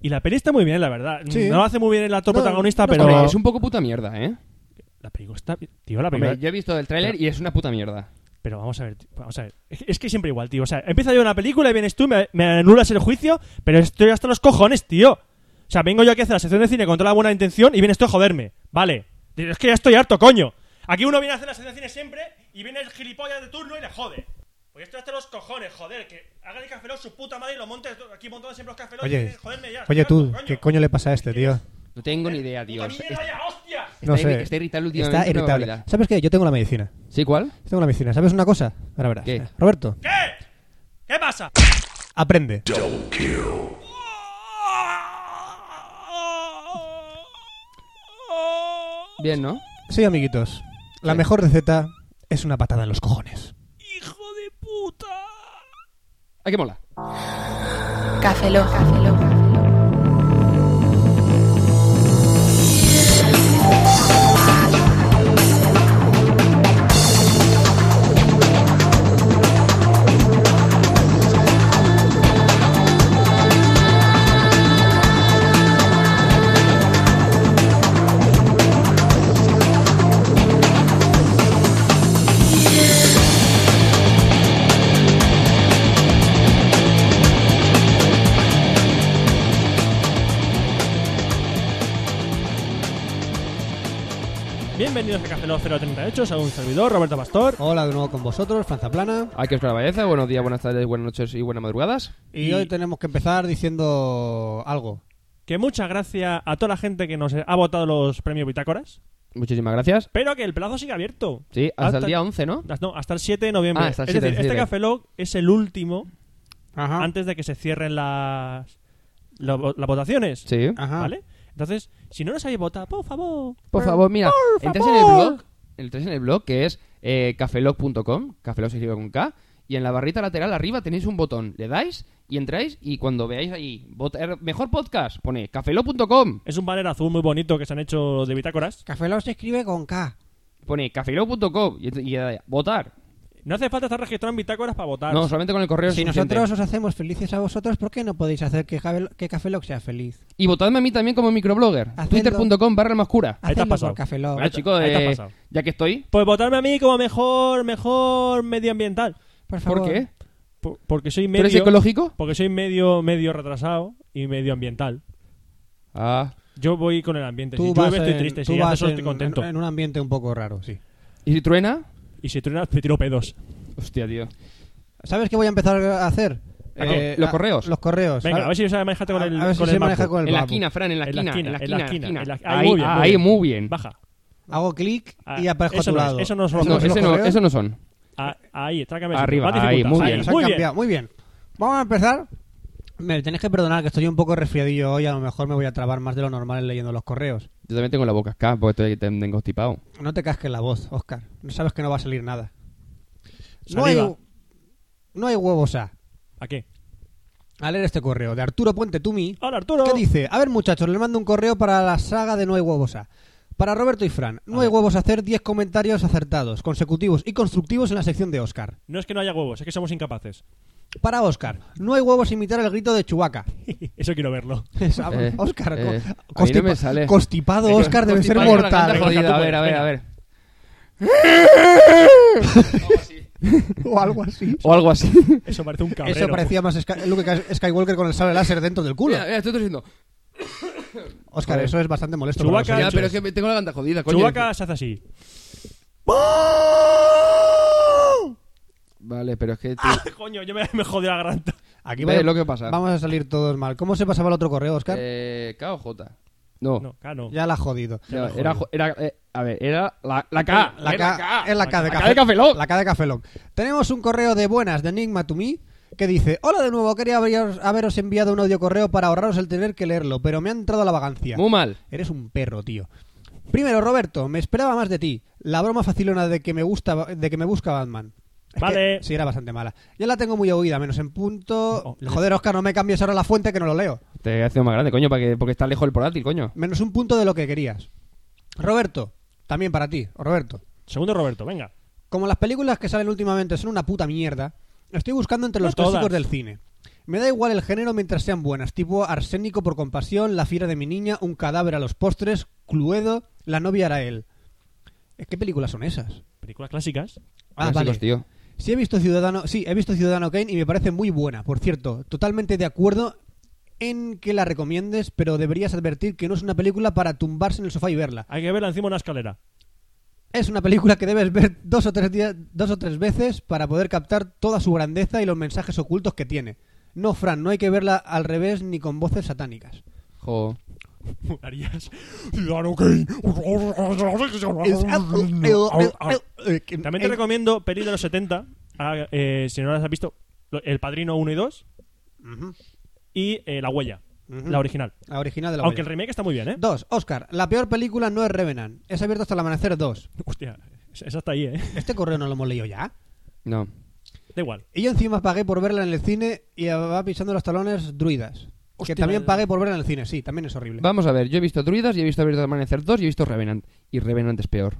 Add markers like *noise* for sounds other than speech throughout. Y la peli está muy bien, la verdad. Sí. No lo hace muy bien el actor No, protagonista, no, pero. hombre, pero es un poco puta mierda, ¿eh? La película está. bien. Tío, la película. Hombre, yo he visto el tráiler y es una puta mierda. Pero vamos a ver, tío, vamos a ver. Es que- Es que siempre igual, tío. O sea, empieza yo una película y vienes tú, me, me anulas el juicio, pero estoy hasta los cojones, tío. O sea, vengo yo aquí a hacer la sección de cine con toda la buena intención y vienes tú a joderme. Vale. Tío, Es que ya estoy harto, coño. Aquí uno viene a hacer la sección de cine siempre y viene el gilipollas de turno y le jode. Pues estoy hasta los cojones, joder. Que hagan el cafelón su puta madre y lo montes aquí montando siempre los cafelos. y Oye, vienes a joderme ya. oye Estoy tú, harto, ¿qué coño le pasa a este, tío? No tengo ni idea, tío. Puta Es- mierda ya, hostia. No está, sé. está irritable últimamente. Está es una irritable. barbaridad. ¿Sabes qué? Yo tengo la medicina. ¿Sí, cuál? Yo Tengo la medicina. ¿Sabes una cosa? Ahora verás. ¿Qué? Roberto, ¿Qué? ¿Qué pasa? aprende. Bien, ¿no? Sí, amiguitos. La Sí. mejor receta es una patada en los cojones. ¡Hijo de puta! ¿A qué mola? Café Lock. Café Lock. Bienvenidos a Café Lock 038, soy un servidor, Roberto Pastor. Hola de nuevo con vosotros, Franza Plana. Aquí Oscar Valleza. Buenos días, buenas tardes, buenas noches y buenas madrugadas. Y, hoy tenemos que empezar diciendo algo. Que muchas gracias a toda la gente que nos ha votado los premios Bitácoras, Muchísimas gracias. pero que el plazo sigue abierto. Sí, hasta, el día 11, ¿no? No, hasta el 7 de noviembre. Ah, hasta el es 7, decir, el este 7. Café Lock es el último Ajá. antes de que se cierren las, lo- las votaciones. Sí. Ajá. ¿Vale? Entonces, si no nos habéis votado, por favor. Por favor, mira, Por entras en el blog, entras en el blog que es eh, cafelog.com, cafelog se escribe con K, y en la barrita lateral arriba tenéis un botón, le dais y entráis y cuando veáis ahí, votar- mejor podcast, pone cafelog.com, Es un banner azul muy bonito que se han hecho de Bitácoras. Café Lock se escribe con K. pone cafelog.com y, ent- y le dais, votar. No hace falta estar registrado en Bitácoras para votar. No, solamente con el correo es Si suficiente. nosotros os hacemos felices a vosotros, ¿por qué no podéis hacer que, Javel- que Café Lock sea feliz? Y votadme a mí también como microblogger, Hacedlo. twitter.com barra el más cura. Ahí te has Hacedlo pasado. por Café Lock. Bueno, chicos, ahí te has eh, pasado. ya que estoy, Pues votarme a mí como mejor, mejor medioambiental. Por favor. ¿por qué? Por- porque soy ¿Tú eres medio. ecológico? Porque soy medio, medio retrasado y medioambiental. Ah, Yo voy con el ambiente. si Tú vas, llueve estoy en- triste, tú si hace vas sol en- estoy contento. en- en un ambiente un poco raro, sí. ¿y si truena? Y si truenas me tiro pedos. Pues Hostia, tío. ¿Sabes qué voy a empezar a hacer? Ah, Eh, ¿A qué? ¿Los a- correos? Los correos. Venga, a ver si sabes manejarte con a- el a ver si con se el maneja Macbook. con el En la babu. esquina, Fran, en la En la esquina. esquina, en la esquina, en la- ahí, Ahí, muy bien, muy ahí, bien. muy bien. Baja. Hago clic Ah, y aparezco a eso tu no es- lado. eso no es lo No, ¿Los ese no, correos? eso no son. Ah, ahí, trácame. Arriba, Más dificultades. ahí, muy Ahí, bien. Nos han Muy bien. cambiado. Muy bien. Vamos a empezar. Me tenéis que perdonar que estoy un poco resfriadillo hoy. A lo mejor me voy a trabar más de lo normal leyendo los correos. Yo también tengo la boca acá porque estoy ten- tengo constipado. No te casques la voz, Oscar. No sabes que no va a salir nada. No hay, Saliva. no hay huevos a. ¿A qué? A leer este correo de Arturo Puente Tumi. Hola, Arturo. ¿Qué dice? A ver, muchachos, les mando un correo para la saga de No hay huevos A. Para Roberto y Fran, no A hay ver. huevos a hacer 10 comentarios acertados, consecutivos y constructivos en la sección de Oscar. No es que no haya huevos, es que somos incapaces. Para Oscar, no hay huevos a imitar el grito de Chubaca. *laughs* *laughs* Eso quiero verlo. Eh, Oscar, co- eh, a mí no constipa- me sale. constipado Oscar debe ser Constipado, la garganta joder. mortal. jodida. Venga, A tú ver, a ver, puedes, a ver. *laughs* o algo así. O algo así. Eso parece un cabrero. Eso parecía más Sky- Luke Sky- Skywalker con el sable láser dentro del culo. *laughs* Mira, eh. mira, estoy tosiendo. Oscar, joder. eso es bastante molesto. Chewbacca- para los Ya, oyentes. pero es que me- tengo la garganta jodida, coño. Chewbacca se hace así. Vale, pero es que... tío, Ah, *laughs* Coño, yo me, me jodió la garganta. Aquí ve vaya- lo que pasa. Vamos a salir todos mal. ¿Cómo se pasaba el otro correo, Oscar? Eh, K o J. No. No, claro, no. Oh. Ya la ha jodido. No, era... jo- era eh, a ver, era la, *laughs* la K. La Era K, es la K de La K Café, de Café Lock. La K de Café Lock. Tenemos un correo de buenas de Enigma to Me que dice: Hola de nuevo, quería haberos, haberos enviado un audio correo para ahorraros el tener que leerlo, pero me ha entrado la vagancia. Muy mal. Eres un perro, tío. Primero, Roberto, me esperaba más de ti. La broma facilona de que me gusta, de que me busca Batman. Es Vale. que sí, era bastante mala. Ya la tengo muy oída, menos en punto. Oh, le- Joder, Oscar, no me cambies ahora la fuente que no lo leo. Te hace más grande, coño, para que, porque está lejos el portátil, coño. Menos un punto de lo que querías. Roberto, también para ti, Roberto. Segundo Roberto, venga. Como las películas que salen últimamente son una puta mierda, estoy buscando entre No los todas. clásicos del cine. Me da igual el género mientras sean buenas, tipo Arsénico por compasión, La fiera de mi niña, Un cadáver a los postres, Cluedo, La novia era él. Eh, ¿Qué películas son esas? Películas clásicas. Ah, Clásicos, vale. tío. Sí he visto Ciudadano, sí, he visto Ciudadano Kane y me parece muy buena, por cierto, totalmente de acuerdo en que la recomiendes, pero deberías advertir que no es una película para tumbarse en el sofá y verla. Hay que verla encima de una escalera. *laughs* Es una película que debes ver dos o tres días, dos o tres veces para poder captar toda su grandeza y los mensajes ocultos que tiene. No, Fran, no hay que verla al revés ni con voces satánicas. Jo. *laughs* Molarías. Oh, También te recomiendo pelis de los 70. ah, eh, si no las has visto, lo- El Padrino 1 y 2 Ujú, y eh, La Huella, ujú. la original. La original de la Aunque el huella. remake está muy bien, ¿eh? Dos, Oscar, la peor película no es Revenant. Es abierto hasta el amanecer 2. Hostia, es es hasta ahí, ¿eh? Este correo no lo hemos leído ya. No. Da igual. Y yo encima pagué por verla en el cine y va pisando los talones druidas. Hostia, eh. que también madre. pagué por verla en el cine, sí, también es horrible. Vamos a ver, yo he visto Druidas y he visto Abierto de Amanecer 2 y he visto Revenant. Y Revenant es peor.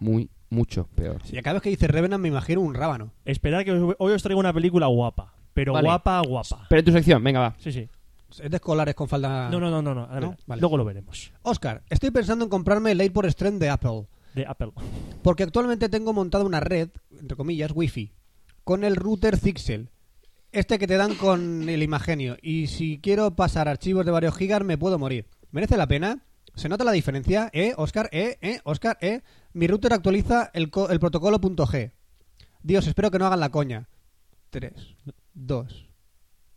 Muy, mucho peor. Y a cada vez que dice Revenant me imagino un rábano. Esperad que os- hoy os traigo una película guapa. Pero Vale. guapa, guapa. Pero en tu sección, venga, va. Sí, sí. Es de escolares con falda... No, no, no, no. no. a ver, Ah. ¿No? Vale. Luego lo veremos. Oscar, estoy pensando en comprarme el Air por Strength de Apple, De Apple. porque actualmente tengo montada una red, entre comillas, wifi, con el router Zixel, este que te dan con el Imagenio, y si quiero pasar archivos de varios gigas me puedo morir. ¿Merece la pena? ¿Se nota la diferencia? ¿Eh, Oscar? ¿Eh, eh, Oscar? ¿Eh? Mi router actualiza el, co- el protocolo .g. Dios, espero que no hagan la coña. 3, 2,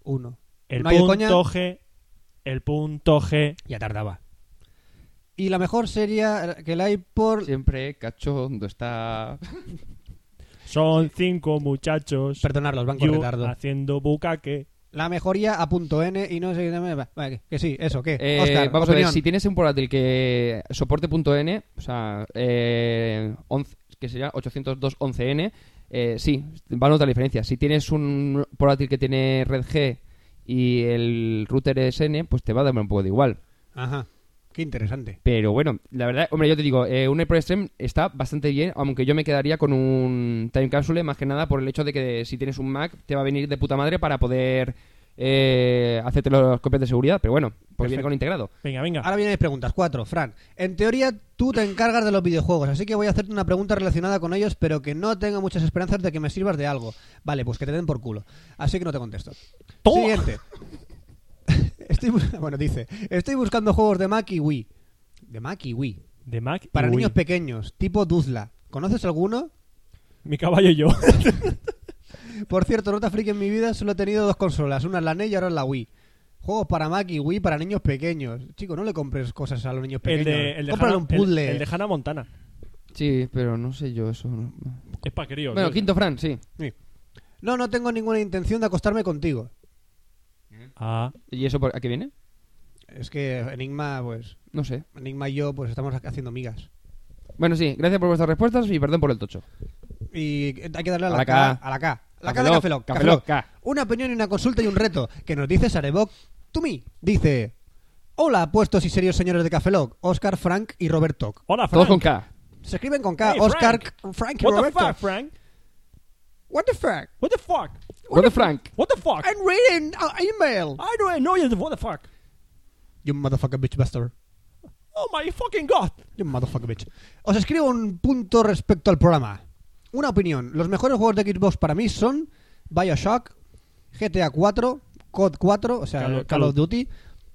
1. El ¿No hay punto coña? G. El punto G. Ya tardaba. Y la mejor sería que el iPod... Siempre cachondo está. Son cinco muchachos. Perdonar los bancos yo retardo. haciendo bucaque. La mejoría a punto N y no sé qué. Que sí, eso, ¿qué? Eh, Oscar, vamos a opinión. ver, si tienes un portátil que soporte.n, o sea, eh, 11 que sería 802.11n, eh, sí, va a notar la diferencia. Si tienes un portátil que tiene red G y el router es N, pues te va a dar un poco de igual. Ajá. Qué interesante. Pero bueno, la verdad, hombre, yo te digo, eh, un Apple Stream está bastante bien, aunque yo me quedaría con un Time Capsule, más que nada por el hecho de que si tienes un Mac te va a venir de puta madre para poder eh, hacerte las copias de seguridad, pero bueno, pues viene Perfecto. con integrado. Venga, venga. Ahora vienen mis preguntas. Cuatro, Fran. En teoría, tú te encargas de los videojuegos, así que voy a hacerte una pregunta relacionada con ellos, pero que no tengo muchas esperanzas de que me sirvas de algo. Vale, pues que te den por culo. Así que no te contesto. Toma. Siguiente. *laughs* Estoy, bu- *laughs* bueno, dice: Estoy buscando juegos de Mac y Wii. De Mac y Wii. De Mac. y Para Wii. niños pequeños, tipo Duzla. ¿Conoces alguno? Mi caballo *laughs* y yo. Por cierto, nota friki en mi vida solo he tenido dos consolas, una es la NES y ahora es la Wii. Juegos para Mac y Wii para niños pequeños. Chico, no le compres cosas a los niños el pequeños. de, el de Cómprale Hannah- un puzzle. El, el de Hannah Montana. Sí, pero no sé yo eso. no- Es eh. para críos. Bueno, ¿no? quinto Fran, sí. Sí. No, no tengo ninguna intención de acostarme contigo. Ah, ¿Y eso por- a qué viene? Es que Enigma, pues, No sé. Enigma y yo, pues estamos haciendo migas. Bueno, sí, gracias por vuestras respuestas y perdón por el tocho. Y hay que darle a A la, la K, K. A la K. A la K Café de Lock, Café Lock, Café Café Lock. Lock, K. Una opinión y una consulta y un reto que nos dice Sareboc to me. Dice: Hola, apuestos y serios señores de Café Lock, Oscar, Frank y Roberto. hola, Frank. Todos con K. Se escriben con K. Hey, Oscar, Frank. Frank, y What Roberto. the fuck, Frank? What the fuck? What the fuck? Brother Frank. What the fuck? I'm reading an email. I don't know you. What the fuck? You motherfucker bitch bastard. Oh my fucking god. You motherfucker bitch. Os escribo un punto respecto al programa. Una opinión. Los mejores juegos de Xbox para mí son Bioshock, GTA 4, COD 4, o sea, Call Call, of- of Duty,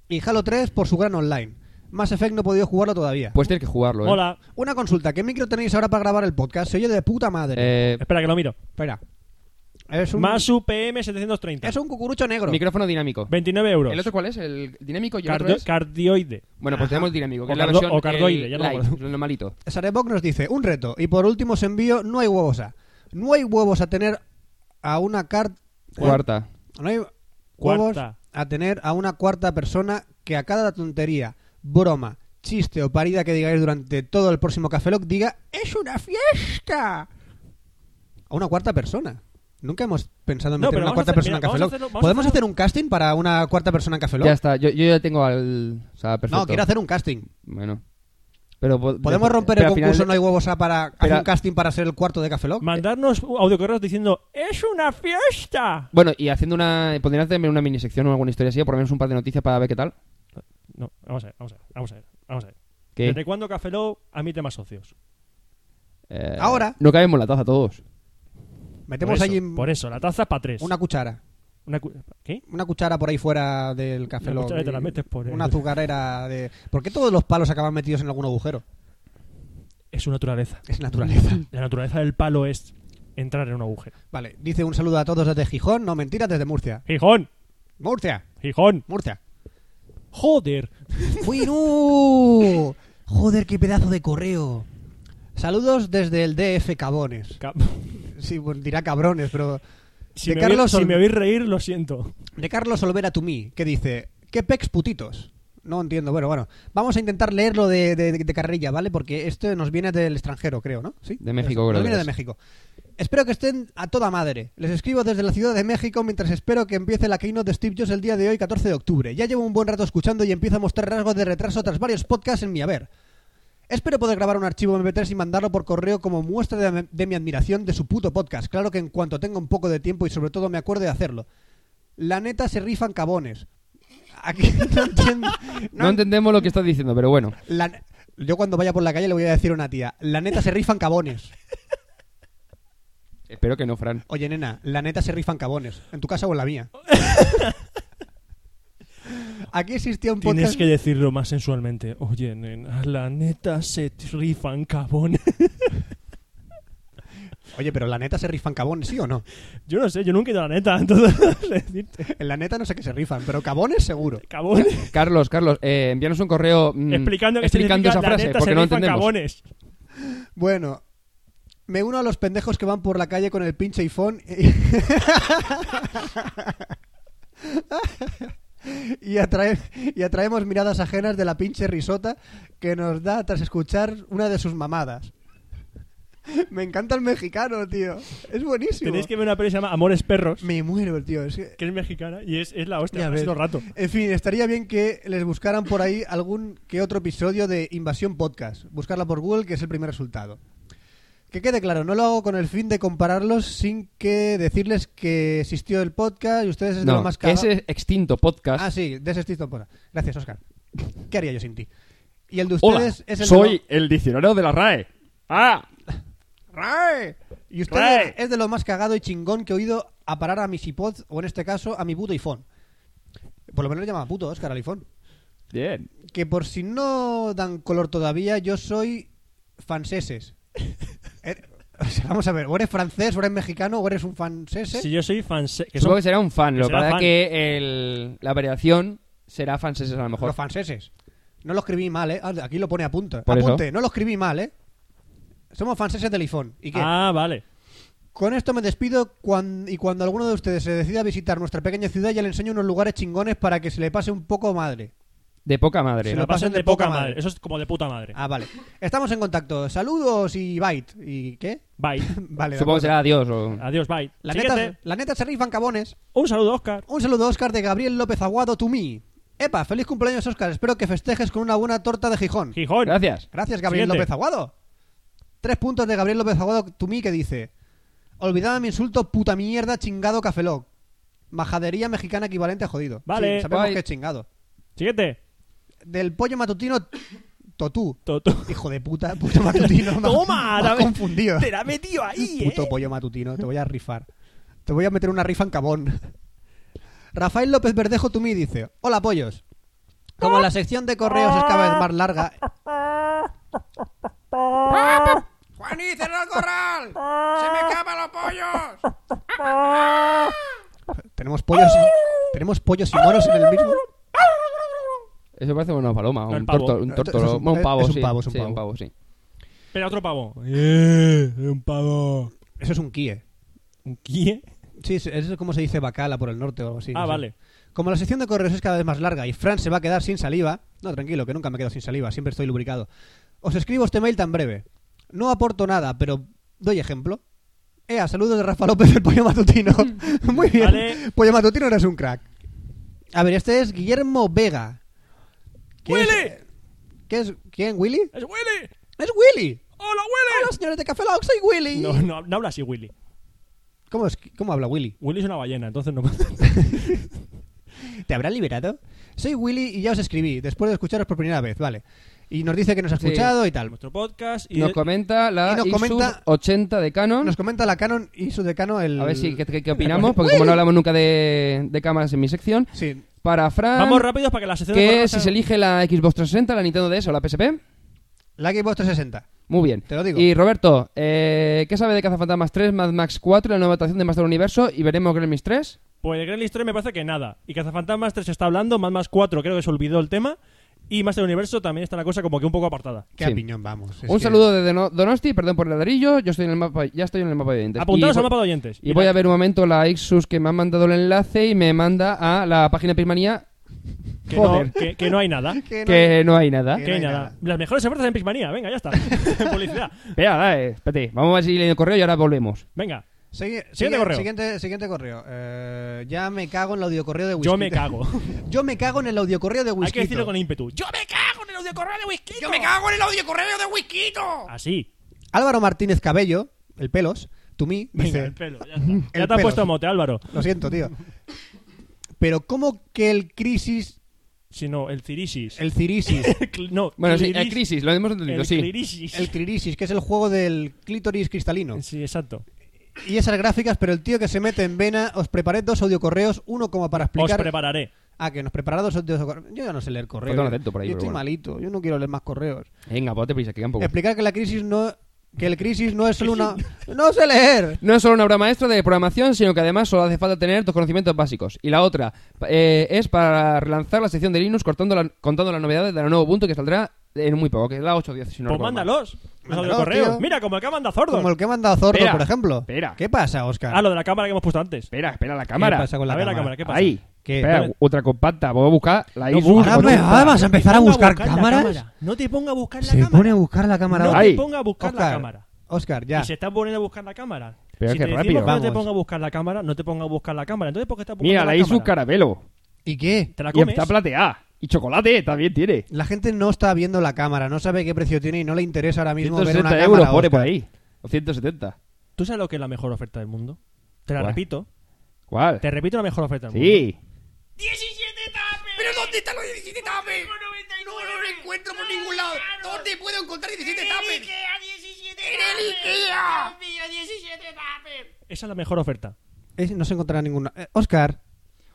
y Halo 3 por su gran online. Mass Effect no he podido jugarlo todavía. Pues tienes que jugarlo, ¿eh? Hola. Una consulta. ¿Qué micro tenéis ahora para grabar el podcast? Se oye de puta madre. Eh, Espera que lo miro. Espera. Es un, Más UPM 730. es un cucurucho negro. micrófono dinámico. 29 euros. ¿El otro cuál es? ¿El dinámico y el Cardo- otro es? Cardioide. Bueno, pues tenemos dinámico, que O es la cardo- versión o cardoide, el ya no me light, acuerdo. lo normalito. Sareboc nos dice, un reto, y por último os envío, no hay huevos a. No hay huevos a tener a una carta... Cuarta. No hay huevos Cuarta. a tener a una cuarta persona que a cada tontería, broma, chiste o parida que digáis durante todo el próximo Café Lock diga, ¡es una fiesta! A una cuarta persona. Nunca hemos pensado en No, meter pero una vamos cuarta a hacer- persona mira, en vamos Café a Lock. hacerlo- vamos a ¿Podemos hacerlo- hacer un casting para una cuarta persona en Café Lock? Ya está, yo, yo ya tengo al... O sea, perfecto. no, quiero hacer un casting. Bueno. Pero po- ¿Podemos de- romper pero el al final- concurso No hay huevos A para hacer pero- un casting para ser el cuarto de Café Lock? Mandarnos audiocorreos diciendo ¡Es una fiesta! Bueno, y haciendo una. Pondrías también una mini sección o alguna historia así, o por lo menos un par de noticias para ver qué tal. No, vamos a ver, vamos a ver, vamos a ver. Vamos a ver. ¿Qué? ¿Desde cuándo Café Lock admite más socios? Eh, Ahora. No cabemos la taza todos. Metemos por eso, allí en- por eso, la taza para tres. una cuchara. Una cu- ¿Qué? Una cuchara por ahí fuera del Café Una Lock. cuchara y te la y metes por el- Una azucarera de... ¿Por qué todos los palos acaban metidos en algún agujero? Es su naturaleza. *laughs* Es naturaleza. La naturaleza del palo es entrar en un agujero. Vale, dice un saludo a todos desde Gijón. No, mentiras, desde Murcia. ¡Gijón! Murcia, ¡Gijón! *laughs* Murcia. ¡Joder! ¡Fuirú! Joder, qué pedazo de correo. Saludos desde el DF Cabones. *laughs* Ca- Sí, pues dirá cabrones, pero... Si, De me, Carlos oí- si Ol- me oís reír, lo siento. De Carlos Olvera to me, que dice, ¿qué pex putitos? No entiendo, bueno, bueno. Vamos a intentar leerlo de, de, de carrilla, ¿vale? Porque esto nos viene del extranjero, creo, ¿no? ¿Sí? De México, Nos- creo Nos que viene de es. México. Espero que estén a toda madre. Les escribo desde la Ciudad de México mientras espero que empiece la keynote de Steve Jobs el día de hoy, 14 de octubre. Ya llevo un buen rato escuchando y empiezo a mostrar rasgos de retraso tras varios podcasts en mi haber. Espero poder grabar un archivo MP3 y mandarlo por correo como muestra de, de mi admiración de su puto podcast. Claro que en cuanto tenga un poco de tiempo y sobre todo me acuerde de hacerlo. La neta se rifan cabones. Aquí *laughs* no entiendo. No, entendemos lo que estás diciendo, pero bueno. la- yo cuando vaya por la calle le voy a decir a una tía, la neta se rifan cabones. Espero que no, Fran. Oye, nena, la neta se rifan cabones. En tu casa o en la mía. Aquí existía un Tienes podcast. que decirlo más sensualmente. Oye, nena, la neta se rifan cabones. Oye, pero la neta se rifan cabones, ¿sí o no? *laughs* Yo no sé, yo nunca he ido a la neta, *laughs* entonces no sé decirte. En la neta no sé qué se rifan, pero cabones seguro. Cabones. Carlos, Carlos, eh, envíanos un correo mm, Explicando que explicando significa esa la frase, neta porque se no rifan entendemos. cabones. Bueno, me uno a los pendejos que van por la calle con el pinche iPhone *laughs* y, y, atrae- y atraemos miradas ajenas de la pinche risota que nos da tras escuchar una de sus mamadas. *laughs* Me encanta el mexicano, tío. Es buenísimo. Tenéis que ver una peli que se llama Amores Perros, Me muero, tío. Es que- que es mexicana y es, es la hostia, Ya ha ves. sido rato. En fin, estaría bien que les buscaran por ahí algún que otro episodio de Invasión Podcast. Buscarla por Google, que es el primer resultado. Que quede claro, no lo hago con el fin de compararlos sin que decirles que existió el podcast y ustedes es de lo No, más que caro. ese extinto podcast. Ah, sí, de ese estilo, porra. Gracias, Oscar. ¿Qué haría yo sin ti? Y el de Hola, ustedes es el de soy lo- el diccionario de la RAE. ¡Ah! ¡Rae! Y ustedes ¡Rae! es de lo más cagado y chingón que he oído a parar a mis iPods o en este caso a mi puto iPhone. Por lo menos le llama puto Oscar al iPhone. Bien. que por si no dan color todavía, yo soy *laughs* franceses. Er- o sea, vamos a ver, o eres francés, o eres mexicano, o eres un francese. Si yo soy fan... se- que Supongo son- que será un fan. que Lo que será pasa fan. es que el- la variación será franceses a lo mejor. Los franceses. No lo escribí mal, ¿eh? Ah, Aquí lo pone a punto. Por eso. Apunte, no lo escribí mal, ¿eh? Somos franceses del iPhone. ¿Y qué? Ah, vale. Con esto me despido cuan- y cuando alguno de ustedes se decida a visitar nuestra pequeña ciudad ya le enseño unos lugares chingones para que se le pase un poco madre. De poca madre. Se Que lo lo pasen pasen de de poca poca madre. madre. Eso es como de puta madre. Ah, vale. Estamos en contacto. Saludos y bye. ¿Y qué? Bye. Vale. de Supongo que acuerdo. será adiós. O... Adiós, bye. La Siguiente. neta, la neta se rifan cabones. Un saludo, Oscar. Un saludo, Oscar, de Gabriel López Aguado, to me. Epa, feliz cumpleaños, Oscar. Espero que festejes con una buena torta de Gijón. Gijón. Gracias. Gracias, Gabriel Siguiente. López Aguado. Tres puntos de Gabriel López Aguado, to me, que dice: Olvidaba mi insulto, puta mierda, chingado cafeloc. Majadería mexicana equivalente a jodido. Vale, Sí, sabemos bye. que es chingado. Siguiente. Del pollo matutino, totú. *laughs* Toto. Hijo de puta, puto *laughs* matutino. me has- Toma, me has la- confundido. Te la he metido ahí, *laughs* Puto eh. pollo matutino, te voy a rifar. Te voy a meter una rifa en cabón. *laughs* Rafael López Verdejo Tumí dice: Hola, pollos. Como la sección de correos es cada vez más larga. ¡Juaní, cerra el corral! ¡Se me escapan los pollos! *laughs* Tenemos pollos y, tenemos pollos y moros en el mismo. Eso parece una paloma. No, el un, pavo. torto, un No, esto- tórtolo, eso es un- bueno, un pavo, es un sí. pavo, es un Sí, pavo. sí. Espera, otro pavo. Eh, un pavo. Eso es un kie. ¿Un qué? Sí, es- es como se dice bacala por el norte o algo así. no eh? ah, sé. vale. Como la sección de correos es cada vez más larga y Fran se va a quedar sin saliva, no, tranquilo, que nunca me quedo sin saliva, siempre estoy lubricado. Os escribo este mail tan breve. No aporto nada, pero doy ejemplo. Ea, saludos de Rafa López del *laughs* Pollo Matutino. Muy bien. Vale. Pollo Matutino eres un crack. A ver, este es Guillermo Vega. que es- ¡Huele! ¿Qué es? ¿Quién? ¿Willy? ¡Es Willy! ¡Es Willy! ¡Hola, Hola, señores de Café Lock, soy Willy. Willy! No, no, no habla así, Willy. ¿Cómo, es- ¿Cómo habla Willy? Willy es una ballena, entonces no. *laughs* ¿Te habrán liberado? Soy Willy y ya os escribí, después de escucharos por primera vez, vale. Y nos dice que nos ha Sí. escuchado y tal. Nuestro podcast y. Nos comenta la y nos ISU comenta- 80 de Canon. Nos comenta la Canon y su decano el... A ver si qué, qué- *laughs* qué opinamos, porque como no hablamos nunca de, de cámaras en mi sección. Sí, Para Fran, Vamos rápidos para que la sección de que Borja Um, si sea- se elige la Xbox 360, la Nintendo DS o la PSP. la Xbox 360. Muy bien. Te lo digo. Y Roberto, eh, ¿qué sabe de Cazafantasmas 3, Mad Max 4, la nueva adaptación de Master Universo y veremos Gremlins 3? Pues el Gran Historia me parece que nada. Y Cazafantasmas 3 se está hablando, Mad Max 4 creo que se olvidó el tema. Y Master Universo también está la cosa como que un poco apartada. Qué Sí. opinión, vamos. Es Un Pues que- saludo de Dono- Donosti, perdón por el ladrillo, yo estoy en el mapa, ya estoy en el mapa de oyentes. Apuntados Y- al mapa de oyentes. Y voy a ver un momento la Ixus que me ha mandado el enlace y me manda a la página de Pismanía que, Joder. no, que, que no hay nada. Que no- *laughs* que no hay nada. que Que no hay no hay nada. nada. Las mejores ofertas en Pixmanía. Venga, ya *laughs* está. Publicidad. Espera, dale, espérate, vamos a ver si leyendo el correo y ahora volvemos. Venga, Segui- Siguiente, correo. Siguiente, siguiente correo. Eh, ya me cago en el audiocorreo de whisky. yo me cago. *laughs* Yo me cago en el audiocorreo de whisky. hay que decirlo con ímpetu. Yo me cago en el audio correo de whisky. Yo me cago en el audio correo de Whisquito. Así. Álvaro Martínez Cabello, el pelos, to me, Venga, dice... el pelo. Ya, *laughs* está. Ya El te has pelo. puesto mote, Álvaro. Lo siento, tío. Pero ¿cómo que el crisis, Si no, el cirisis. el cirisis, *laughs* Cl- no, Bueno, sí, cliris- el crisis, lo hemos entendido, El sí. clirisis. el cririsis, que es el juego del clítoris cristalino? Sí, exacto. Y esas gráficas, pero el tío que se mete en vena, os preparé dos audiocorreos, uno como para Os explicar... prepararé. Pues ah, que nos prepará dos audiocorreos. Yo ya no sé leer correos. Falta un acento por ahí, yo pero estoy bueno. malito, yo no quiero leer más correos. Venga, pues ponte prisa, que queda un poco. Explicar que la crisis no... Que el crisis no es *laughs* solo una... ¡No sé leer! No es solo una obra maestra de programación, sino que además solo hace falta tener dos conocimientos básicos. Y la otra eh, es para relanzar la sección de Linux cortando la- contando las novedades del nuevo punto que saldrá en muy poco, que es la 8.10, si no Pues recuerdo mal. mándalos. Los Mándalos, correos. tío. Mira, como el que manda Zordo. Como el que manda Zorro, Espera, por ejemplo. espera. ¿Qué pasa, Oscar? Ah, lo de la cámara que hemos puesto antes. Espera, espera la cámara. ¿Qué pasa con la a ver la cámara, cámara? ¿qué pasa? Ahí. ¿Qué? Espera, Dame. otra compacta. Voy a buscar la No ISO. busques, Ahora me- no ahora busques. vas a empezar a No te buscar ponga la cámaras. cámara. No te ponga a buscar la Se cámara. pone a buscar la cámara. No ahora. te Ahí. ponga a buscar la Oscar, cámara. Oscar, ya. Y se está poniendo a buscar la cámara. Pero si qué te rápido. decimos que no te Vamos. ponga a buscar la cámara, no te ponga a buscar la cámara. Entonces, ¿por qué está buscando Mira, la, la ISU cámara? caramelo. ¿Y qué? ¿Te la Y comes? está plateada. Y chocolate también tiene. La gente no está viendo la cámara, no sabe qué precio tiene y no le interesa ahora mismo ver una 160 euros cámara. pone por Oscar. ahí. O 170. ¿Tú sabes lo que es la mejor oferta del mundo? Te la Pues. ¿Cuál? repito. ¿Cuál? Te repito la mejor oferta del mundo. Sí. ¡17 tapes! ¿Pero dónde están los 17 tapes? No, no lo encuentro por ningún lado. ¿Dónde puedo encontrar 17 tapes? ¡En el Ikea! Esa es la mejor oferta. Es- no se encontrará ninguna. Eh, Oscar,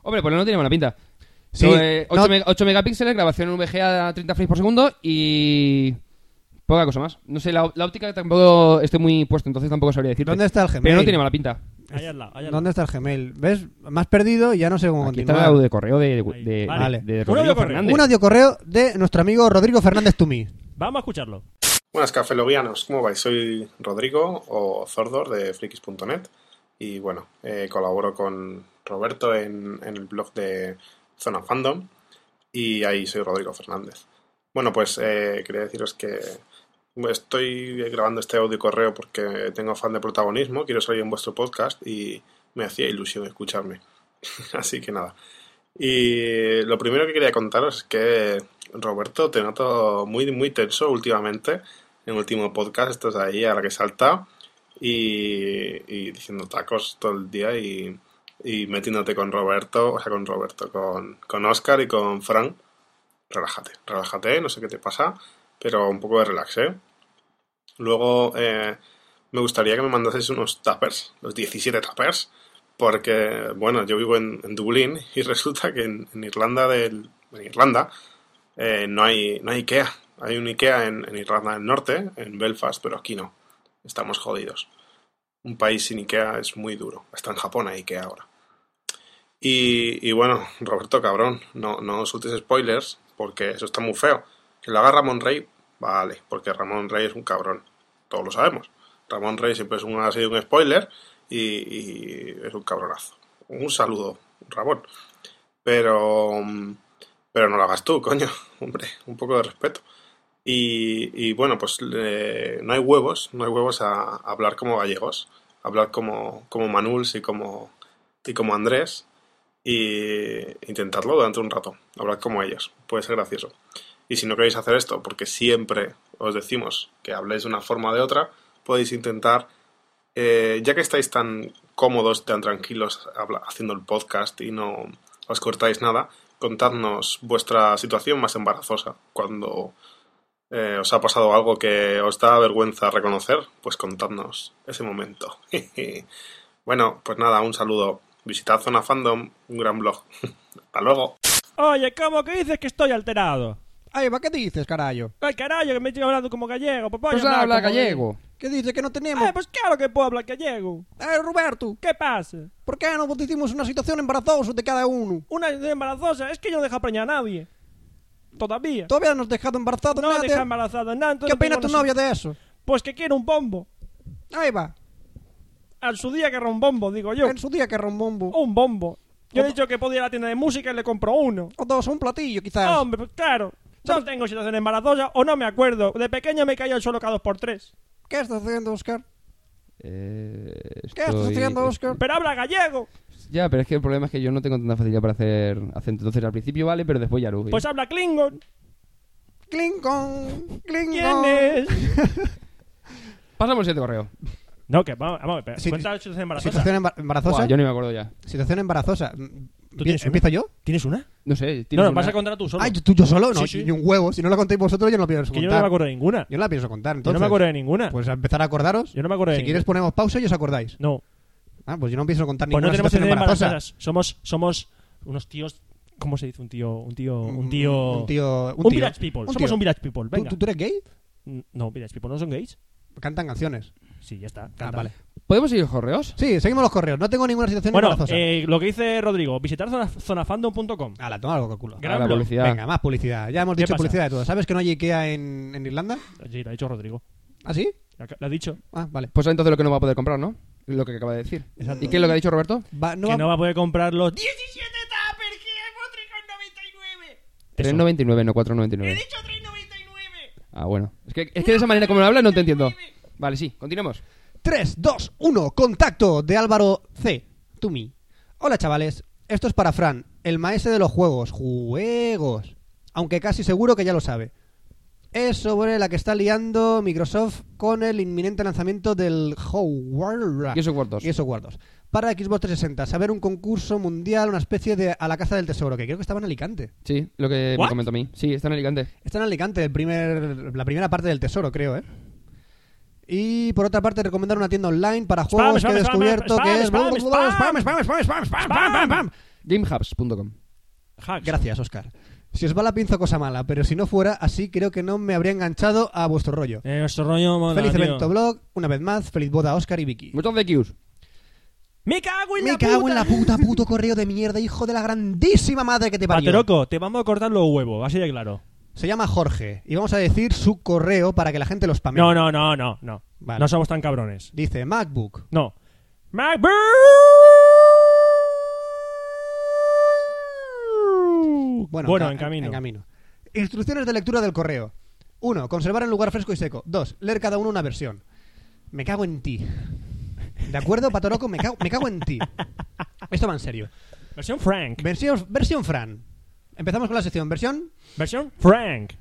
Hombre, pues no tiene mala pinta. eh, Sí, Sobre 8, no- megapíxeles, grabación en VGA a 30 frames por segundo y. poca cosa más. No sé, la, la óptica tampoco estoy muy puesto, entonces tampoco sabría decirte. ¿Dónde está el Gmail? Pero no tiene mala pinta. Allá al lado, allá al lado. ¿dónde está el Gmail? ¿Ves? Me has perdido y ya no sé cómo Aquí está el continuar. audio de correo de, de, Ahí, de- vale. de Un Rodrigo audio correo. Fernández. Un audiocorreo de nuestro amigo Rodrigo Fernández Tumí. Vamos a escucharlo. Buenas cafelovianos, ¿cómo vais? Soy Rodrigo o Zordor de frikis.net y bueno, eh, colaboro con Roberto en, en el blog de Zona Fandom y ahí soy Rodrigo Fernández. Bueno, pues eh, quería deciros que estoy grabando este audio correo porque tengo afán de protagonismo, quiero salir en vuestro podcast y me hacía ilusión escucharme. *laughs* Así que nada. Y lo primero que quería contaros es que Roberto te noto muy, muy tenso últimamente en el último podcast, estás ahí a la que salta y, y diciendo tacos todo el día y, y metiéndote con Roberto, o sea, con Roberto, con, con Oscar y con Fran. Relájate, relájate, no sé qué te pasa, pero un poco de relax, ¿eh? Luego eh, me gustaría que me mandases unos tappers, los 17 tappers, porque, bueno, yo vivo en, en Dublín y *laughs* resulta que en, en Irlanda del... En Irlanda, eh, no hay, no hay IKEA. Hay un IKEA en, en Irlanda del Norte, en Belfast, pero aquí no. Estamos jodidos. Un país sin IKEA es muy duro. Hasta en Japón hay IKEA ahora. Y, y bueno, Roberto Cabrón, no, no sueltes spoilers, porque eso está muy feo. Que lo haga Ramón Rey, vale, porque Ramón Rey es un cabrón. Todos lo sabemos. Ramón Rey siempre es un, ha sido un spoiler y, y es un cabronazo. Un saludo, Ramón. Pero... mm, pero no lo hagas tú, coño. *laughs* Hombre, un poco de respeto. Y, y bueno, pues eh, no hay huevos, no hay huevos a, a hablar como gallegos, a hablar como, como Manuls y como, y como Andrés, y intentarlo durante un rato, hablar como ellos. Puede ser gracioso. Y si no queréis hacer esto, porque siempre os decimos que habléis de una forma o de otra, podéis intentar, eh, ya que estáis tan cómodos, tan tranquilos habla- haciendo el podcast y no os cortáis nada, contadnos vuestra situación más embarazosa. Cuando eh, os ha pasado algo que os da vergüenza reconocer, pues contadnos ese momento. *laughs* bueno, pues nada, un saludo. Visitad Zona Fandom, un gran blog. *laughs* Hasta luego. Oye, ¿cómo que dices que estoy alterado? Ay, ¿va qué dices, carajo? Ay, carajo, que me estoy hablando como gallego. Pues voy a Pues hablar habla como- gallego. ¿Qué dices que no tenemos? Ay, pues claro que puedo hablar gallego. Eh, Roberto, ¿Qué pasa? ¿por qué no decimos una situación embarazosa de cada uno? Una de embarazosa, es que yo no dejo preñar a nadie. Todavía. ¿Todavía no has dejado embarazado No nada? deja embarazada a nadie. ¿Qué opinas opinas tu novia de eso? Pues que quiere un bombo. Ahí va, Al su día que era un bombo, digo yo. Oh. en su día que rombombo. Un bombo. Yo he dicho que podía ir a la tienda de música y le compro uno. O dos, un platillo quizás. Hombre, pues claro. No tengo situación embarazosa o no me acuerdo. De pequeño me caía el suelo cada dos por tres. ¿Qué estás haciendo, Oscar? Eh, ¿Qué estás estoy- eh, haciendo, Oscar? Pero habla gallego. Ya, pero es que el problema es que yo no tengo tanta facilidad para hacer acento. Entonces al principio vale, pero después ya no. Pues habla Klingon. Clingon, Clingon. ¿Quién *laughs* es? Pasamos al siguiente correo. No, que vamos, vamos, pero Sí, cuenta la situación embarazosa. Situación embar- embarazosa. Buah, yo no me acuerdo ya. Situación embarazosa. Mm, tienes ¿Empie- ¿Empiezo yo? ¿Tienes una? No sé. No, ¿tienes no, una- vas a contar tú solo. Ay, ¿tú yo solo? No, Sí, sí. ni un huevo. Si no lo contáis vosotros, yo no lo pienso que contar. yo no me acuerdo de ninguna. Yo no la pienso contar, Yo entonces. no me acuerdo de ninguna. Pues a empezar a acordaros. Yo no me acuerdo de Si quieres ninguna. ponemos pausa y os acordáis. No, Ah, pues yo no pienso contar pues no ninguna tenemos situación situación embarazosa. embarazosas. Somos, somos unos tíos. ¿Cómo se dice? Un tío. Un tío. Un tío. Mm, Un tío... Un, un tío. village people. Un Somos tío. un village people. ¿Tú, Venga. tú- tú eres gay? No, village people no son gays. Cantan canciones. Sí, ya está. Ah, canta. vale. ¿Podemos seguir los correos? Sí, seguimos los correos. No tengo ninguna situación Bueno, embarazosa. eh, lo que dice Rodrigo, visitar zona- zonafandom.com. Ah, la toma algo por culo. Gran Ahora la blog. publicidad. Venga, más publicidad. Ya hemos ¿Qué dicho pasa? publicidad de todo. ¿Sabes que no hay Ikea en, en Irlanda? Sí, lo ha dicho Rodrigo. ¿Ah, sí? Lo ha- Lo ha dicho. Ah, vale. Pues entonces lo que no va a poder comprar, ¿no? Lo que acaba de decir. ¿Y qué es lo que ha dicho Roberto? Va- no que va- no va a poder comprar los 10. 17 tuppers, que es por 3,99. Eso. 3.99, no He ¿Eh? 4.99. dicho 3,99. Ah, bueno. Es que, es que de esa manera como lo hablas no te entiendo. Vale, sí, continuemos. 3, 2, 1, contacto de Álvaro C. Tumi. Hola chavales, esto es para Fran, el maese de los juegos. Juegos. Aunque casi seguro que ya lo sabe. Es sobre la que está liando Microsoft con el inminente lanzamiento del Howard. Gears of War 2. Gears of War 2. Para Xbox 360, saber un concurso mundial, una especie de a la caza del tesoro, que creo que estaba en Alicante. Sí, lo que ¿What? me comentó a mí. Sí, está en Alicante. Está en Alicante, el primer, la primera parte del tesoro, creo, ¿eh? Y por otra parte, recomendar una tienda online para Spam, juegos spam, que he spam, descubierto spam, que es. spam, spam, spam, spam, spam, spam, spam, spam, spam, spam. Gamehubs.com. Hacks. Gracias, Oscar. Si os va la pinza, cosa mala, pero si no fuera así, creo que no me habría enganchado a vuestro rollo. Eh, nuestro rollo mola, feliz tío. evento, blog. Una vez más, feliz boda a Oscar y Vicky. Muchos de Qs. Me cago en Me la cago puta. en la puta puto correo de mierda, hijo de la grandísima madre que te parió. Pateroco, te vamos a cortar los huevos, así de claro. Se llama Jorge y vamos a decir su correo para que la gente los spamee. No, no, no, no, no. Vale. No somos tan cabrones. Dice MacBook. No. MacBook. Bueno, ca- en camino. En camino. Instrucciones de lectura del correo. 1. Conservar en lugar fresco y seco. 2. Leer cada uno una versión. Me cago en ti. ¿De acuerdo, Patoroco? Me cago, me cago en ti. Esto va en serio. Versión Frank. Versión, versión Fran. Empezamos con la sección. Versión. Versión Frank.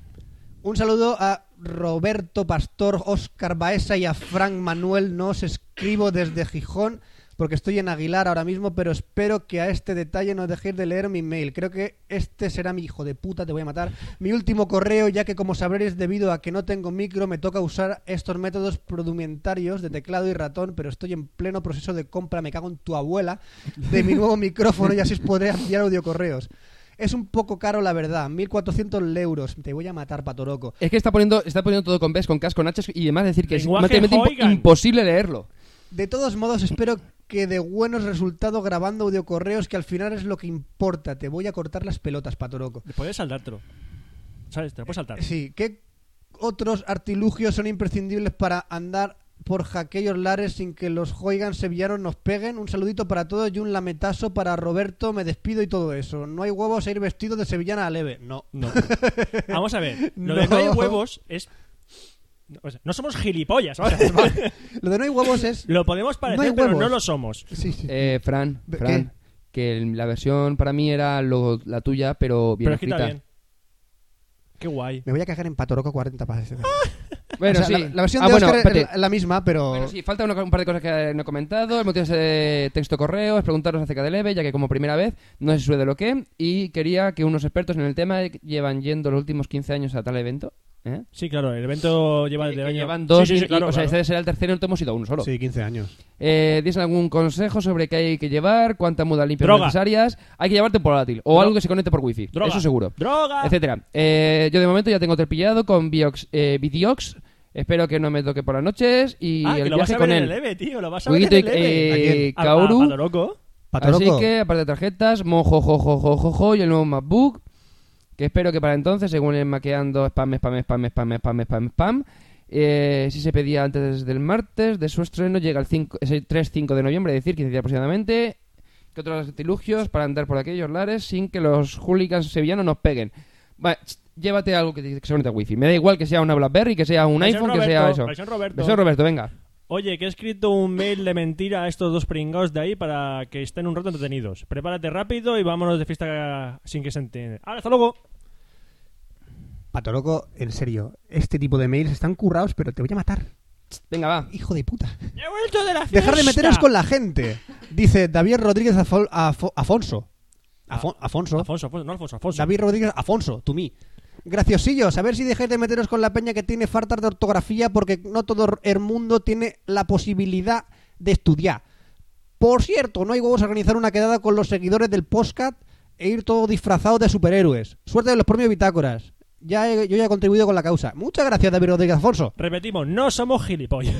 Un saludo a Roberto Pastor, Oscar Baeza y a Frank Manuel. No os escribo desde Gijón porque estoy en Aguilar ahora mismo, pero espero que a este detalle no dejéis de leer mi mail. Creo que este será mi hijo de puta, te voy a matar. Mi último correo, ya que como sabréis, debido a que no tengo micro, me toca usar estos métodos produmentarios de teclado y ratón, pero estoy en pleno proceso de compra, me cago en tu abuela, de mi nuevo micrófono y así os podré enviar audiocorreos. Es un poco caro, la verdad. 1.400 euros. Te voy a matar, Patoroco. Es que está poniendo, está poniendo todo con Bs, con Ks, con H y demás decir que es Lenguaje matemáticamente impo- Huygens. imposible leerlo. De todos modos, espero que de buenos resultados grabando audiocorreos, que al final es lo que importa. Te voy a cortar las pelotas, Patoroco. Puedes saltártelo. ¿Sabes? Te lo puedes saltar. Sí, ¿qué otros artilugios son imprescindibles para andar por jaquellos lares sin que los Hoigans sevillanos nos peguen? Un saludito para todos y un lametazo para Roberto, me despido y todo eso. No hay huevos a ir vestido de sevillana a leve. No. No. Vamos a ver. Lo *laughs* de No. no hay huevos es. no, o sea, no somos gilipollas. vamos a *laughs* ver. Lo de no hay *laughs* huevos es... lo podemos No parecer, hay pero huevos. no lo somos. Sí, sí. Eh, Fran, ¿De Fran, que el- la versión para mí era lo- la tuya, pero bien pero es que está escrita. bien. Qué guay. Me voy a cagar en Patoroco 40 para ese. Bueno, O sea, sí. la, la versión Ah, de bueno, Oscar es espérate. la- la misma, pero... Bueno, sí, falta una- un par de cosas que no he comentado. El motivo es eh, texto correo, es preguntaros acerca del EVE, ya que como primera vez no se sube de lo que. Y quería que unos expertos en el tema llevan yendo los últimos 15 años a tal evento. ¿eh? Sí, claro, el evento lleva Que desde el año... llevan dos, Sí, sí, sí, y- claro, o sea, claro. este será el tercero y no hemos ido a uno solo. Sí, 15 años. Eh, ¿Diesen algún consejo sobre qué hay que llevar? ¿Cuántas mudas limpias Droga. necesarias? Hay que llevar temporátil o Dro- algo que se conecte por wifi. Droga. Eso seguro. ¡Droga! Etcétera. Eh, yo de momento ya tengo tres pillado con Biox, eh, Vidiox. Espero que no me toque por las noches y Ah, el que lo vas viaje a ver con en él. el EVE, tío. Lo vas a ver en Huguito el E Ah, y EVE. eh, ¿A- a- Kaoru. a Loroco? Patoroco. Así que, aparte de tarjetas, mojo, jo, jo, jo, jo, jo, y el nuevo MacBook. Que espero que para entonces, según el maqueando, spam, spam, spam, spam, spam, spam, spam. eh, si se pedía antes del martes, de su estreno llega el 5, es el 3-5 de noviembre, es decir, 15 días aproximadamente. ¿Qué otros artilugios para andar por aquellos lares sin que los hooligans sevillanos nos peguen? Va, ch, llévate algo que, te- que se conecte a wifi. Me da igual que sea una Blackberry, que sea un Versión iPhone, que sea Roberto, eso. versión Roberto. Versión Roberto, venga. Oye, que he escrito un mail de mentira a estos dos pringados de ahí para que estén un rato entretenidos. Prepárate rápido y vámonos de fiesta sin que se entiende. Ahora, hasta luego. Patoroco, en serio, este tipo de mails están currados, pero te voy a matar. Venga, va. Hijo de *laughs* puta. ¡He vuelto de la fiesta! Dejar de meteros con la gente. Dice David Rodríguez Afol- Afo- Afonso. Afo- Alfonso, Afonso. Alfonso, no Alfonso, Alfonso. David Rodríguez Afonso, tú mí. Graciosillos, a ver si dejáis de meteros con la peña que tiene faltas de ortografía porque no todo el mundo tiene la posibilidad de estudiar. Por cierto, no hay huevos a organizar una quedada con los seguidores del podcast e ir todo disfrazado de superhéroes. Suerte de los premios bitácoras. Ya he- yo ya he contribuido con la causa. Muchas gracias, David Rodríguez Afonso. *laughs* Repetimos, no somos gilipollas.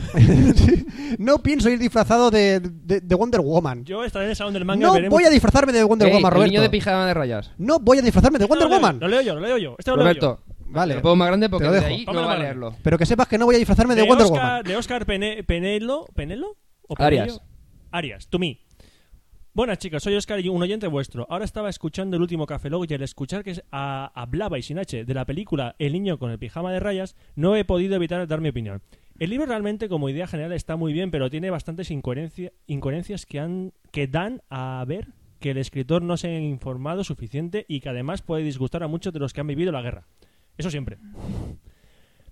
No pienso ir disfrazado de, de- de Wonder Woman. Yo estaré en el salón del manga y No veremos- voy a disfrazarme de Wonder Ey, Woman, el niño Roberto. de pijama de rayas. No voy a disfrazarme de Este Wonder lo leo Woman. yo, Lo leo yo, lo leo yo. Este lo leo yo. Roberto, Vale. lo pongo más grande porque Te lo de dejo. ahí no Pónmelo va a más leerlo. Pero que sepas que no voy a disfrazarme de, de Wonder Oscar, Woman. de Oscar Pene- Penelo, ¿Penelo? ¿O Penello? Arias. Arias, to me. Buenas chicos, soy Oscar y un oyente vuestro. Ahora estaba escuchando el último Café Log y al escuchar que ah, hablaba y sin H de la película El niño con el pijama de rayas, no he podido evitar dar mi opinión. El libro realmente como idea general está muy bien, pero tiene bastantes incoherencia- incoherencias que, han, que dan a ver que el escritor no se ha informado suficiente y que además puede disgustar a muchos de los que han vivido la guerra. Eso siempre.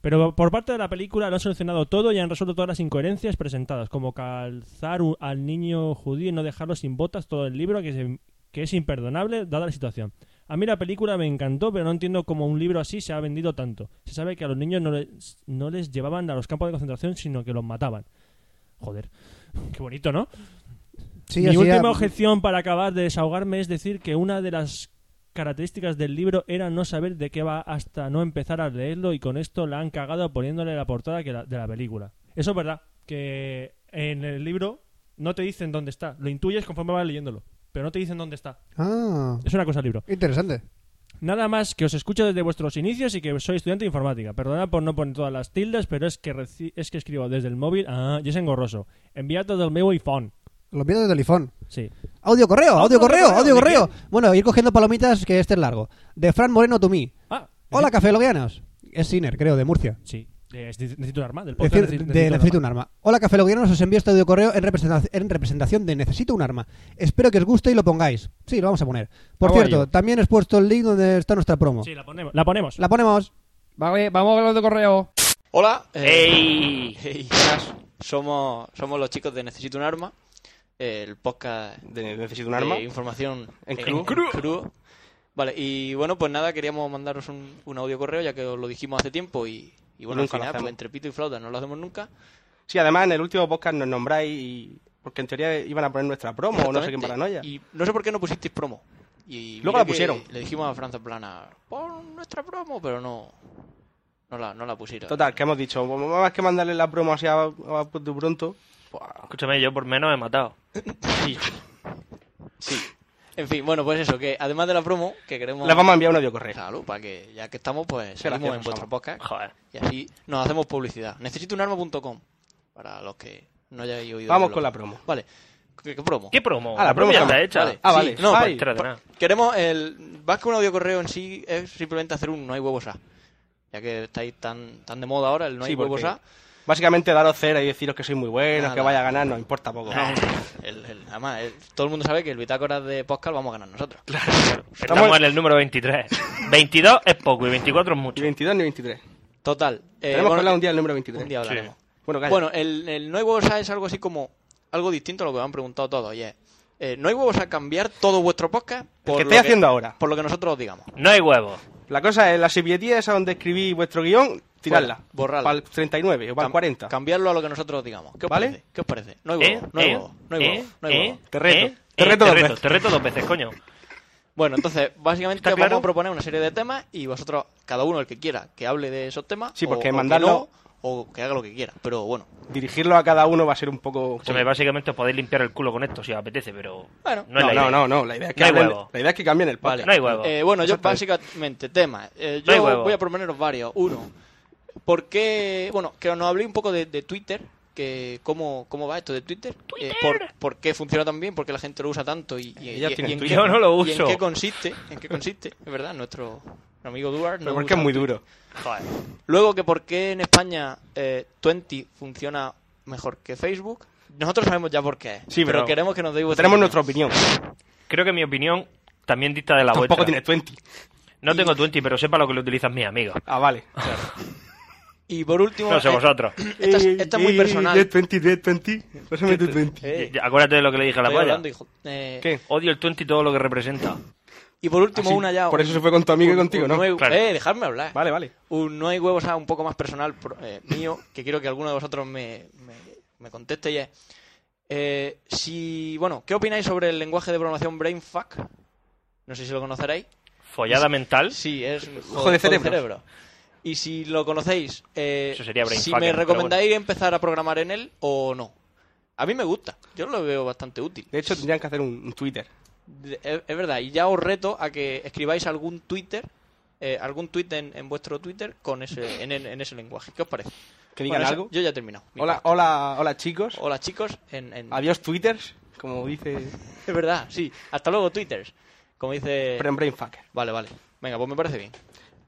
Pero por parte de la película lo han solucionado todo y han resuelto todas las incoherencias presentadas, como calzar u- al niño judío y no dejarlo sin botas todo el libro, que, se- que es imperdonable dada la situación. A mí la película me encantó, pero no entiendo cómo un libro así se ha vendido tanto. Se sabe que a los niños no les, no les llevaban a los campos de concentración, sino que los mataban. Joder, *laughs* qué bonito, ¿no? Sí, Mi así última ya- objeción para acabar de desahogarme es decir que una de las características del libro era no saber de qué va hasta no empezar a leerlo y con esto la han cagado poniéndole la portada que la- de la película. Eso es verdad, que en el libro no te dicen dónde está, lo intuyes conforme vas leyéndolo, pero no te dicen dónde está. Ah, Es una cosa del libro. interesante. Nada más que os escucho desde vuestros inicios y que soy estudiante de informática. Perdonad por no poner todas las tildes, pero es que, reci- es que escribo desde el móvil ah, y es engorroso. Enviad todo el meu iPhone. Los vídeos de telefón. Sí. Audio correo, Audio audio correo, correo, audio ¿de correo. Bueno, ir cogiendo palomitas que este es largo. De Fran Moreno Tumí. Ah, Hola, cafeloguianos. Es Siner, creo, de Murcia. Sí, de- es- necesito un arma, del Decir- podcast Pues necesito- de Necesito un arma. arma. Hola, cafeloguianos. Os envío este audio correo en, representa- en representación de Necesito un arma. Espero que os guste y lo pongáis. Sí, lo vamos a poner. Por Aguayo. cierto, también he puesto el link donde está nuestra promo. Sí, la ponemos. La ponemos. La ponemos. Vale, vamos a hablar de correo. Hola. ¡Ey! Hey, somos, somos los chicos de Necesito un Arma, el podcast De- necesito un arma. de información En crudo. crudo. Vale, y bueno, pues nada, queríamos mandaros un, un audio correo, ya que os lo dijimos hace tiempo y, y Nunca bueno, al lo final, hacemos. pues, entre pito y flauta no lo hacemos nunca. Sí, además en el último podcast nos nombráis y- porque en teoría iban a poner nuestra promo o no sé qué Exactamente. paranoia. Y no sé por qué no pusisteis promo. Y Luego mira la que pusieron. Le dijimos a Franza Plana, pon nuestra promo, pero no, no, la, no la pusieron. Total, que hemos dicho, más que mandarle la promo así a, a- de pronto. Escúchame, yo por menos he matado. Sí. En fin, bueno, pues eso, que además de la promo, que queremos... Les vamos a enviar un audio correo. Claro, para que ya que estamos, pues Gracias, salimos en Osama. vuestro podcast Joder. y así nos hacemos publicidad. Necesito un arma.com para los que no hayáis oído. Vamos hablar. con la promo. Vale, ¿qué, qué promo? ¿Qué promo? Ah, la promo ya está está mal. hecha. Vale. Ah, Sí, vale. no, pues, Ay, Espérate, nada. Queremos el. Más que un audio correo en sí, es simplemente hacer un no hay huevos A. Ya que estáis tan, tan de moda ahora el no hay Sí, porque- huevos A. Básicamente daros cera y deciros que soy muy bueno, pues, ah. Nada. que vaya a ganar, no importa poco. El- el- además, el- todo el mundo sabe que el bitácora de podcast vamos a ganar nosotros. Estamos- Estamos en el número 23. 22 es poco y 24 es Ni mucho. 22 ni 23. Total. eh, Tenemos que bueno, hablar un día del número 23. un día hablaremos. Bueno, calla. Bueno, el, el no hay huevos a es algo así como algo distinto a lo que me han preguntado todos. Y es, eh, no hay huevos a cambiar todo vuestro podcast por que lo estoy haciendo ahora. Por lo que nosotros os digamos. No hay huevos. La cosa es, la servilletilla esa donde escribí vuestro guión, tirarla. Fuera, borrarla. Para el 39 o para el Cam- 40. Cambiarlo a lo que nosotros os digamos. ¿Qué os ¿Vale? parece? ¿Qué os parece? No hay ¿Eh? huevos, no hay ¿Eh? huevos, no hay ¿Eh? huevos, no hay ¿Eh? huevos. Te reto. ¿Eh? Te ¿Eh? reto dos veces. Te reto dos veces, coño. Bueno, *laughs* entonces, básicamente ¿Está vamos claro? a proponer una serie de temas y vosotros, cada uno el que quiera, que hable de esos temas. Sí, o- porque o que mandarlo- no, o que haga lo que quiera, pero bueno. Dirigirlo a cada uno va a ser un poco... O sea, básicamente os podéis limpiar el culo con esto si os apetece, pero. Bueno. no, es la no, idea. no, no, la idea es que, No hay hablen- huevo. la idea es que cambien el Vale. podcast. No hay huevos. Eh, bueno, yo Exactamente. básicamente, temas. Eh, No hay yo huevos. voy a proponeros varios. Uno, ¿por qué? Bueno, que nos hablé un poco de, de Twitter. Que cómo, ¿Cómo va esto de Twitter? Eh, por, por qué funciona tan bien? ¿Por qué la gente lo usa tanto? ¿Y, y- ya y- tienen y en Twitter. qué, Yo no lo y en uso. qué consiste? ¿En qué consiste? Es verdad, nuestro amigo Duarte. Pero porque es muy duro. Joder. Luego que por qué en España eh, 20 funciona mejor que Facebook. Nosotros sabemos ya por qué. Sí, pero- queremos que nos deis vuestra Tenemos opinión. nuestra opinión. Creo que mi opinión también dicta de la Tampoco vuestra. tiene 20. No tengo 20, pero sepa lo que lo utilizan mis amigos. *laughs* Ah, vale. Y por último, No sé eh, vosotros. Esta, es- esta eh, es muy personal. 20, 20. Pásame tu 20. Eh, Ya, Acuérdate de lo que le dije a la estoy polla. hablando, hijo. Eh, ¿Qué? Odio el 20 y todo lo que representa. Y por último, Así, una ya. Ah, por eso se fue con tu amigo y contigo, un ¿no? nuevo- Claro. Eh, dejadme hablar. Vale, vale. Un no hay huevos ah, un poco más personal pro- eh, mío, que quiero que alguno de vosotros me, me, me conteste y es. eh, si, bueno, ¿qué opináis sobre el lenguaje de programación BrainFuck? No sé si lo conoceréis. Follada mental. Sí, es un Ojo de cerebros. Y si lo conocéis, eh, Eso sería brain si fucking, me pero recomendáis empezar a programar en él o no. A mí me gusta, yo lo veo bastante útil. De hecho, tendrían que hacer un, un Twitter. De- Es, es verdad, y ya os reto a que escribáis algún Twitter, eh, algún tweet en, en vuestro Twitter con ese, en, en- en ese lenguaje. ¿Qué os parece? Que digan Bueno, eso- algo. Yo ya he terminado. Mi Hola, parte. hola, hola, chicos. Hola, chicos. En, en- Adiós, Twitters. Como dice. Es verdad, sí. Hasta luego, Twitters. Como dice... Pero en Brainfucker. Vale, vale. Venga, pues me parece bien.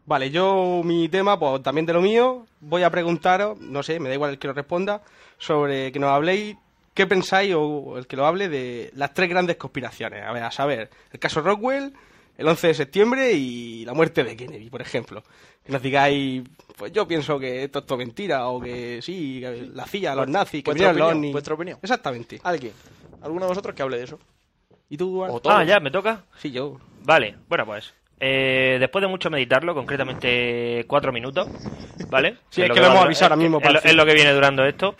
Vale, yo mi tema, pues también de lo mío, voy a preguntaros, no sé, me da igual el que lo responda, sobre que nos habléis, qué pensáis, o el que lo hable, de las tres grandes conspiraciones. A ver, a saber, el caso Rockwell, el 11 de septiembre y la muerte de Kennedy, por ejemplo. Que nos digáis, pues yo pienso que esto es todo mentira, o que sí, que la CIA, los Vuestra- nazis, que vuestra vinieron los opinión, ovnis. vuestra opinión. Exactamente. ¿Alguien? ¿Alguno de vosotros que hable de eso? ¿Y tú, Duarte? O todos. Ah, ya, me toca. Sí, yo. Vale, bueno pues. eh, después de mucho meditarlo, concretamente cuatro minutos, ¿vale? *laughs* Sí, es lo que lo va hemos a- avisado ahora es- mismo es para lo- el fin. es lo que viene durando esto.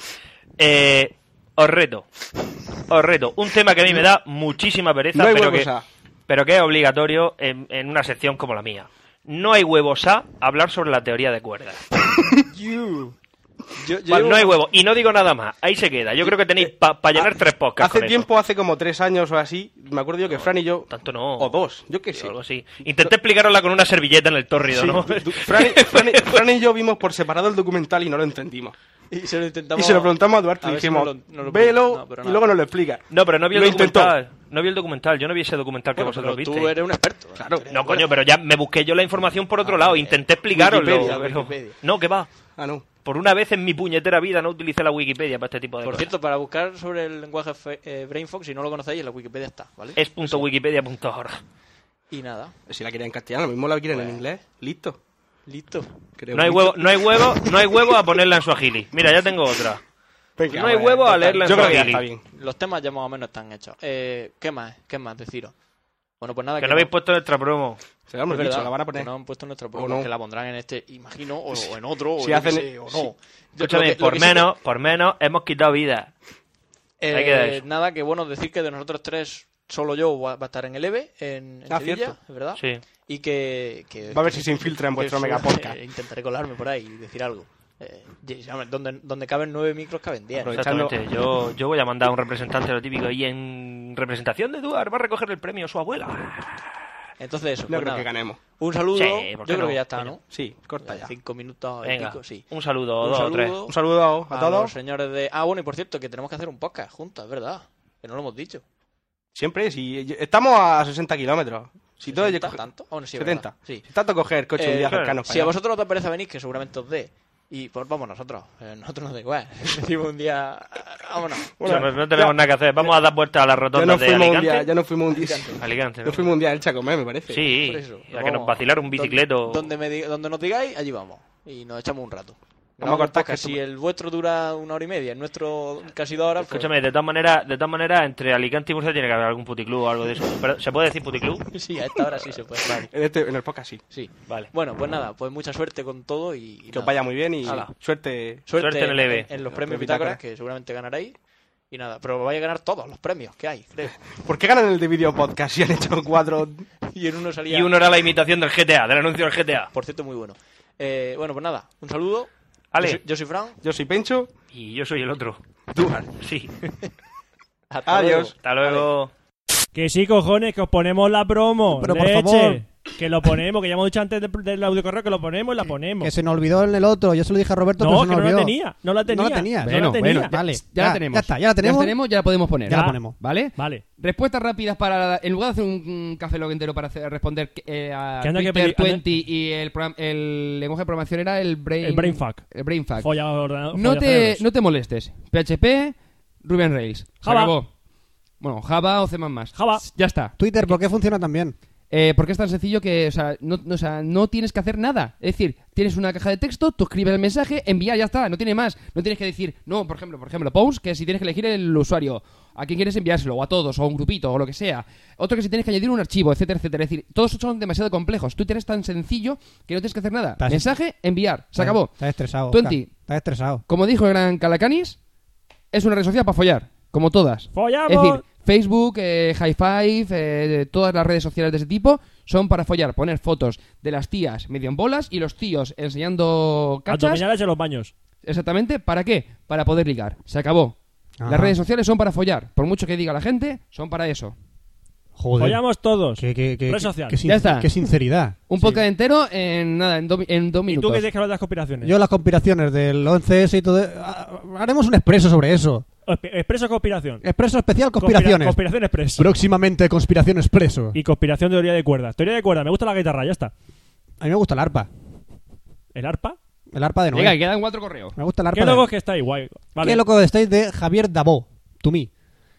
Eh, os reto. Os reto. Un tema que a mí me da muchísima pereza, No hay pero, huevos que, A. pero que es obligatorio en, en una sección como la mía. No hay huevos a hablar sobre la teoría de cuerdas. *laughs* Yo- yo Vale, llevo- no hay huevos. Y no digo nada más. Ahí se queda. Yo creo que tenéis para llenar Ah, tres podcasts. Hace con eso. tiempo, hace como tres años o así, me acuerdo yo que Fran y yo. Tanto no. O dos, yo qué sé. Algo así. Intenté explicarosla con una servilleta en el tórrido, Sí, ¿no? du- *laughs* Fran, y- Fran y- Fran y yo vimos por separado el documental y no lo entendimos. Y se lo Y intentamos... se lo preguntamos a Duarte a y ver si dijimos, nos lo- nos lo- velo No, pero y nada. luego nos lo explica. No, pero no vi el Lo intentó. documental. No vi el documental. Yo no vi ese documental que Bueno, vosotros pero viste. tú eres un experto. Claro. No, coño, pero ya me busqué yo la información por otro lado. Intenté explicaroslo. Wikipedia, pero- Wikipedia. No, que va. Ah, no. Por una vez en mi puñetera vida no utilicé la Wikipedia para este tipo de Por cosas. cierto, para buscar sobre el lenguaje fe- eh, BrainFox, si no lo conocéis, en la Wikipedia está, ¿vale? Es punto wikipedia.org. Y nada, Si la quería en castellano, lo mismo la quieren en inglés. Listo. listo. Creo No hay listo. huevo, no hay huevo, no hay huevo a ponerla en su agili. Mira, ya tengo Ah, otra. Venga, no hay vale, huevo a total. leerla en Yo creo que ya Swahili. está bien. Los temas ya más o menos están hechos. Eh, ¿Qué más? ¿Qué más deciros? Bueno, pues nada. Que no habéis puesto nuestra promo. Se lo hemos es verdad, dicho, la van a que poner. no han puesto nuestra O prueba, no. que la pondrán en este, imagino, o, o en otro, o, Si yo qué hacen- sé, o no. sí. Yo- Escúchame, lo que- lo por que sí que- menos, por menos hemos quitado vida. eh, hay que dar eso. nada, que bueno, decir que de nosotros tres, solo yo va, va a estar en el EVE, en, en Ah, Sevilla, cierto. ¿verdad? Sí. Y que, que- Va a ver si se infiltra en que vuestro su- megapodcast. eh, intentaré colarme por ahí y decir algo. Eh, yes, hombre, donde, donde caben nueve micros, caben diez. Aprovechando- Exactamente. Yo, yo voy a mandar a un representante lo típico y en representación de Eduard va a recoger el premio su Ah, abuela. Entonces, eso. No pues creo que nada. ganemos. Un saludo. Sí, yo ¿por qué creo no? que ya está, Coño. ¿no? Sí, corta ya. Cinco minutos y Venga, pico, sí. un saludo, Un dos o saludo tres. Un saludo a a los todos. señores de... Ah, bueno, y por cierto, que tenemos que hacer un podcast juntos, es verdad. Que no lo hemos dicho. Siempre, si estamos a 60 kilómetros. Si todo ¿60? yo coge- ¿Tanto? Ah, bueno, sí, es 70. verdad. Sí. Si tanto coger coche un Eh, día claro. cercano para Si a allá. vosotros os da pereza venir, que seguramente os dé, Y pues vamos nosotros. Eh, nosotros nos da igual. *laughs* Decimos un día, "Ah, vámonos. Bueno, no, no tenemos nada que hacer. Vamos a dar vueltas a la Ya rotonda no de fuimos un Alicante. día, ya no fuimos un día. Alicante, No ¿no? fuimos un día a Elche a comer, me parece. Sí, Por eso, ya que vamos. nos vacilaron un bicicleto. Donde, me di- donde nos digáis, allí vamos. Y nos echamos un rato. Vamos a cortar, que que si el vuestro dura una hora y media, el nuestro casi dos horas. pues- Escúchame, de todas maneras, de todas maneras, entre Alicante y Murcia tiene que haber algún puticlub o algo de eso. Pero, ¿Se puede decir puticlub? *laughs* Sí, a esta hora sí se puede. En, este, en el podcast sí. Sí. Vale. Bueno, pues nada, pues mucha suerte con todo y. y Que os nada. vaya muy bien y Hala. suerte. Suerte, Suerte en el E EVE. En, los Los premios premios Bitácora, Bitácora. que seguramente ganaréis. Y nada, pero vais a ganar todos los premios que hay, creo. *laughs* ¿Por qué ganan el de video podcast si han hecho cuatro? Y en uno salía. Y uno era la imitación del GTA, del anuncio del GTA. Por cierto, muy bueno. Eh, bueno, pues nada, un saludo. Ale. Pues, Yo soy, yo soy Fran. Yo soy Pencho. Y yo soy el otro. Dual. Sí. Hasta Adiós. luego. Hasta luego. Que sí, cojones, que os ponemos la promo. Pero, por leche. favor. Que lo ponemos, que ya hemos dicho antes del, del audiocorreo que lo ponemos y la ponemos. Que se nos olvidó en el otro. Yo se lo dije a Roberto, pero no, se que nos no la olvidó. tenía. No la tenía. No la tenía. no Bueno, la tenía. bueno, ya, Vale, ya la ya- tenemos. ya está, ya la tenemos. Ya la tenemos, ya la podemos poner. Ya la ponemos. ¿Vale? Vale. Respuestas rápidas para. En lugar de hacer un mm, café log entero para hacer- responder eh, a Que anda que Twitter peli- 20 y el, program- el lenguaje de programación era el brain. El brainfuck. El brainfuck. Folla ordenado. Eh, No folla te, cerebros. no te molestes. PHP, Ruby on Rails. Se Java. acabó. Bueno, Java o C++. Java. Ya está. Twitter, ¿por qué funciona tan bien? Eh, porque es tan sencillo que, o sea, no, no- o sea, no tienes que hacer nada. Es decir, tienes una caja de texto, tú escribes el mensaje, envía, ya está, no tiene más. No tienes que decir, no, por ejemplo, por ejemplo, Pons, que si tienes que elegir el usuario, a quién quieres enviárselo, o a todos, o a un grupito, o lo que sea. Otro que si tienes que añadir un archivo, etcétera, etcétera. Es decir, todos son demasiado complejos. Twitter es tan sencillo que no tienes que hacer nada. Estás- mensaje, enviar, se acabó. Estás estresado. Twenty. Oscar. Estás estresado. Como dijo el gran Calacanis, es una red social para follar, como todas. ¡Follamos! Es decir, Facebook, eh, High Five, eh, todas las redes sociales de ese tipo son para follar, poner fotos de las tías medio en bolas y los tíos enseñando cachas. Abdominales en los baños. Exactamente, ¿para qué? Para poder ligar. Se acabó. Ajá. Las redes sociales son para follar. Por mucho que diga la gente, son para eso. Joder. Follamos todos. Qué, qué- qué- Red qué- social. qué sin- Ya está. qué sinceridad. Un podcast entero en nada, en, do- en dos ¿Y tú minutos. qué tienes que hablar de las conspiraciones? Yo las conspiraciones del 11S y todo... ah, Haremos un expreso sobre eso. Espe- Expreso conspiración. Expreso especial Conspira- conspiraciones. Conspiración expreso. Próximamente conspiración expreso. Y conspiración de teoría de cuerdas. Teoría de cuerdas, me gusta la guitarra, ya está. A mí me gusta el arpa. ¿El arpa? El arpa de Venga, Noé. quedan cuatro correos. Me gusta el arpa Qué de- locos que estáis, guay. Vale. Qué loco estáis de Javier Dabó, to me.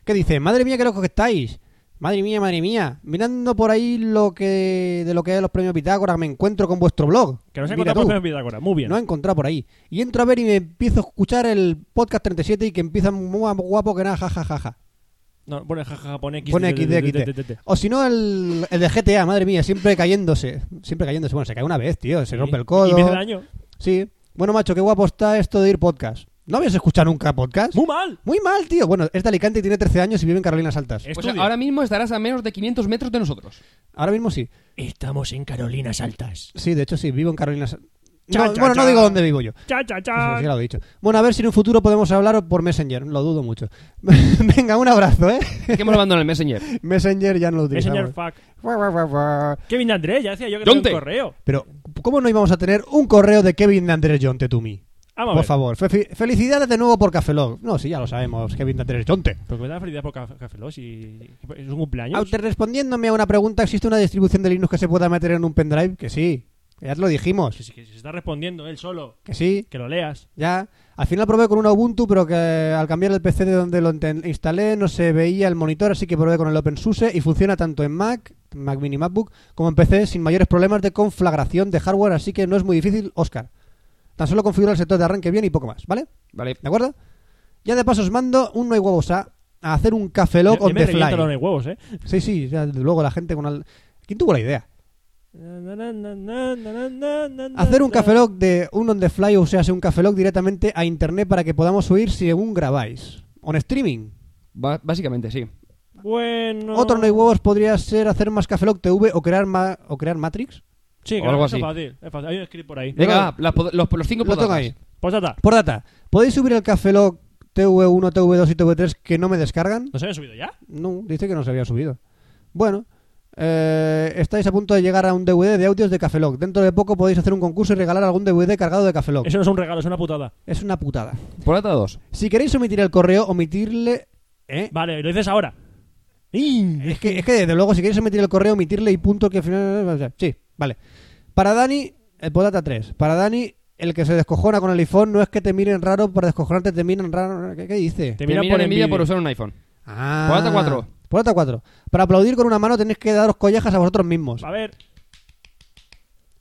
Que dice, madre mía, qué loco que estáis. Madre mía, madre mía. Mirando por ahí lo que de lo que es los premios Pitágoras, me encuentro con vuestro blog. Que nos Mira encontramos tú. en Pitágoras. Muy bien. No he encontrado por ahí. Y entro a ver y me empiezo a escuchar el podcast 37 y que empieza muy guapo que nada, jajajaja. No, pone jajaja, pone X. Pone de- de- XD, de- XD. de- de- de- O si no, el, el de GTA, madre mía, siempre cayéndose. Siempre cayéndose. Bueno, se cae una vez, tío. Se rompe el codo. Y me hace daño. Sí. Bueno, macho, qué guapo está esto de ir podcast. ¿No habías escuchado nunca podcast? Muy mal. Muy mal, tío. Bueno, es de Alicante y tiene 13 años y vive en Carolinas Altas. Pues Estudio. ahora mismo estarás a menos de 500 metros de nosotros. Ahora mismo sí. Estamos en Carolinas Altas. Sí, de hecho sí, vivo en Carolinas Altas. Chan, No, chan, bueno, no chan. digo dónde vivo yo. Cha, Ah. cha, Eso cha. sí lo he dicho. Bueno, a ver si en un futuro podemos hablar por Messenger. Lo dudo mucho. *laughs* Venga, un abrazo, ¿eh? Es que hemos abandonado el Messenger. Messenger ya no lo Messenger utilizamos. fuck. Ra, ra, ra, ra. Kevin Andrés, ya decía yo que ¿Dónde? tenía un correo. Pero, ¿cómo no íbamos a tener un correo de Kevin de Andrés Jonte to me? Vamos a Por ver. favor. Fe- felicidades de nuevo por Cafelog. No, sí, ya lo sabemos, Kevin de Andrés Jonte. Pero que me da felicidad por Ca- Café Lock, si- ¿Es un cumpleaños? Autor, respondiéndome a una pregunta, ¿existe una distribución de Linux que se pueda meter en un pendrive? Que sí. Ya te lo dijimos. Que si- que se está respondiendo él solo. Que sí. Que lo leas. Ya, al final probé con una Ubuntu, pero que al cambiar el PC de donde lo enten- instalé no se veía el monitor, así que probé con el OpenSUSE y funciona tanto en Mac, Mac Mini MacBook, como en PC sin mayores problemas de conflagración de hardware, así que no es muy difícil, Oscar. Tan solo configura el sector de arranque bien y poco más, ¿vale? Vale. ¿De acuerdo? Ya de paso os mando un no hay huevos a, a hacer un café log Yo- yo on me the reviento los fly. huevos, eh. Sí, sí, ya, desde luego la gente con... al- ¿Quién tuvo la idea? Hacer un café log de un on the fly, o sea, un café log directamente a internet para que podamos oír según grabáis. On streaming. Ba- básicamente, sí. Bueno. Otro no hay huevos podría ser hacer más café log TV o crear, ma- o crear Matrix. Sí, O claro, algo eso es así. ¿Eh? fácil. Es fácil. Hay un script por ahí. Venga, Yo- va, las pod- los, los cinco Lo tengo podcasts. ahí. Pues ya está. Por data, ¿podéis subir el café log TV1, TV2 y TV3 que no me descargan? ¿Nos habían subido ya? No, dice que no se había subido. Bueno, eh, estáis a punto de llegar a un DVD de audios de café log. Dentro de poco podéis hacer un concurso y regalar algún DVD cargado de café log. Eso no es un regalo, es una putada. Es una putada. Por ata dos. Si queréis omitir el correo, omitirle... ¿Eh? Vale, lo dices ahora. Es que, es que desde luego, si quieres emitir el correo, omitirle y punto que al final. o sea, Sí, vale. Para Dani, el Podata 3. Para Dani, El que se descojona con el iPhone no es que te miren raro por descojonarte, te miran raro. ¿Qué, qué dice? Te Te miran miran por envidia envidia. por usar un iPhone. Ah, Por otra cuatro. Por otra cuatro. Para aplaudir con una mano tenéis que daros collejas a vosotros mismos. A ver,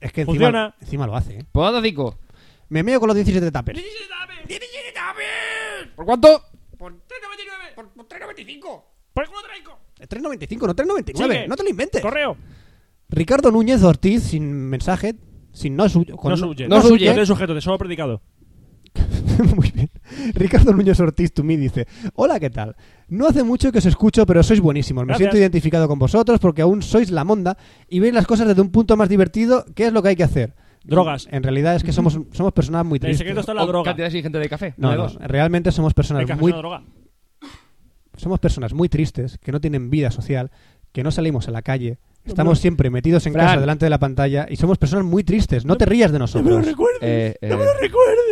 Es que Funciona. encima, encima lo hace. ¿eh? Por otra cinco. Me meo con los 17 tapers. ¿Por cuánto? Por, por 3.95. por el culo traico. 3.95, no 3.99. Sigue. No te lo inventes. Correo. Ricardo Núñez Ortiz, sin mensaje, sin no ¿eh? suyo. no suye. no suye. No es sujeto, te solo predicado. *laughs* Muy bien. Ricardo Núñez Ortiz to me dice, hola, ¿qué tal? No hace mucho que os escucho, pero sois buenísimos. Me Gracias. siento identificado con vosotros porque aún sois la monda y veis las cosas desde un punto más divertido, ¿qué es lo que hay que hacer? Drogas. En realidad es *laughs* que somos, somos personas muy El tristes. secreto está en la O droga. Oh, Cantidad exigente de café. No, Vale, no, dos. realmente somos personas El café muy es una droga. somos personas muy tristes, que no tienen vida social, que no salimos a la calle, estamos siempre metidos en Fran. casa delante de la pantalla y somos personas muy tristes. No te rías de nosotros. recuerdes. Eh, eh, recuerdes.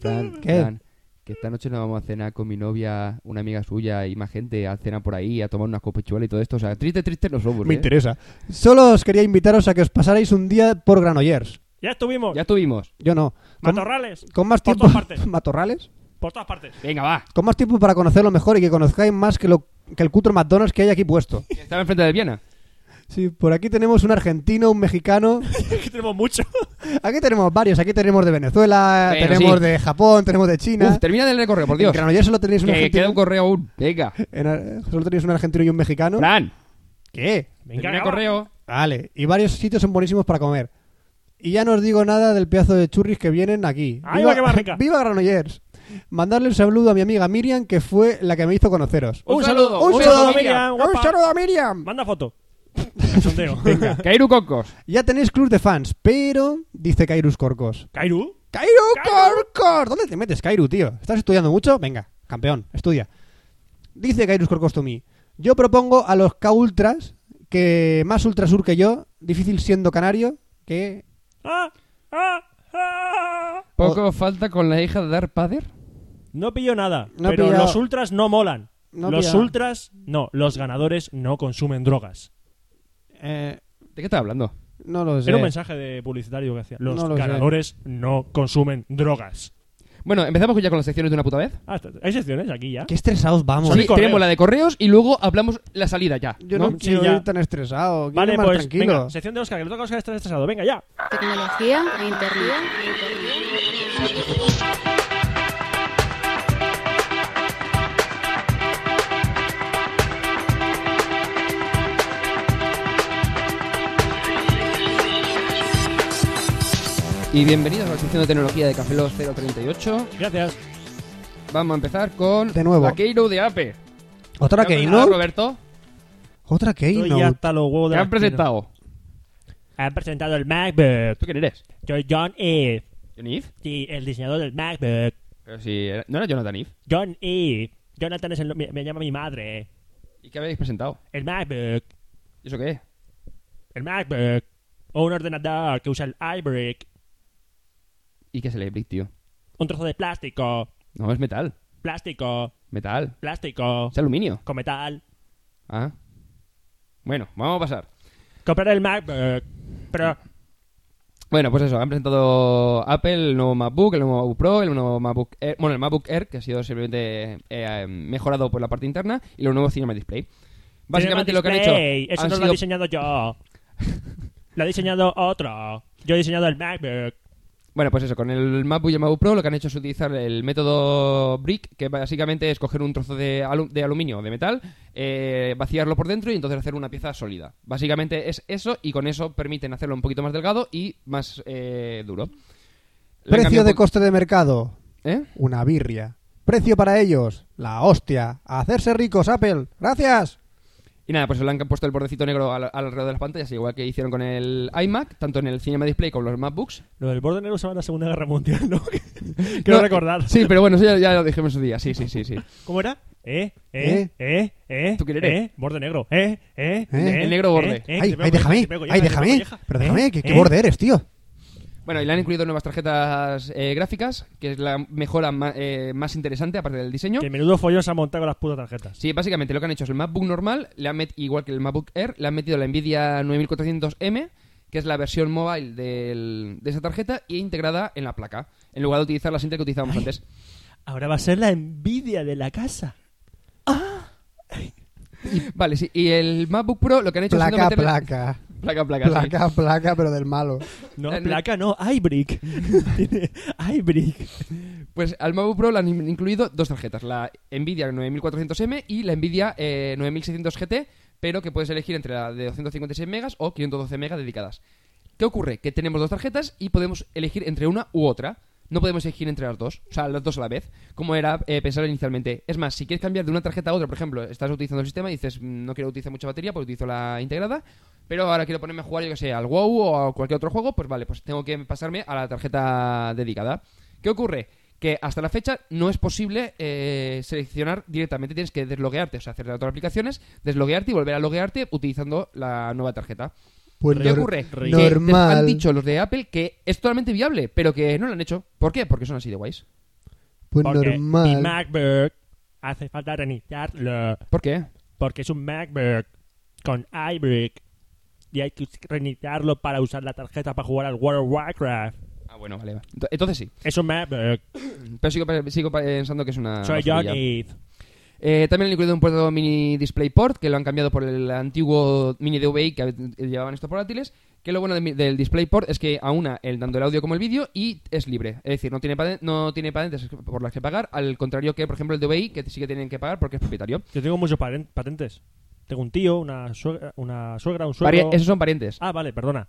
Fran, ¿Qué? Fran, que esta noche nos vamos a cenar con mi novia, una amiga suya y más gente a cenar por ahí, a tomar unas copechuelas y todo esto. O sea, triste, triste no somos. Me ¿eh? interesa. Solo os quería invitaros a que os pasarais un día por Granollers. Ya estuvimos. Ya estuvimos. Yo no. Con- Matorrales. Con más Por tiempo. todas partes. *laughs* ¿Matorrales? Por todas partes. *laughs* Venga, va. Con más tiempo para conocerlo mejor y que conozcáis más que, lo, que el cutro McDonald's que hay aquí puesto. Que Estaba enfrente de Viena. Sí, por aquí tenemos un argentino, un *laughs* mexicano. que tenemos mucho. Aquí tenemos varios. Aquí tenemos de Venezuela, Bueno, tenemos sí. de Japón, tenemos de China. Uf, termina de leer el correo, por En Dios. Granollers solo tenéis un Que argentino. queda un correo aún. *laughs* Venga. en Ar- solo tenéis un argentino y un mexicano. Fran, ¿Qué? termina el acaba. correo. Vale. Y varios sitios son buenísimos para comer. Y ya no os digo nada del pedazo de churris que vienen aquí. Ahí va que va rica. ¡Viva Granollers! Mandarle un saludo a mi amiga Miriam, que fue la que me hizo conoceros. Un saludo, ¡Un, saludo, a Miriam, Miriam! guapa. ¡Un saludo a Miriam! Manda foto. *laughs* Cachondeo. Venga. Kairu *laughs* Cocos. Ya tenéis club de fans, pero... Dice Kairus Corcos. Kairu. ¡Kairu Corcos! ¿Dónde te metes, Kairu, tío? ¿Estás estudiando mucho? Venga, campeón, estudia. Dice Kairus Corcos to me. Yo propongo a los K-Ultras, que más ultrasur que yo, difícil siendo canario, que... Ah, ah, ah. Poco Oh. falta con la hija de Darth Vader. No pillo nada. No he pero pillado. los ultras no molan. No he los pillado. ultras, no. Los ganadores no consumen drogas. eh, ¿De qué estás hablando? no lo sé. Era un mensaje de publicitario que hacía. Los No lo sé. ganadores no consumen drogas. Bueno, empezamos ya con las secciones de una puta vez. Ah, está- hay secciones aquí ya. Qué estresados vamos. Son Pues Sí, correos. tenemos la de correos y luego hablamos la salida ya. Yo no, Sí, quiero ya. ir tan estresado. quiero Vale, ir más pues tranquilo. venga, sección de Oscar, que le toca a Oscar estar estresado. Venga, ya. Tecnología e internet. Y bienvenidos a la sección de tecnología de Café Lock 038. Gracias. Vamos a empezar con De nuevo. la Keynote de Ape. Otra ¿Qué ha presentado, Keynote. Roberto? Otra Estoy Keynote. hasta los huevos de ¿Qué la han presentado? Han presentado el MacBook. ¿Tú quién eres? Soy John Eve. ¿Johnny Ive? Sí, el diseñador del MacBook. Pero si era- ¿No era Jonathan Eve? John Eve. Jonathan es el... Me, me llama mi madre. ¿Y qué habéis presentado? El MacBook. ¿Y eso qué es? El eh, MacBook. O un ordenador que usa el iBrick. ¿Y qué es el Ebrick, tío? Un trozo de plástico. No, es metal. Plástico. Metal. Plástico. Es aluminio. Con metal. Ah. Bueno, vamos a pasar. Comprar el MacBook. Pero... Bueno, pues eso, han presentado Apple, el nuevo MacBook, el nuevo MacBook Pro, el nuevo MacBook Air, bueno, el MacBook Air, que ha sido simplemente eh, mejorado por la parte interna, y los nuevos Cinema Display. Básicamente lo que han hecho Display. Eso han no lo he sido- diseñado yo. lo ha diseñado otro. Yo he diseñado el eh. MacBook. Bueno, pues eso, con el MacBook y el MacBook Pro lo que han hecho es utilizar el método Brick, que básicamente es coger un trozo de, alu- de aluminio, de metal, eh, vaciarlo por dentro y entonces hacer una pieza sólida. Básicamente es eso y con eso permiten hacerlo un poquito más delgado y más eh, duro. Le han Precio cambiado de un po- coste de mercado. ¿Eh? Una birria. Precio para ellos. La hostia. A hacerse ricos, Apple. Gracias. Y nada, pues le han puesto el bordecito negro al, alrededor de las pantallas, igual que hicieron con el iMac, tanto en el Cinema Display como en los MacBooks. Lo del borde negro se va en la Segunda Guerra Mundial, ¿no? *laughs* Quiero No, recordar. Sí, pero bueno, eso ya, ya lo dijimos en su día, sí, *laughs* sí, sí. sí. ¿Cómo era? Eh, eh, eh, eh. ¿Tú quién eres? eh, borde negro. Eh, eh, eh. El negro borde. te ay, pego ay, colleja, déjame. te pego colleja, Ay, te pego déjame. colleja. Pero Eh, déjame, que- qué eh. borde eres, tío. Bueno, y le han incluido nuevas tarjetas eh, gráficas, que es la mejora ma- eh, más interesante, aparte del diseño. Que menudo follón se ha montado con las putas tarjetas. Sí, básicamente lo que han hecho es el MacBook normal, le han met- igual que el MacBook Air, le han metido la Nvidia 9400M, que es la versión mobile del- de esa tarjeta y integrada en la placa, en lugar de utilizar la simple que utilizábamos Ay. antes. Ahora va a ser la envidia de la casa. Vale, sí. Y el MacBook Pro lo que han hecho es Placa, meterle- placa. placa, placa, sí. Placa, placa, pero del malo. No, Eh, no. placa no, iBrick. Tiene iBrick. Pues al MacBook Pro le han in- incluido dos tarjetas, la Nvidia 9400M y la Nvidia eh, 9600 GT, pero que puedes elegir entre la de 256 megas o 512 megas dedicadas. ¿Qué ocurre? Que tenemos dos tarjetas y podemos elegir entre una u otra. No podemos elegir entre las dos, o sea, las dos a la vez, como era eh, pensado inicialmente. Es más, si quieres cambiar de una tarjeta a otra, por ejemplo, estás utilizando el sistema y dices, "Mm, no quiero utilizar mucha batería, pues utilizo la integrada, pero ahora quiero ponerme a jugar, yo que sé, al WoW o a cualquier otro juego, pues vale, pues tengo que pasarme a la tarjeta dedicada. ¿Qué ocurre? Que hasta la fecha no es posible eh, seleccionar directamente, tienes que desloguearte, o sea, hacer las otras aplicaciones, desloguearte y volver a loguearte utilizando la nueva tarjeta. Pues ¿Qué nor- ocurre? Que te Normal. han dicho los de Apple que es totalmente viable, pero que no lo han hecho. ¿Por qué? Porque son así de guays. Pues Porque mi normal. MacBook hace falta reiniciarlo. ¿Por qué? Porque es un MacBook con iBrick. Y hay que us- reiniciarlo para usar la tarjeta para jugar al World of Warcraft. Ah, bueno, vale, vale. Ento- Entonces sí. Es un MacBook. Pero sigo, pe- sigo pensando que es una. Soy basurilla. Johnny. Eh, también han incluido un puerto mini DisplayPort, que lo han cambiado por el antiguo mini DVI que eh, llevaban estos portátiles. Que lo bueno de mi- del DisplayPort es que aúna el, tanto el audio como el vídeo y es libre. Es decir, no tiene, paten- no tiene patentes por las que pagar, al contrario que, por ejemplo, el DVI, que sí que tienen que pagar porque es propietario. Yo tengo muchos paren- patentes. Tengo un tío, una suegra, una suegra un Pari- suegro. esos son parientes. Ah, vale, perdona.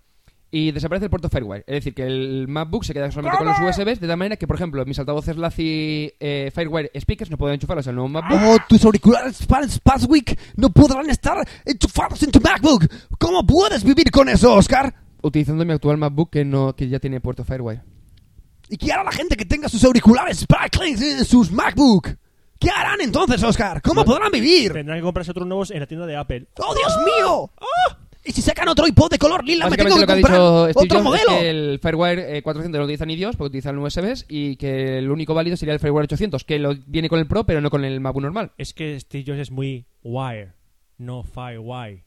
Y desaparece el puerto Firewire. Es decir, que el MacBook se queda solamente con los USBs, de tal manera que, por ejemplo, mis altavoces Lazy eh, Firewire Speakers no pueden enchufarlos al nuevo MacBook. Oh, tus auriculares Fans Passwick no podrán estar enchufados en tu MacBook. ¿Cómo puedes vivir con eso, Oscar? Utilizando mi actual MacBook que, no, que ya tiene puerto Firewire. ¿Y qué hará la gente que tenga sus auriculares Sparklings en sus MacBook? ¿Qué harán entonces, Oscar? ¿Cómo podrán vivir? Tendrán que comprarse otros nuevos en la tienda de Apple. ¡Oh, Dios mío! ¡Ah! ¿Y si sacan otro iPod de color lila, me tengo Básicamente que lo que comprar ha dicho Steve otro Jobs es modelo? que el Firewire eh, 400 no lo utilizan ni Dios porque utilizan USBs y que el único válido sería el Firewire 800, que lo viene con el Pro pero no con el MacBook normal. Es que Steve Jobs es muy wire, no firewire.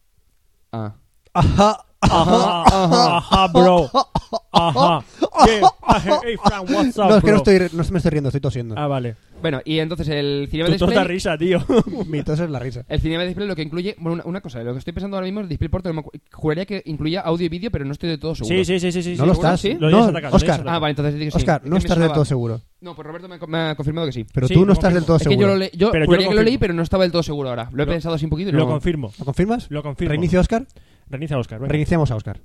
Ah. *laughs* Ajá. Ajá, ajá, ajá, bro. *laughs* Ajá. Yeah. Hey, Frank, what's up, No, es que bro? no, estoy, no me estoy riendo, estoy tosiendo. *laughs* Ah, vale. Bueno, y entonces el Cinema Tú tos da Display... risa, tío. Mi tos es la risa. El Cinema Display lo que incluye... Bueno, una, una cosa, lo que estoy pensando ahora mismo es DisplayPort, pero me acu- juraría que incluía audio y vídeo, pero no estoy de todo seguro. Sí, sí, sí, sí, sí. No lo seguro, estás. sí. No, Lo llevas atacado, Oscar. lo llevas Ah, atacado. vale, entonces sí. Oscar, sí. no Es que me estás del sonaba- todo seguro. No, pues Roberto me, ha co- me ha confirmado que sí. Pero Sí, tú lo no estás confirmo. del todo Es que yo seguro. lo, le- yo Pero yo juraría lo que lo leí, confirmo. pero no estaba del todo seguro ahora. Lo he Lo- pensado así un poquito y Lo no- confirmo. ¿Lo confirmas? Lo confirmo. ¿Reinicia, Oscar? Reinicia, Oscar. venga. Reiniciamos a Oscar.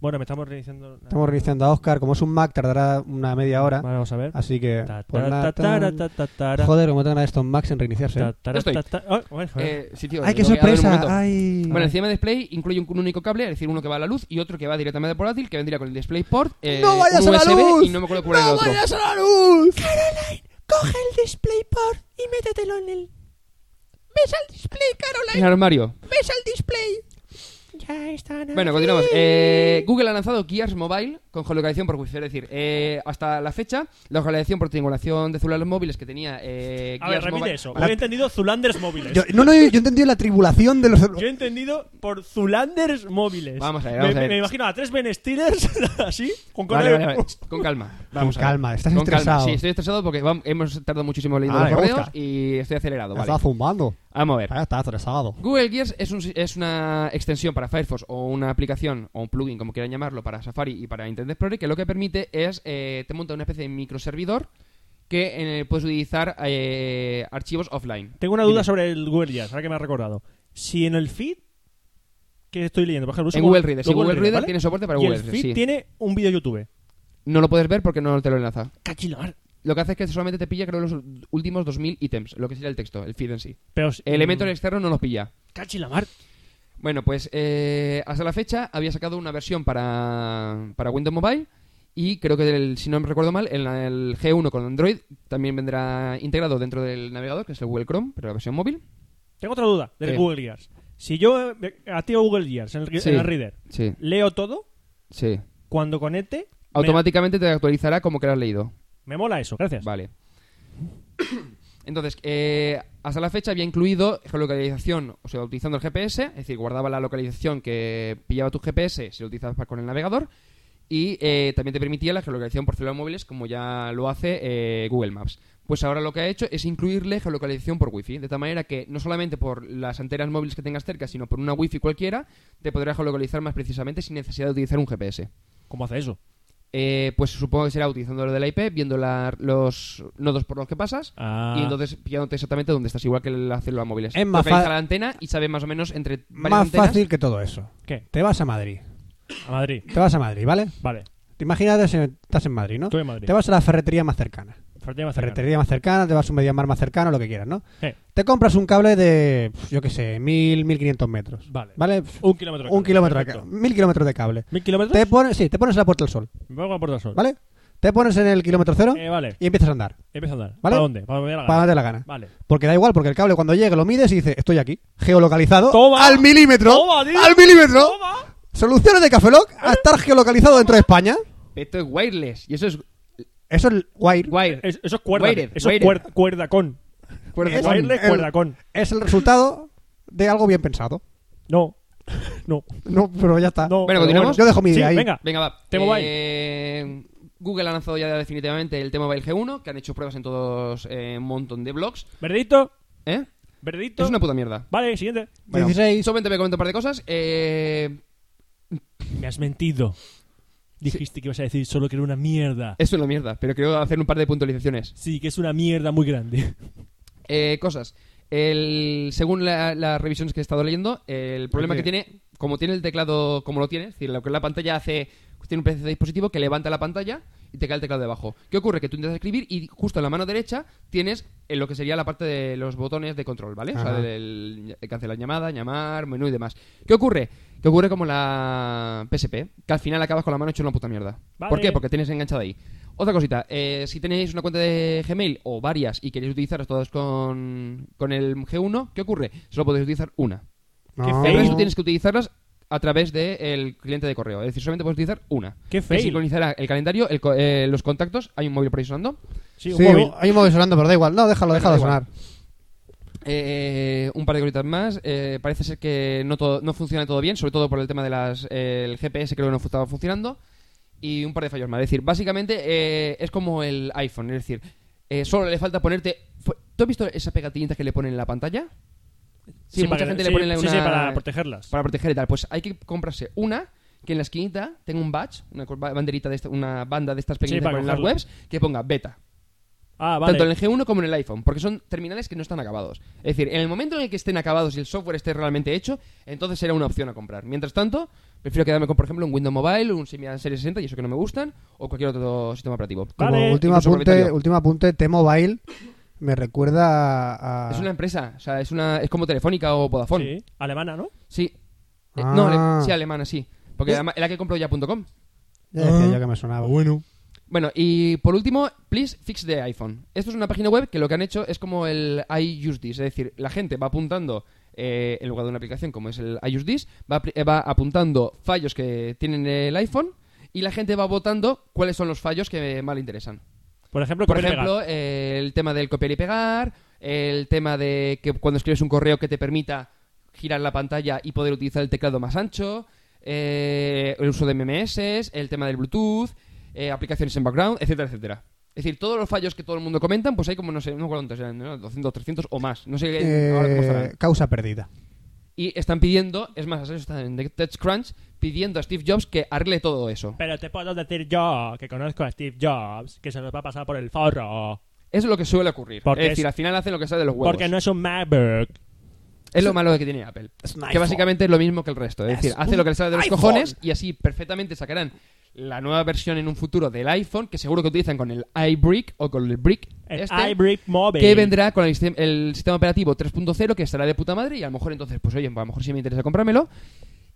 Bueno, me estamos reiniciando. Estamos reiniciando a Oscar. Como es un Mac, tardará una media hora. Vale, vamos a ver. Así que. Ta, pues ta, nada, ta, tara, tan- ta, ta, tara, Joder, cómo tardan estos Macs en reiniciarse. ¿eh? ta, tara, Estoy. ta, ta- Oh, joder, joder. Eh, sí, tío, ¡Ay, lo qué voy a dar un momento. sorpresa! ¡Ay! Bueno, el Cinema Display incluye un, un único cable, es decir, uno que va a la luz y otro que va directamente al portátil, que vendría con el DisplayPort, eh, ¡No vayas a un la USB luz! y no me acuerdo cuál era el ¡No otro. vayas a la luz! Coge el DisplayPort y métetelo en el... ¿Ves al display, En el Caroline? armario. ¿Ves al display? Ya están aquí. Bueno, continuamos. Eh, Google ha lanzado Gears Mobile con geolocalización por wifi. Es decir, eh, hasta la fecha, la geolocalización por triangulación de celulares móviles que tenía eh, a ver, Gears repite Mobile- eso. Vale. Había entendido Zulanders móviles. Yo- no, no, yo he entendido la tribulación de los. Yo he entendido por Zulanders móviles. Vamos a ver, Me- vamos a me, ver. me imagino a tres Ben Steelers *laughs* así, con Vale, correo. vale, vale. *laughs* Con calma. Vamos a ver. calma, estás Con calma. estresado. Sí, estoy estresado Ah, porque vam- hemos tardado muchísimo leyendo Vale, los correos Oscar. y estoy acelerado. Vale. Estaba zumbando. Vamos a ver. Ah, Estaba atrasado. Google Gears es, un- es una extensión para Firefox o una aplicación o un plugin, como quieran llamarlo, para Safari y para Internet Explorer, que lo que permite es, eh, te monta una especie de microservidor que eh, puedes utilizar eh, archivos offline. Tengo una duda Dime. sobre el Google Jazz, ahora que me has recordado. Si en el feed que estoy leyendo, por ejemplo, uso En Google Reader, lo sí, Google Reader ¿vale? tiene soporte para y Google el Reader, feed sí. tiene un vídeo YouTube. No lo puedes ver porque no te lo enlaza. Cachilar. Lo que hace es que solamente te pilla, creo, los últimos 2000 ítems, lo que sería el texto, el feed en sí. Pero si- Elementos externos no los pilla. Cachilamar. Bueno, pues eh, hasta la fecha había sacado una versión para, para Windows Mobile y creo que, del- si no me recuerdo mal, en la- el G1 con Android también vendrá integrado dentro del navegador, que es el Google Chrome, pero la versión móvil. Tengo otra duda del ¿Qué? Google Jazz. Si yo eh, me- activo Google Jazz en el, Sí. en el Reader, Sí, leo todo, sí. cuando conecte, me- Automáticamente te actualizará como que lo has leído. me, mola eso. Gracias. Vale. *coughs* Entonces, eh, Hasta la fecha había incluido geolocalización, o sea, utilizando el GPS, es decir, guardaba la localización que pillaba tu GPS si lo utilizabas pa- con el navegador, y eh, también te permitía la geolocalización por celulares móviles, como ya lo hace eh, Google Maps. Pues ahora lo que ha hecho es incluirle geolocalización por Wi-Fi, de tal manera que no solamente por las antenas móviles que tengas cerca, sino por una Wi-Fi cualquiera, te podrá geolocalizar más precisamente sin necesidad de utilizar un GPS. ¿Cómo hace eso? Eh, pues supongo que será utilizando lo de la IP, viendo la- los nodos por los que pasas Ah. y entonces pillándote exactamente dónde estás, igual que la célula móvil. Es más Localiza fa- la antena y sabe más o menos entre varias Más antenas. fácil que todo eso. Ah, ¿Qué? Te vas a Madrid. A Madrid. Te vas a Madrid, ¿vale? Vale. Te imaginas que estás en Madrid, ¿no? Estoy en Madrid. Te vas a la ferretería más cercana. Ferretería más cercana. Ferretería más cercana, te vas a un Mediamar más cercano, lo que quieras, ¿no? Eh, Te compras un cable de, pf, yo qué sé, 1000, 1500 metros. Vale. ¿Vale? Pf, Un kilómetro. de Un cable. kilómetro de Perfecto. cable. Mil kilómetros de cable. ¿Mil kilómetros? Te pones, sí, te pones en la Puerta del Sol, Me pongo a Puerto del Sol. ¿vale? Te pones en el kilómetro cero Eh, vale. y empiezas a andar. Empieza a andar. ¿Vale? ¿Para dónde? Para donde me dé la Para gana. darte la gana. Vale. Porque da igual, porque el cable cuando llegue lo mides y dice, estoy aquí, geolocalizado Toma. al milímetro. Toma, tío. al milímetro. Toma. ¿Eh? Soluciones de Cafeloc a estar geolocalizado dentro de España. Esto es wireless y eso es Eso es el wire. wire. Es- Eso es cuerda. Wired, Eso es wired. cuer- cuerda con. Cuerda Es con. wireless, el- cuerda con. Es el resultado de algo bien pensado. No. *laughs* No. No, pero ya está. No. Bueno, pero continuamos. Ah, Yo dejo mi Sí, idea ahí. Venga. Venga, va. T-Mobile. Eh, Google ha lanzado ya definitivamente el T-Mobile G1, que han hecho pruebas en todos eh, un montón de blogs. Verdito. ¿Eh? Verdito. Es una puta mierda. Vale, siguiente. 16. Solamente me comento un par de cosas. Eh, Me has mentido. Dijiste que ibas a decir solo que era una mierda. es una mierda, pero quiero hacer un par de puntualizaciones. Sí, que es una mierda muy *laughs* grande. Eh, cosas. El, según la- las revisiones que he estado leyendo, el problema que tiene, como tiene el teclado, como lo tiene, es decir, lo que la pantalla hace, tiene un PC de dispositivo que levanta la pantalla y te cae el teclado debajo. ¿Qué ocurre? Que tú intentas escribir y justo en la mano derecha tienes eh, lo que sería la parte de los botones de control, ¿vale? O Ajá. sea, del de cancelar llamada, llamar, menú y demás. ¿Qué ocurre? Que ocurre como la PSP, que al final acabas con la mano hecho una puta mierda. Vale. ¿Por qué? Porque tienes enganchada ahí. Otra cosita, eh, si tenéis una cuenta de Gmail o varias y queréis utilizarlas todas con, con el G1, ¿qué ocurre? Solo podéis utilizar una. No. Qué El fail. resto tienes que utilizarlas a través del cliente de correo. Es decir, solamente puedes utilizar una. Qué Que fail. sincronizará el calendario, el co- eh, los contactos. Hay un móvil por ahí sonando. Sí, un Sí, móvil. hay un móvil sonando, pero da igual. No, déjalo, Bueno, da déjalo igual. sonar. Eh, un par de cositas más. Eh, parece ser que no, todo, no funciona todo bien, sobre todo por el tema del el GPS, creo que no fu- estaba funcionando. Y un par de fallos más. Es decir, básicamente eh, es como el iPhone. Es decir, eh, solo le falta ponerte. fu- ¿Tú has visto esas pegatinitas que le ponen en la pantalla? Sí, mucha para- gente sí, le pone sí, una- sí, para protegerlas. Para proteger y tal. Pues hay que comprarse una que en la esquinita tenga un badge, una cor- banderita de esta- una banda de estas pequeñas que para ponen en las cogerla. webs, que ponga beta. Ah, vale. Tanto en el G1 como en el iPhone, porque son terminales que no están acabados. Es decir, en el momento en el que estén acabados y el software esté realmente hecho, entonces será una opción a comprar. Mientras tanto, prefiero quedarme con, por ejemplo, un Windows Mobile, un Symbian Series 60 y eso que no me gustan, o cualquier otro sistema operativo. Vale. Como último, Incluso apunte, propietario. último apunte, T-Mobile me recuerda a... a- Es una empresa, o sea, es, una, es como Telefónica o Vodafone. Sí, alemana, ¿no? Sí. Eh, Ah. no, ale- sí, alemana, sí. Porque además es la que compró ya.com. Ya decía yo que me sonaba. Ah. Bueno. Bueno, y por último, please fix the iPhone. Esto es una página web que lo que han hecho es como el I use this, es decir, la gente va apuntando eh, en lugar de una aplicación como es el I use this, va, apli- eh, va apuntando fallos que tienen el iPhone y la gente va votando cuáles son los fallos que eh, más le interesan. Por ejemplo, Por comer ejemplo, vegano. eh, el tema del copiar y pegar, el tema de que cuando escribes un correo que te permita girar la pantalla y poder utilizar el teclado más ancho, eh, el uso de MMS, el tema del Bluetooth, eh, aplicaciones en background, etcétera, etcétera. Es decir, todos los fallos que todo el mundo comentan, pues hay como, no sé, no me acuerdo cuántos eran, ¿no? 200, 300 o más. No sé ahora cómo estarán. Eh, causa perdida. Y están pidiendo, es más, eso están en TechCrunch, pidiendo a Steve Jobs que arregle todo eso. Pero te puedo decir yo que conozco a Steve Jobs, que se nos va a pasar por el forro. Eso es lo que suele ocurrir. Porque es- es decir, al final hacen lo que sale de los huevos. Porque no es un MacBook. Es lo malo que tiene Apple. Es un Que iPhone. básicamente es lo mismo que el resto. Es, Es decir, hace un lo que le sale de los iPhone. cojones y así perfectamente sacarán la nueva versión en un futuro del iPhone, que seguro que utilizan con el iBrick o con el Brick. El este, iBrick Mobile. Que vendrá con el, sistem- el sistema operativo 3.0, que estará de puta madre y a lo mejor entonces, pues oye, a lo mejor sí me interesa comprármelo.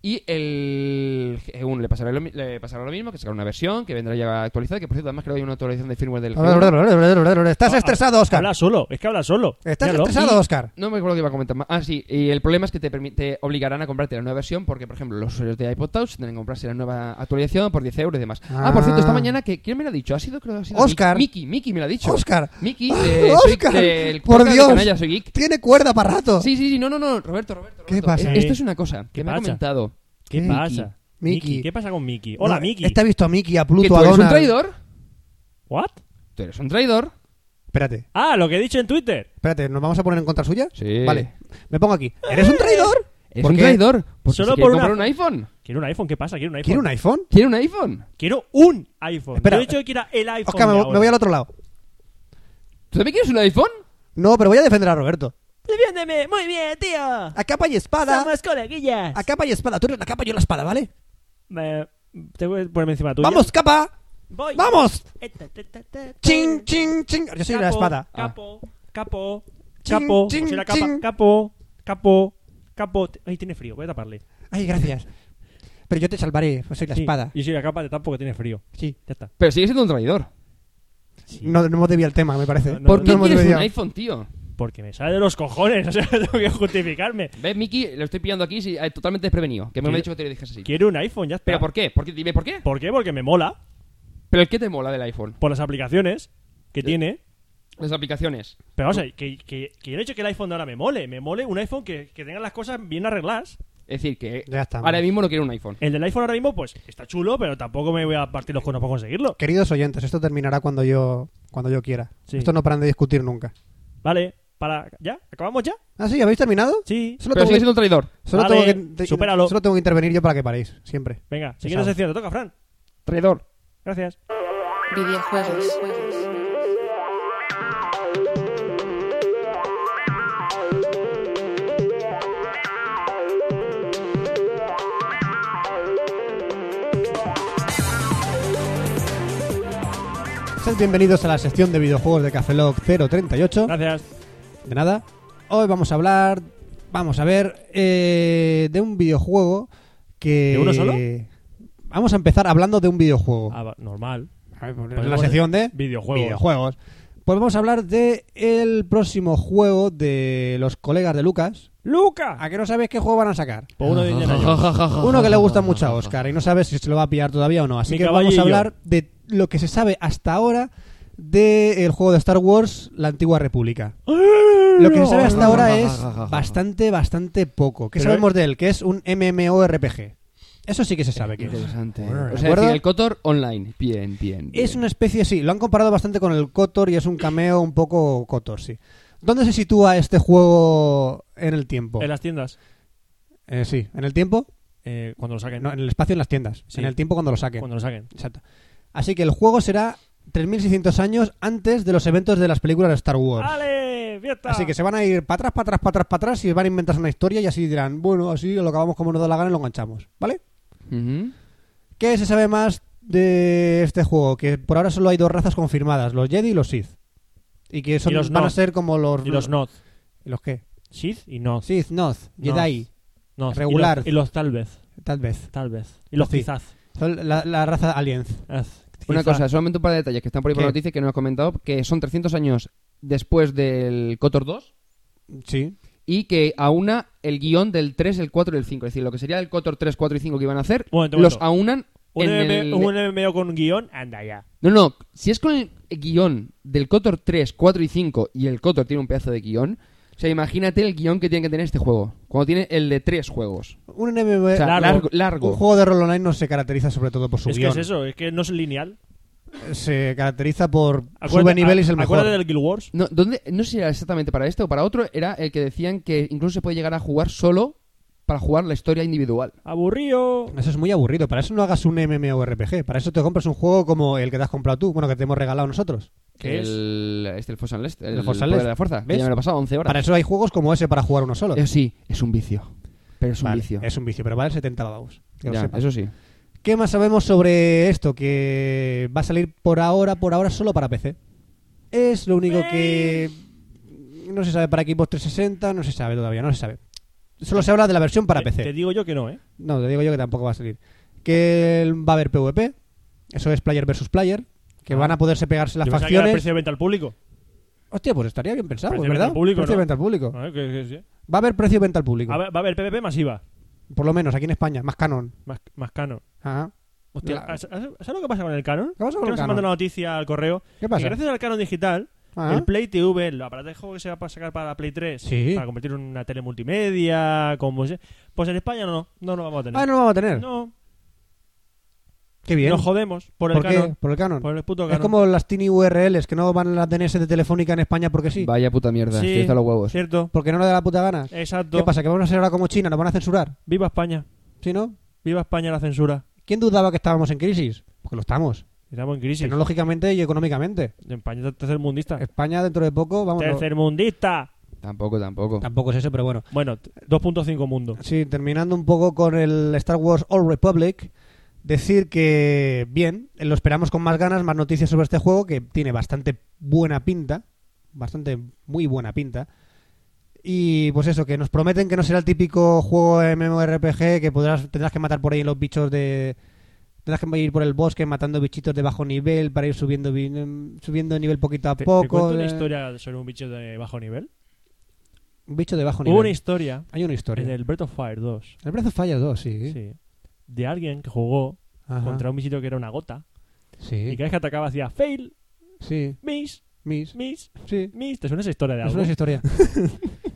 Y el G1 le pasará lo, mi- le pasará lo mismo, que sacará una versión, que vendrá ya actualizada, que por cierto, además creo que hay una actualización de firmware del G1. Estás Ah, estresado, Oscar. Habla solo, es que habla solo. Estás Míralo. estresado, Oscar. No me acuerdo que iba a comentar más. Ah, sí, y el problema es que te, permi- te obligarán a comprarte la nueva versión porque, por ejemplo, los usuarios de iPod Touch tienen que comprarse la nueva actualización por 10 euros y demás. Ah, por cierto, esta Ah. mañana, que, ¿quién me lo ha dicho? Ha sido, creo que ha sido Óscar. Miki, Miki me lo ha dicho. Óscar. *laughs* Miki, de- soy- Óscar. del Por podcast de Dios. Canalla, soy geek. Tiene cuerda para rato. Sí, sí, sí, no, no, no, Roberto, Roberto. ¿Qué Roberto. pasa? Eh, Esto es una cosa que ¿Qué me ha pasa? comentado. ¿Qué Miki. pasa? Miki. ¿Qué pasa con Miki? Hola, No, Miki. Este ha visto a Mickey, a ¿Que Pluto, tú a eres un Donald. traidor? ¿What? ¿Tú eres un traidor? Espérate, Ah, lo que he dicho en Twitter. espérate, ¿nos vamos a poner en contra suya? Sí. Vale, me pongo aquí. ¿Eres un traidor? ¿Es ¿Por un qué? traidor? Porque Solo se quiere por una- comprar un iPhone. Quiero un iPhone, ¿qué pasa? Quiero un iPhone. ¿Quiere un iPhone? ¿Quiere un iPhone? Quiero un iPhone. Espera. Yo he dicho que era el iPhone. Oscar, me, de me ahora. voy al otro lado. ¿Tú también quieres un iPhone? No, pero voy a defender a Roberto. Defiéndeme, muy bien, tío. A capa y espada. Somos coleguillas. A capa y espada. Tú eres la capa, yo la espada, ¿vale? Eh, te voy a ponerme encima tuya. ¡Vamos, capa! Voy. ¡Vamos! Eh, ta, ta, ta, ta, ta. ¡Ching, ching, ching! Yo soy la Capo, espada. Ah. Capo, capo, Ching, capo. ching, Soy la capa, ching. capo, capo, capo. Ay, tiene frío, voy a taparle. Ay, gracias. Pero yo te salvaré, yo soy la Sí, espada. Y soy la capa, te tapo que tiene frío. Sí. Ya está. Pero sigue siendo un traidor. Sí. No, no hemos debido el tema, me parece. No, no, ¿Por no. qué hemos quieres desviado. un iPhone, tío? Porque me sale de los cojones, *laughs* o sea, tengo que justificarme. ¿Ves, Miki? Lo estoy pillando aquí sí, eh, totalmente desprevenido. Que me Quiero- han dicho que te lo dijese así. Quiero un iPhone, ya está. ¿Pero por qué? ¿Por qué? Dime por qué. ¿Por qué? Porque me mola. ¿Pero qué te mola del iPhone? Por las aplicaciones que tiene. Las aplicaciones. Pero vamos a ver, que, que, que yo no he dicho que el iPhone de ahora me mole. Me mole un iPhone que, que tenga las cosas bien arregladas. Es decir, que Ya estamos. ahora mismo no quiero un iPhone. El del iPhone ahora mismo, pues, está chulo, pero tampoco me voy a partir los conos para conseguirlo. Queridos oyentes, esto terminará cuando yo, cuando yo quiera. Sí. Esto no paran de discutir nunca. Vale, para... ¿Ya? ¿Acabamos ya? ¿Ah, sí? ¿Habéis terminado? Sí. Solo Pero tengo, sigue que, siendo un traidor. solo Vale, tengo que- supéralo. solo tengo que intervenir yo para que paréis, siempre. Venga, siguiente Pesado. sección. Te toca, Fran. Traidor. Gracias. videojuegos, Sed bienvenidos a la sección de videojuegos de Cafelog 038. Gracias. De nada. Hoy vamos a hablar, vamos a ver, eh, de un videojuego que... ¿De uno solo? Vamos a empezar hablando de un videojuego. Ah, va, normal. A ver, pues, Pues en la vamos sección de Videojuegos. videojuegos. Pues vamos a hablar de el próximo juego de los colegas de Lucas. ¡Luca! ¿A que no sabes qué juego van a sacar? Por uno de *laughs* Indiana Jones. Uno que le gusta mucho a Oscar y no sabe si se lo va a pillar todavía o no. Así Mi que caballo vamos y a hablar de lo que se sabe hasta ahora del juego de Star Wars, La Antigua República. Lo que se sabe hasta ahora es bastante, bastante poco. ¿Qué Pero- sabemos de él? Que es un MMORPG. Eso sí que se sabe que es. Interesante. ¿De O sea, acuerdo? decir, el Cotor online. Bien, bien. Es bien. una especie, sí, lo han comparado bastante con el Kotor y es un cameo un poco Kotor, sí. ¿Dónde se sitúa este juego en el tiempo? En las tiendas. Eh, sí, en el tiempo, Eh, cuando lo saquen. no, en el espacio en las tiendas, Sí. en el tiempo cuando lo saquen. Cuando lo saquen. Exacto. Así que el juego será 3600 años antes de los eventos de las películas de Star Wars. ¡Ale! ¡Fiesta! Así que se van a ir para atrás, para atrás, para atrás, para atrás y van a inventarse una historia y así dirán, bueno, así lo acabamos como nos da la gana y lo enganchamos, ¿vale? Ujú. ¿Qué se sabe más de este juego? Que por ahora solo hay dos razas confirmadas, los Jedi y los Sith. Y que son, Y los van a Noth. ser como los... Y *laughs* los Noth. ¿y los qué? Sith y Noth. Sith, Noth, Jedi, Noth. Regular. Y los, y los tal vez. tal vez. Tal vez. Y los Sí. quizás. Son la, la raza Aliens. Haz. Una Quizá. cosa, solamente un par de detalles que están por ahí por ¿Qué? la noticia que no has comentado, que son 300 años después del Cotor 2 Sí. y que aúna el guión del 3, el 4 y el 5. Es decir, lo que sería el Cotor 3, 4 y 5 que iban a hacer, Momento, los momento. aunan Un, en MMO el... un MMO con guión, anda ya. No, no, si es con el guión del Cotor 3, 4 y 5 y el Cotor tiene un pedazo de guión, o sea, imagínate el guión que tiene que tener este juego, cuando tiene el de tres juegos. Un MMO... O sea, Largo. largo. largo, Un juego de rol online no se caracteriza sobre todo por su es guión. que es eso, es que no es lineal. Se caracteriza por sube Acuérdate- nivel y es el a- mejor. Acuérdate del Guild Wars. No, ¿dónde? no sé si era exactamente para este o para otro, era el que decían que incluso se puede llegar a jugar solo para jugar la historia individual. Aburrido. Eso es muy aburrido. Para eso no hagas un MMORPG. Para eso te compras un juego como el que te has comprado tú, bueno, que te hemos regalado nosotros. ¿Qué es? el, Este, el Force Unleashed, el, El Force poder Unleashed. de la fuerza. que ¿Ves? ya me lo he pasado 11 horas. Para eso hay juegos como ese para jugar uno solo. Eso sí, es un vicio. Pero es un Vale, vicio. es un vicio, pero vale 70 babos. que lo Ya, sepas. eso sí. ¿Qué más sabemos sobre esto? Que va a salir por ahora, por ahora solo para PC. Es lo único que no se sabe para equipos 360, no se sabe todavía, no se sabe. solo se habla de la versión para Te- PC. Te digo yo que no, ¿eh? No, te digo yo que tampoco va a salir. Que el- va a haber PvP, eso es player versus player, que Ah. van a poderse pegarse las Yo pensaba que era el facciones. precio de venta al público. Hostia, pues estaría bien pensado, Precio de venta ¿verdad? al público, precio de ¿no? venta al público. A ver, que- que- sí. Va a haber precio de venta al público, A ver, va a haber PvP masiva. por lo menos aquí en España, más canon. Más, más canon. Ajá. Hostia, La- ¿sabes- ¿sabes lo que pasa con el canon? ¿Qué pasa con Que el nos canon? manda una noticia al correo. ¿Qué Que pasa? gracias al canon digital, Ah, el Play TV, el aparato de juego que se va a sacar para Play 3, Sí. para convertir en una tele multimedia, como se- pues en España no, no lo vamos a tener. Ah, no lo vamos a tener. No, Qué bien. nos jodemos por el ¿Por qué? canon, Por el canon. por el puto Es canon. como las TINI URLs que no van a las DNS de Telefónica en España porque sí. Vaya puta mierda, Sí. estoy hasta los huevos. Cierto, Porque no le da la puta gana. exacto. ¿Qué pasa? ¿Que vamos a ser ahora como China? ¿Nos van a censurar? Viva España, ¿Sí, no? viva España la censura. ¿Quién dudaba que estábamos en crisis? Porque lo estamos. Estamos en crisis. Tecnológicamente y económicamente. España es tercermundista. España dentro de poco, vamos. no- Tercermundista. Tampoco, tampoco. tampoco es eso, pero bueno. Bueno, t- 2.5 mundo. Sí, terminando un poco con el Star Wars All Republic, decir que, bien, lo esperamos con más ganas, más noticias sobre este juego, que tiene bastante buena pinta, bastante muy buena pinta. Y pues eso, que nos prometen que no será el típico juego MMORPG que podrás, tendrás que matar por ahí los bichos de... Tendrás que ir por el bosque matando bichitos de bajo nivel para ir subiendo vi- subiendo de nivel poquito a Te, te poco. cuento una eh, historia sobre un bicho de bajo nivel. Un bicho de bajo Hubo nivel. una historia Hay una historia. en el Breath of Fire 2. El brazo falla dos, sí. sí, De alguien que jugó Ajá. contra un bichito que era una gota. Y Sí. cada vez que atacaba hacía fail, Sí. miss, Mis. miss, Sí. miss. ¿Te suena esa historia de Me algo? suena *laughs* esa historia.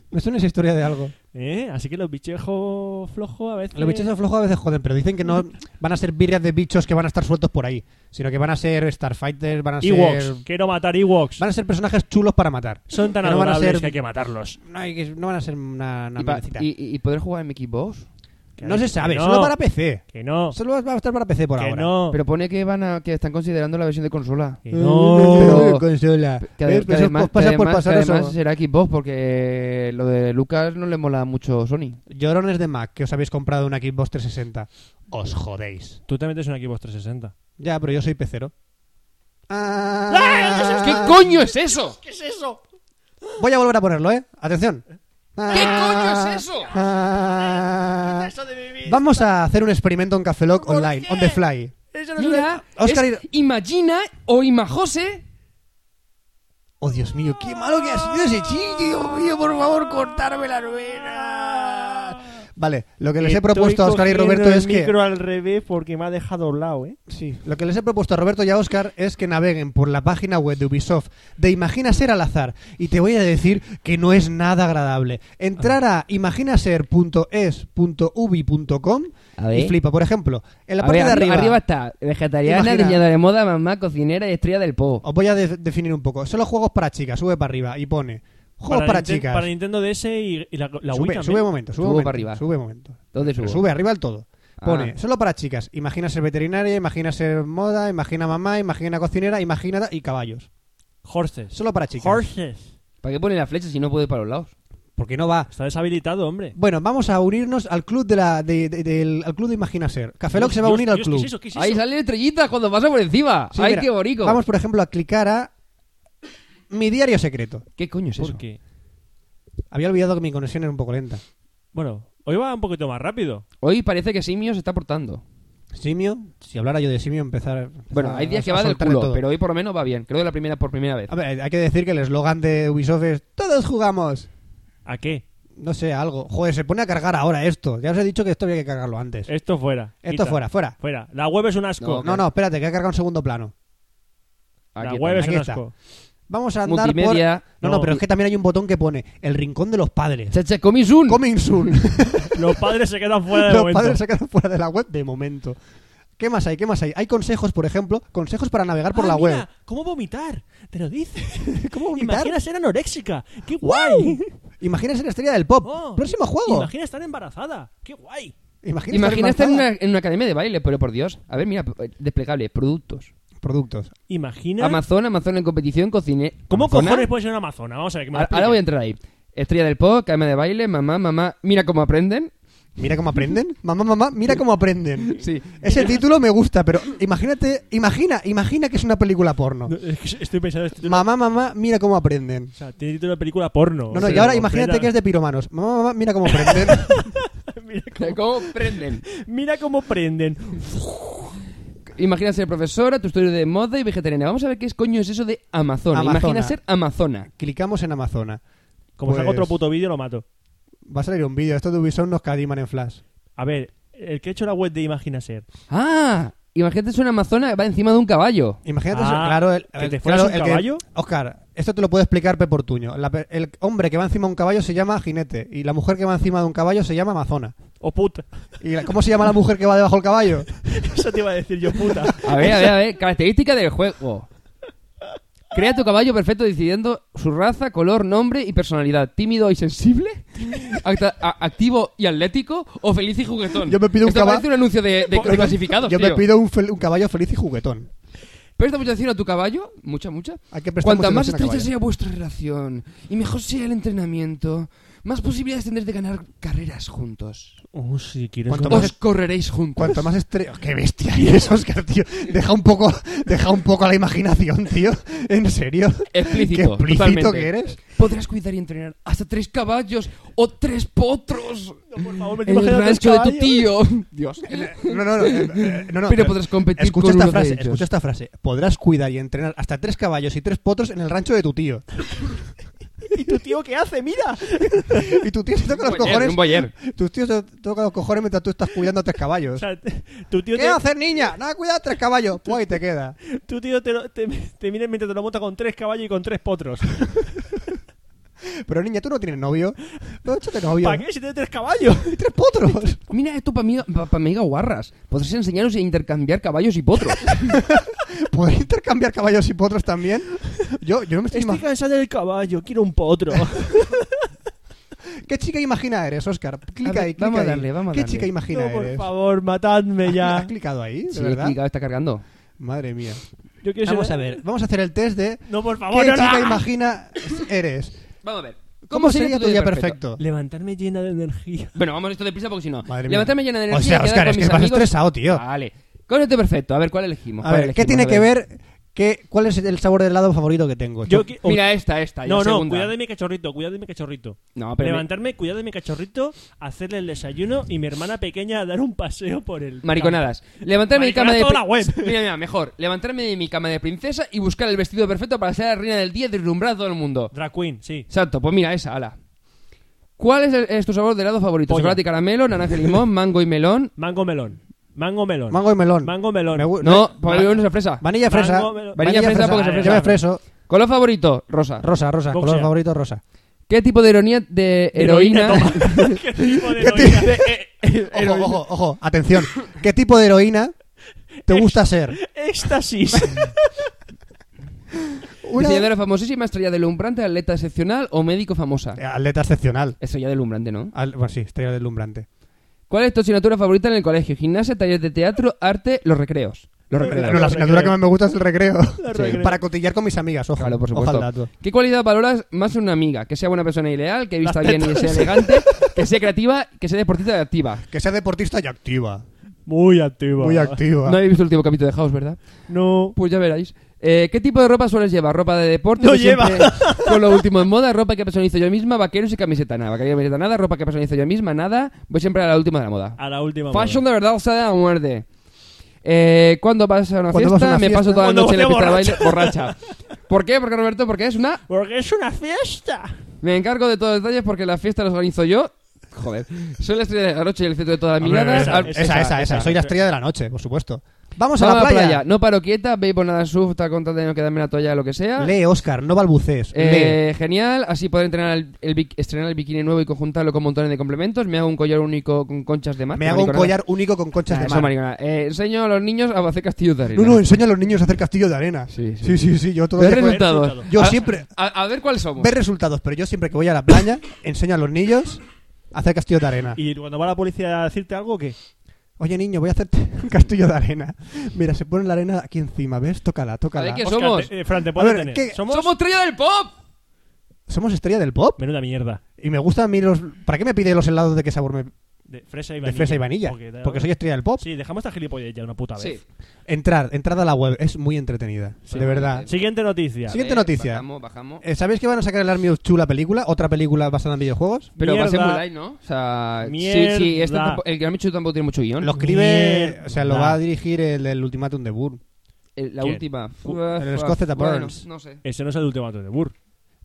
Me suena esa historia de algo. ¿Eh? Así que los bichejos flojos a veces... Los bichos de flojo a veces joden, pero dicen que no van a ser birrias de bichos que van a estar sueltos por ahí, sino que van a ser Starfighters, van a ser. Ewoks. Quiero matar Ewoks. Van a ser personajes chulos para matar. Son tan que no van a adorables ser- que hay que matarlos. No, hay que- no van a ser una, una y, pa- melecita. y- y- y poder jugar en Xbox. Que No hay- se que sabe, no, solo para PC. Que no, Solo va a estar para PC por que ahora. no, Pero pone que van a, que están considerando la versión de consola. que no. Pero- consola. Que, ade- Eh, que pues eso además, pasa que por además- pasar que eso. además será Xbox porque lo de Lucas no le mola mucho Sony. Llorones de Mac, que os habéis comprado una Xbox 360. Os jodéis. Tú te metes en un Xbox 360. Ya, pero yo soy pecero. ¡Ah! Ah. coño es eso? Voy a volver a ponerlo, ¿eh? Atención. ¿Qué coño es eso? Ah. Eso de vivir. Vamos a hacer un experimento en Café Lock online, on the fly. Eso Mira, Oscar es Imagina o Imajose. Oh, Dios mío, qué malo que ha sido ese chiste, Dios mío, por favor, cortarme las venas. Vale, lo que les he propuesto a Oscar y Roberto es que... micro al revés porque me ha dejado doblado, ¿eh? Sí, lo que les he propuesto a Roberto y a Oscar es que naveguen por la página web de Ubisoft de Imagina Ser al azar y te voy a decir que no es nada agradable. Entrar a imaginaser.es.ubi.com A ver. y flipa, por ejemplo, en la parte de arriba, está vegetariana, Imagina- diseñadora de moda, mamá, cocinera y estrella del po. os voy a de- definir un poco. Son los juegos para chicas, sube para arriba y pone juegos para, Ninten- chicas. Para Nintendo DS y, y la, la Wii sube, también. sube un momento, sube un Subo momento, para arriba. sube un momento. ¿Dónde Pero subo? sube arriba del todo. Ah. Pone, solo para chicas, imagina ser veterinaria, imagina ser moda, imagina mamá, imagina cocinera, imagina ta- y caballos. Horses. Solo para chicas. Horses. ¿Para qué pone la flecha si no puede ir para los lados? Porque no va. Está deshabilitado, hombre. Bueno, vamos a unirnos al club de la de- de- del- al club de Imagina Ser. Café Lock se va a Dios, unir al Dios, club. ¿Qué es eso? ¿Qué es Ahí eso? salen estrellitas cuando pasa por encima. Sí, ¡Ay, mira, qué borico! Vamos, por ejemplo, a clicar a mi diario secreto. ¿Qué coño es eso? ¿Por qué? Había olvidado que mi conexión era un poco lenta. Bueno, hoy va un poquito más rápido. Hoy parece que Simio se está portando. Simio, si hablara yo de Simio, empezar. empezar Bueno, hay Ah, días a- que a va del soltar de culo, todo. pero hoy por lo menos va bien. Creo que la primera por primera vez. A ver, hay que decir que el eslogan de Ubisoft es: Todos jugamos. ¿A qué? No sé, algo. Joder, se pone a cargar ahora esto. Ya os he dicho que esto había que cargarlo antes. Esto fuera. Esto Eh, Quita. fuera, fuera. Fuera. La web es un asco. Ok. No, no, espérate, que ha cargado un segundo plano. La Aquí web es está. un Aquí está. asco. Vamos a andar Multimedia. por. No, no, No. pero es que también hay un botón que pone el rincón de los padres. Chacha, comí Zoom. Coming soon. *laughs* Los padres se quedan fuera de los momento. padres se quedan fuera de la web de momento. ¿Qué más hay? ¿Qué más hay? Hay consejos, por ejemplo, consejos para navegar por Ah, la mira, web. ¿Cómo vomitar? Te lo dice. *laughs* ¿Cómo vomitar? Imagina ser anoréxica. ¡Qué guay! Imagina ser estrella del pop. Oh, Próximo juego. Imagina estar embarazada. ¡Qué guay! Imagina, Imagina estar estar en una, embarazada. en una academia de baile, pero por Dios. A ver, mira, eh, desplegable, productos. Ah, Productos. Imagina. Amazon, Amazon en competición, cocine. ¿Cómo Amazona. cojones puede ser una amazona? Vamos a ver. Que me lo Ahora ahora voy a expliquen. *laughs* entrar ahí. Estrella del pop, academia de baile, mamá, mamá. Mira cómo aprenden. Mira cómo aprenden. Mamá, mamá, mira cómo aprenden. Sí. Ese título me gusta, pero imagínate, imagina, imagina que es una película porno. No, es que Estoy pensando, este título- Mamá, mamá, mira cómo aprenden. o sea, tiene título de película porno. No, no, y ahora imagínate que es de piromanos. Mamá, mamá, mira cómo aprenden. *laughs* mira, cómo, ¿Cómo prenden? mira cómo prenden. Imagina ser profesora, tu estudio de moda y vegetariana. Vamos a ver qué es coño es eso de Amazona. Imagina Amazona. ser Amazona. Clicamos en Amazona. Como Pues- salga otro puto vídeo, lo mato. Va a salir un vídeo. Estos de Ubisoft nos cadiman en Flash. A ver, el que ha hecho la web de Imagina Ser. Ah, imagínate ser una Amazona que va encima de un caballo. Imagínate, Ah, eso- claro, el, ¿que el- te fueras claro, un el que- caballo? Oscar, esto te lo puede explicar Pepe Ortuño. La pe- el hombre que va encima de un caballo se llama jinete y la mujer que va encima de un caballo se llama amazona. O Oh, puta. *laughs* ¿Y la- cómo se llama la mujer que va debajo del *laughs* caballo? Eso te iba a decir yo, puta. A ver, a ver, a ver. Característica del juego. Crea tu caballo perfecto decidiendo su raza, color, nombre y personalidad. Tímido y sensible. Acta- a- activo y atlético. O feliz y juguetón. Yo me pido un Esto caba- parece un anuncio de, de clasificados, Yo me tío. pido un, fel- un caballo feliz y juguetón. Presta mucha atención a tu caballo, mucha, mucha. Hay que prestar Cuanta mucha más atención a estrecha sea vuestra relación y mejor sea el entrenamiento, más posibilidades tendréis de ganar carreras juntos. Oh, si quieres ¿Cuánto una- más- Os correréis juntos. Cuanto más estre... Oh, ¡Qué bestia eres, Oscar, tío! Deja un poco, deja un poco a la imaginación, tío. ¿En serio? Explícito, ¿Qué explícito totalmente. que eres? Podrás cuidar y entrenar hasta tres caballos o tres potros Por favor, Pues me en el imagino tres rancho de tu caballos. tío. *laughs* Dios. No, no, no. eh, eh, no, no, Pero podrás competir escucha con esta uno de frase, ellos. Escucha esta frase. Podrás cuidar y entrenar hasta tres caballos y tres potros en el rancho de tu tío. *laughs* ¿Y tu tío qué hace? ¡Mira! Y tu tío se toca los boyer, cojones. un boyer. Tus tíos se tocan los cojones mientras tú estás cuidando a tres O caballos. sea, t- tu tío, ¿Qué te, hacer, niña? Nada, cuidado, tres caballos. Pues ahí te queda. tu tío te, lo- te, te mira mientras te lo monta con tres caballos y con tres potros. Pero niña, tú no tienes novio. Pero échate novio. ¿Para qué si tiene tres *laughs* caballos? Y tres potros. Mira esto para mí, para mí guarras. Podrás enseñaros a intercambiar caballos *laughs* y potros. ¿Puedes intercambiar caballos y potros también? Yo, yo no me estoy Estoy imaginando. Este cansado del caballo, quiero un *laughs* potro. ¿Qué chica imagina eres, Oscar? Clica A ver, ahí, clica vamos a ahí. darle, vamos a ¿Qué darle. chica imagina No, por eres? favor, matadme ¿Has, ya. has clicado ahí? ¿De Sí, verdad? explicado, está cargando. Madre mía. Yo quiero ser- Vamos a ver. Vamos a hacer el test de. No, por favor, ¿Qué no, chica no. imagina eres? Vamos a ver. ¿Cómo sería tu día perfecto? Levantarme llena de energía. Bueno, vamos esto deprisa porque si no. Madre mía. Levantarme llena de O sea, energía. y quedar Oscar, con es que mis vas amigos. estresado, tío. Vale. Con este perfecto. A ver, ¿cuál elegimos? A ¿Cuál ver, ¿qué elegimos? tiene A que ver? qué- ¿Cuál es el sabor de helado favorito que tengo? Yo Choc- qui- Mira esta, esta. no, no, la segunda. cuidado de mi cachorrito, cuidado de mi cachorrito. No, pero. Levantarme, cuidado de mi cachorrito, hacerle el desayuno y mi hermana pequeña a dar un paseo por el. Mariconadas. Levantarme de mi cama Mariconadas de. toda la web. pri- *laughs* Mira, mira, mejor. Levantarme de mi cama de princesa y buscar el vestido perfecto para ser la reina del día y deslumbrar a todo el mundo. Drag queen, sí. Exacto, pues mira esa, ala. ¿Cuál es, el- es tu sabor de helado favorito? Polla. Chocolate y caramelo, naranja y *laughs* limón, mango y melón. Mango melón. Mango melón. Mango y melón. Mango melón. Me gu- No, pues por no es fresa. Vanilla Mango, fresa. melón. Vanilla fresa, porque se Yo fresa. me freso. ¿Color favorito? Rosa. Rosa, rosa. Boxer. Color favorito, rosa. ¿Qué tipo de ironía de heroína? *laughs* toma. *laughs* ¿Qué tipo de ¿Qué heroína? ti- Ojo, ojo, ojo. Atención. ¿Qué tipo de heroína te gusta *laughs* ser? Éxtasis. Una Diseñadora famosísima, estrella delumbrante, atleta excepcional o médico famosa. Eh, atleta excepcional. Estrella delumbrante, ¿no? Al- Bueno, sí, estrella deslumbrante. ¿Cuál es tu asignatura favorita en el colegio? Gimnasia, talleres de teatro, arte, los recreos. Los Eh, recreos. Bueno, la asignatura recreo. que más me gusta es el recreo. recreo. Para cotillar con mis amigas, ojo. Claro, por Ojo al supuesto. dato. ¿Qué cualidad valoras más en una amiga? Que sea buena persona y leal, que vista Las bien y sea elegante, que sea creativa, que sea deportista y activa. Que sea deportista y activa. Muy activa. Muy activa. No habéis visto el último capítulo de House, ¿verdad? No. Pues ya veréis. Eh, ¿Qué tipo de ropa sueles llevar? ¿Ropa de deporte? No que siempre- lleva. Con lo último en moda, ropa que personalizo yo misma, vaqueros y camiseta nada. Vaqueros y camiseta nada, ropa que personalizo yo misma, nada. Voy siempre a la última de la moda. Ah, A la última. Fashion moda. de verdad, o sea, de la muerte. Eh, ¿Cuándo vas a una ¿Cuándo fiesta? vas a una Me fiesta? paso toda la Cuando noche en la voy pista de borracha. baile borracha. ¿Por qué? Porque Roberto, porque es una... Porque es una fiesta. Me encargo de todos los detalles porque la fiesta la organizo yo. Joder. Soy la estrella de la noche y el centro de todas las Hombre, miradas. esa, Al- esa, esa, esa. Soy la estrella de la noche, por supuesto. Vamos a Vamos la playa. No paro quieta, bebo nada surf, tal contra de no quedarme en la toalla, lo que sea. Lee, Oscar, no balbucees. Lee. Eh, genial, así podré entrenar el, el bic- estrenar el bikini nuevo y conjuntarlo con montones de complementos. Me hago un collar único con conchas de mar. Me Qué hago un mariconada. collar único con Ah, conchas de eso, mar. mariconada. Eh, enseño a los niños a hacer castillos de arena. No, no, enseña a los niños a hacer castillos de arena. Sí, sí. sí, Ah, sí, yo todo Ver el día- resultados. resultados. Yo A- siempre. A, a ver cuál somos. Ver resultados, pero yo siempre que voy a la playa, enseño a los niños a hacer castillos de Ah. arena. ¿Y cuando va la policía a decirte algo, qué? Oye, niño, voy a hacerte *laughs* un castillo de arena. Mira, se pone la arena aquí encima, ¿ves? Tócala, A ver tócala. qué Oscar, somos. te- eh, Fran, te puedo ver, detener. ¿qué? ¿Somos? Somos estrella del pop. Somos estrella del pop. Menuda mierda. Y me gustan a mí los. ¿Para qué me pide los helados de qué sabor me.? de fresa y de vainilla. fresa y vainilla. da- Porque soy estrella del pop. Sí, dejamos esta gilipollez ya una puta Sí. vez. Entrar, entrad a la web, es muy entretenida. Sí. de verdad. Sí. Siguiente noticia. Siguiente Eh, noticia. Bajamos, bajamos. Eh, ¿Sabéis que van a sacar el Army of Two la película? ¿Otra película basada en videojuegos? Pero va a ser Mierda. muy light, ¿no? O sea, Mierda. sí, sí, este tampo- el Gran Michu tampoco tiene mucho guión. Lo escribe, Mierda. o sea, lo va a dirigir el, el Ultimatum de Burr. El- Eh, la ¿Quién? última. Uh, el Scorsese de Bueno, Burns. no sé. Ese no es el ultimato de Burr.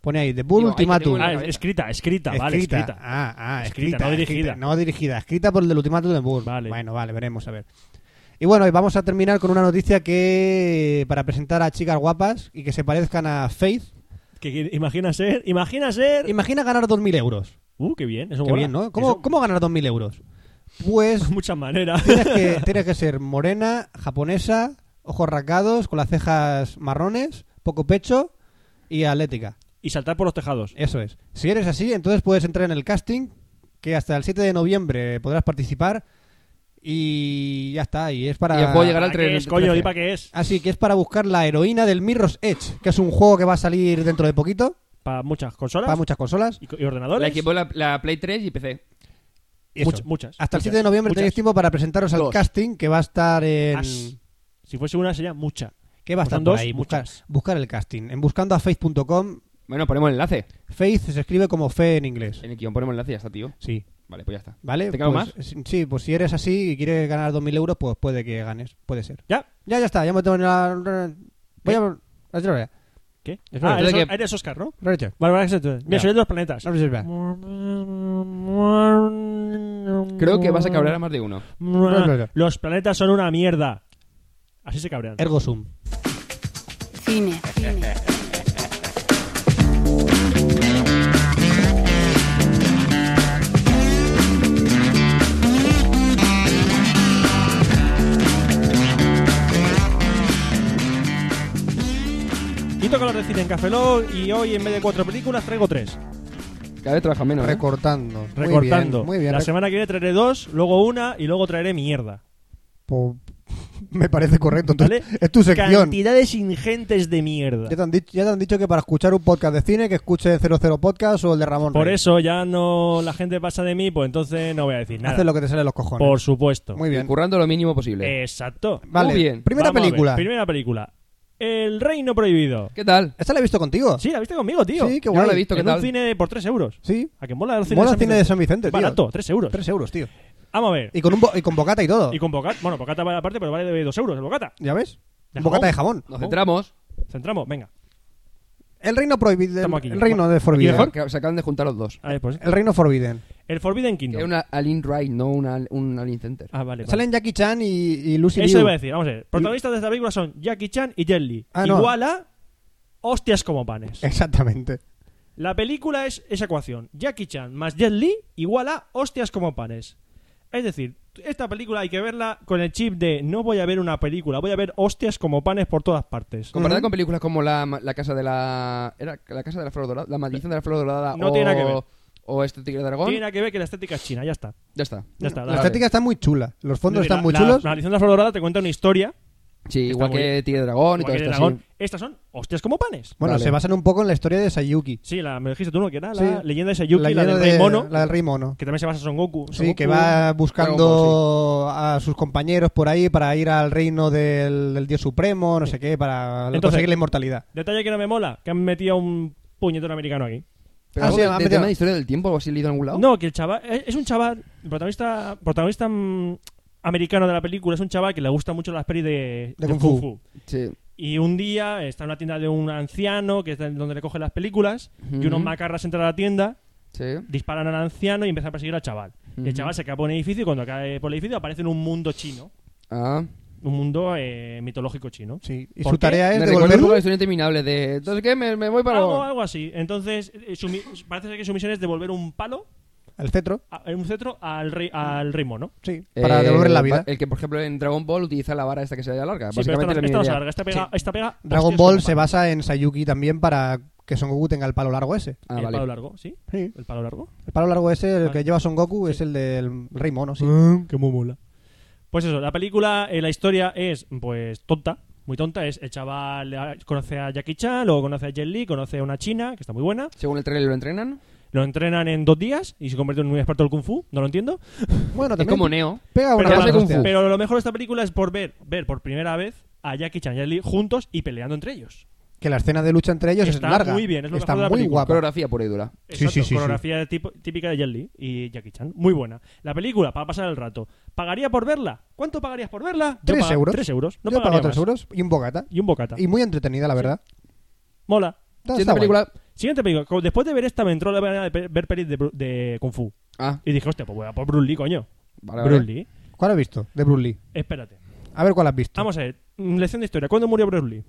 Pone ahí, The Burr Digo, ahí te tengo Ultimatum. en la Ah, cabeza. escrita, escrita, vale, escrita. Ah, ah, Escrita, escrita, no dirigida. escrita, no dirigida, escrita por el del ultimátum de Burr. Vale. Bueno, vale, veremos, a ver. Y bueno, y vamos a terminar con una noticia que para presentar a chicas guapas y que se parezcan a Faith. Que, que- imagina ser, imagina ser. Imagina ganar 2.000 euros. Uh, qué bien, eso Qué mola. bien, ¿no? Eso- *laughs* ¿Cómo, ¿Cómo ganar 2.000 euros? Pues Muchas maneras. tienes que, tienes que ser morena, japonesa, ojos rasgados, con las cejas marrones, poco pecho y atlética. y saltar por los *laughs* tejados. Eso es. Si eres así, entonces puedes entrar en el casting, que hasta el 7 de noviembre podrás participar y ya está. Y es para... Y ya puedo llegar al ¿Para qué 3. es, coño? ¿Y para qué es? Así que es para buscar la heroína del Mirror's Edge, que es un juego que va a salir dentro de poquito ¿Para muchas consolas? para muchas consolas. ¿Y, co- y ordenadores? La equipo, la, la Play 3 y PC. Y eso. Much- muchas. Hasta el muchas, 7 de noviembre muchas. tenéis tiempo para presentaros al Dos. casting, que va a estar en... As. Si fuese una sería mucha. ¿Qué va a Pues son estar por dos, ahí? Buscar, muchas. buscar el casting. En buscando a faith.com, Bueno, ponemos el enlace. faith se escribe como fe en inglés. En el guión ponemos el enlace y ya está, tío. Sí. Vale, pues ya está. ¿Vale? ¿Te cago Pues, s- Sí, pues si eres así y quieres ganar 2.000 euros, pues puede que ganes. Puede ser. ¿Ya? Ya, ya está. Ya me tengo la... Voy ¿Eh? a... la chorrea. ¿Qué? Espera, Ah, eres, espera o- que- eres Oscar, ¿no? Roger. Vale, vale, exacto. Mira, Ya. soy de los planetas. No, Roger, espera. Creo que vas a cabrear a más de uno. Los planetas son una mierda. Así se cabrean. Ergo sum. Cine. Y toca hablar de cine en Café Lock, y hoy en vez de cuatro películas traigo tres. Cada vez trabaja menos. ¿eh? Recortando. Muy Recortando. bien, Muy bien. La Rec- semana que viene traeré dos, luego una y luego traeré mierda. po- *laughs* Me parece correcto. tú- ¿Vale? Es tu sección. Cantidades ingentes de mierda. Ya te, han dicho, ya te han dicho que para escuchar un podcast de cine, que escuche 00 Podcast o el de Ramón Por Rey. eso ya no la gente pasa de mí, pues entonces no voy a decir nada. Haces lo que te sale de los cojones. Por supuesto. Muy bien. Currando lo mínimo Eh, posible. Exacto. Vale. Muy bien. Primera Vamos a ver, película. Primera película. El Reino Prohibido. ¿Qué tal? ¿Esta la he visto contigo? Sí, la viste conmigo, tío. Sí, qué Yo guay. no la he visto, ¿qué en un tal? cine por 3 euros. Sí. ¿A que mola el cine, Mola de, el cine de San Vicente, tío. Barato, 3 euros. 3 euros, tío. Vamos a ver. Y con, un bo- y con bocata y todo. Y con bocata. Bueno, bocata vale aparte, pero vale de 2 euros el bocata. ¿Ya ves? ¿De bocata de jamón? jamón. Nos centramos. Centramos, venga. El reino prohibido. Estamos aquí. El reino de ¿Y Forbidden. mejor? Que se acaban de juntar los dos. A ver, pues. El reino Forbidden. El Forbidden Que Kingdom. es una Alien Ride, no una, un Alien Center. Ah, vale. vale. Salen Jackie Chan y, y Lucy Eso Liu. iba a decir, vamos a ver. Protagonistas de esta película son Jackie Chan y Jet Li. Ah, no. Eh. Igual a hostias como panes. *laughs* Exactamente. La película es esa ecuación. Jackie Chan más Jet Li igual a hostias como panes. Es decir, esta película hay que verla con el chip de no voy a ver una película, voy a ver hostias como panes por todas partes. Comparada Ujú. con películas como la, ma- la Casa de la. Era la Casa de la Flor Dorada. La Maldición de la Flor Dorada. No o, tiene nada que ver. O este Tigre Dragón. Tiene que ver que la estética es china, ya está. Ya está. Ya está. La estética está muy chula. Los fondos la- están muy la- chulos. La maldición de la flor dorada te cuenta una historia. Sí, Está igual muy que bien. Tigre Dragón igual y todo este que el esto. dragón. sí. Estas son hostias como panes. Bueno, Vale. se basan un poco en la historia de Sayuki. Sí, la, me dijiste tú, ¿no? Que era la Sí. leyenda de Sayuki, la, leyenda del rey de- mono. La del rey mono. Que también se basa en Son Goku. Son Sí, Goku. que va Dragon buscando a sus compañeros por ahí para ir al reino del, del dios supremo, no sé qué, para Entonces- conseguir la inmortalidad. Detalle que no me mola, que han metido un puñetón americano aquí. Pero Ah, algo sí, de- me ha de metido- tema de historia del tiempo o así leído en algún lado. No, que el chaval es es un chaval, el protagonista, protagonista mm, americano de la película, es un chaval que le gusta mucho las pelis de, De Kung Fu. Sí. Y un día está en una tienda de un anciano, que es donde le cogen las películas, y unos Ujú. macarras entran a la tienda, Sí. disparan al anciano y empiezan a perseguir al chaval. Y el Ujú. chaval se cae por un edificio y cuando cae por el edificio aparece en un mundo chino, Ah. un mundo eh, mitológico chino. Sí. Y ¿Por su qué? tarea Ah, es Me recuerda un poco a la devolverlo. historia interminable de. Entonces, ¿qué? Me, me voy para. Algo, algo así. Entonces, eh, su mi- parece ser que su misión es devolver un palo, El cetro, a- un cetro al rey, al rey mono. sí. Para Eh, devolver la va- vida. El que, por ejemplo, en Dragon Ball utiliza la vara esta que se Ah, alarga. Sí, pero esta, no- Básicamente la esta misma no se idea. alarga, esta pega, esta pega hostias Dragon como Ball se pan. basa en Sayuki también para que Son Goku tenga el palo largo ese. Ah, el vale. palo largo, ¿sí? Sí. El palo largo. El palo largo ese, el Vale. que lleva Son Goku, es el del Rey Mono, sí. que muy mola. Pues eso, la película, eh, la historia es, pues, tonta. Muy tonta. Es el chaval eh, conoce a Jackie Chan, luego conoce a Jet Li, conoce a una china, que está muy buena. Ah, Según el trailer lo entrenan. lo entrenan en dos días y se convierte en un experto del kung fu, no lo entiendo. Bueno, Es también como Neo. pega una Pero, hace buena kung hostia. fu. pero lo mejor de esta película es por ver, ver por primera vez a Jackie Chan y Jet Li juntos y peleando entre ellos. Que la escena de lucha entre ellos Está es larga. muy bien, es lo está mejor de la muy película. guapa. Coreografía pura y dura. Sí, Exacto, sí, sí, sí. Coreografía tipo- típica de Jet Li y Jackie Chan. Muy buena. La película, para pasar el rato. ¿Pagaría por verla? ¿cuánto pagarías por verla? Yo Tres pa- euros. Tres euros. No Yo he pagaría pagado 3 más. euros y un bocata. Y un bocata. Y muy entretenida, la verdad. Mola. Está- Siguiente está guay. película. Siguiente película. Co- Después de ver esta, me entró la manera de pe- ver pelis de, Bru- de Kung Fu. Ah, Y dije, hostia, pues voy a por Bruce Lee, coño. vale, Bruce vale. Lee. ¿Cuál has visto? De Bruce Lee. Espérate. A ver cuál has visto. Vamos a ver. Mm, Lección de historia. ¿Cuándo murió Bruce Lee?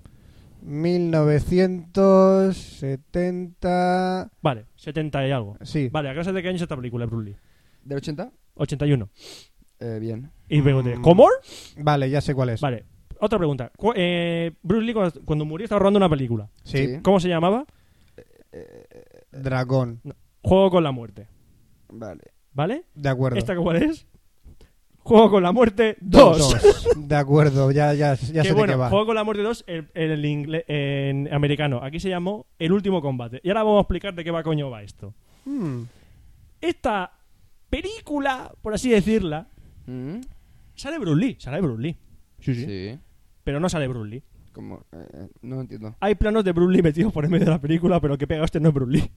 1970. Vale, 70 y algo. Sí. Vale, ¿a qué de qué año es esta película, de Bruce Lee? ¿Del 80? 81. Eh, bien. Y pregunté, Mm. ¿Comor? Vale, ya sé cuál es. Vale. Otra pregunta. Cu- eh, Bruce Lee cuando, cuando murió estaba rodando una película. Sí. Sí. ¿Cómo se llamaba? Dragón. Juego con la muerte. Vale. ¿Vale? De acuerdo. ¿Esta cuál es? Juego con la muerte 2. Dos. De acuerdo, ya, ya, ya que sé bueno, de qué va. Juego con la muerte 2 en, en el ingle- en americano. Aquí se llamó El último combate. Y ahora vamos a explicar de qué va coño va esto. Hmm. Esta película, por así decirla, Mm, sale Bruce Lee. Sale Bruce Lee. Sí, sí. Sí. Pero no sale Bruce Lee. Como, eh, no entiendo. Hay planos de Bruce Lee metidos por en medio de la película, pero que pega este no es Bruce Lee.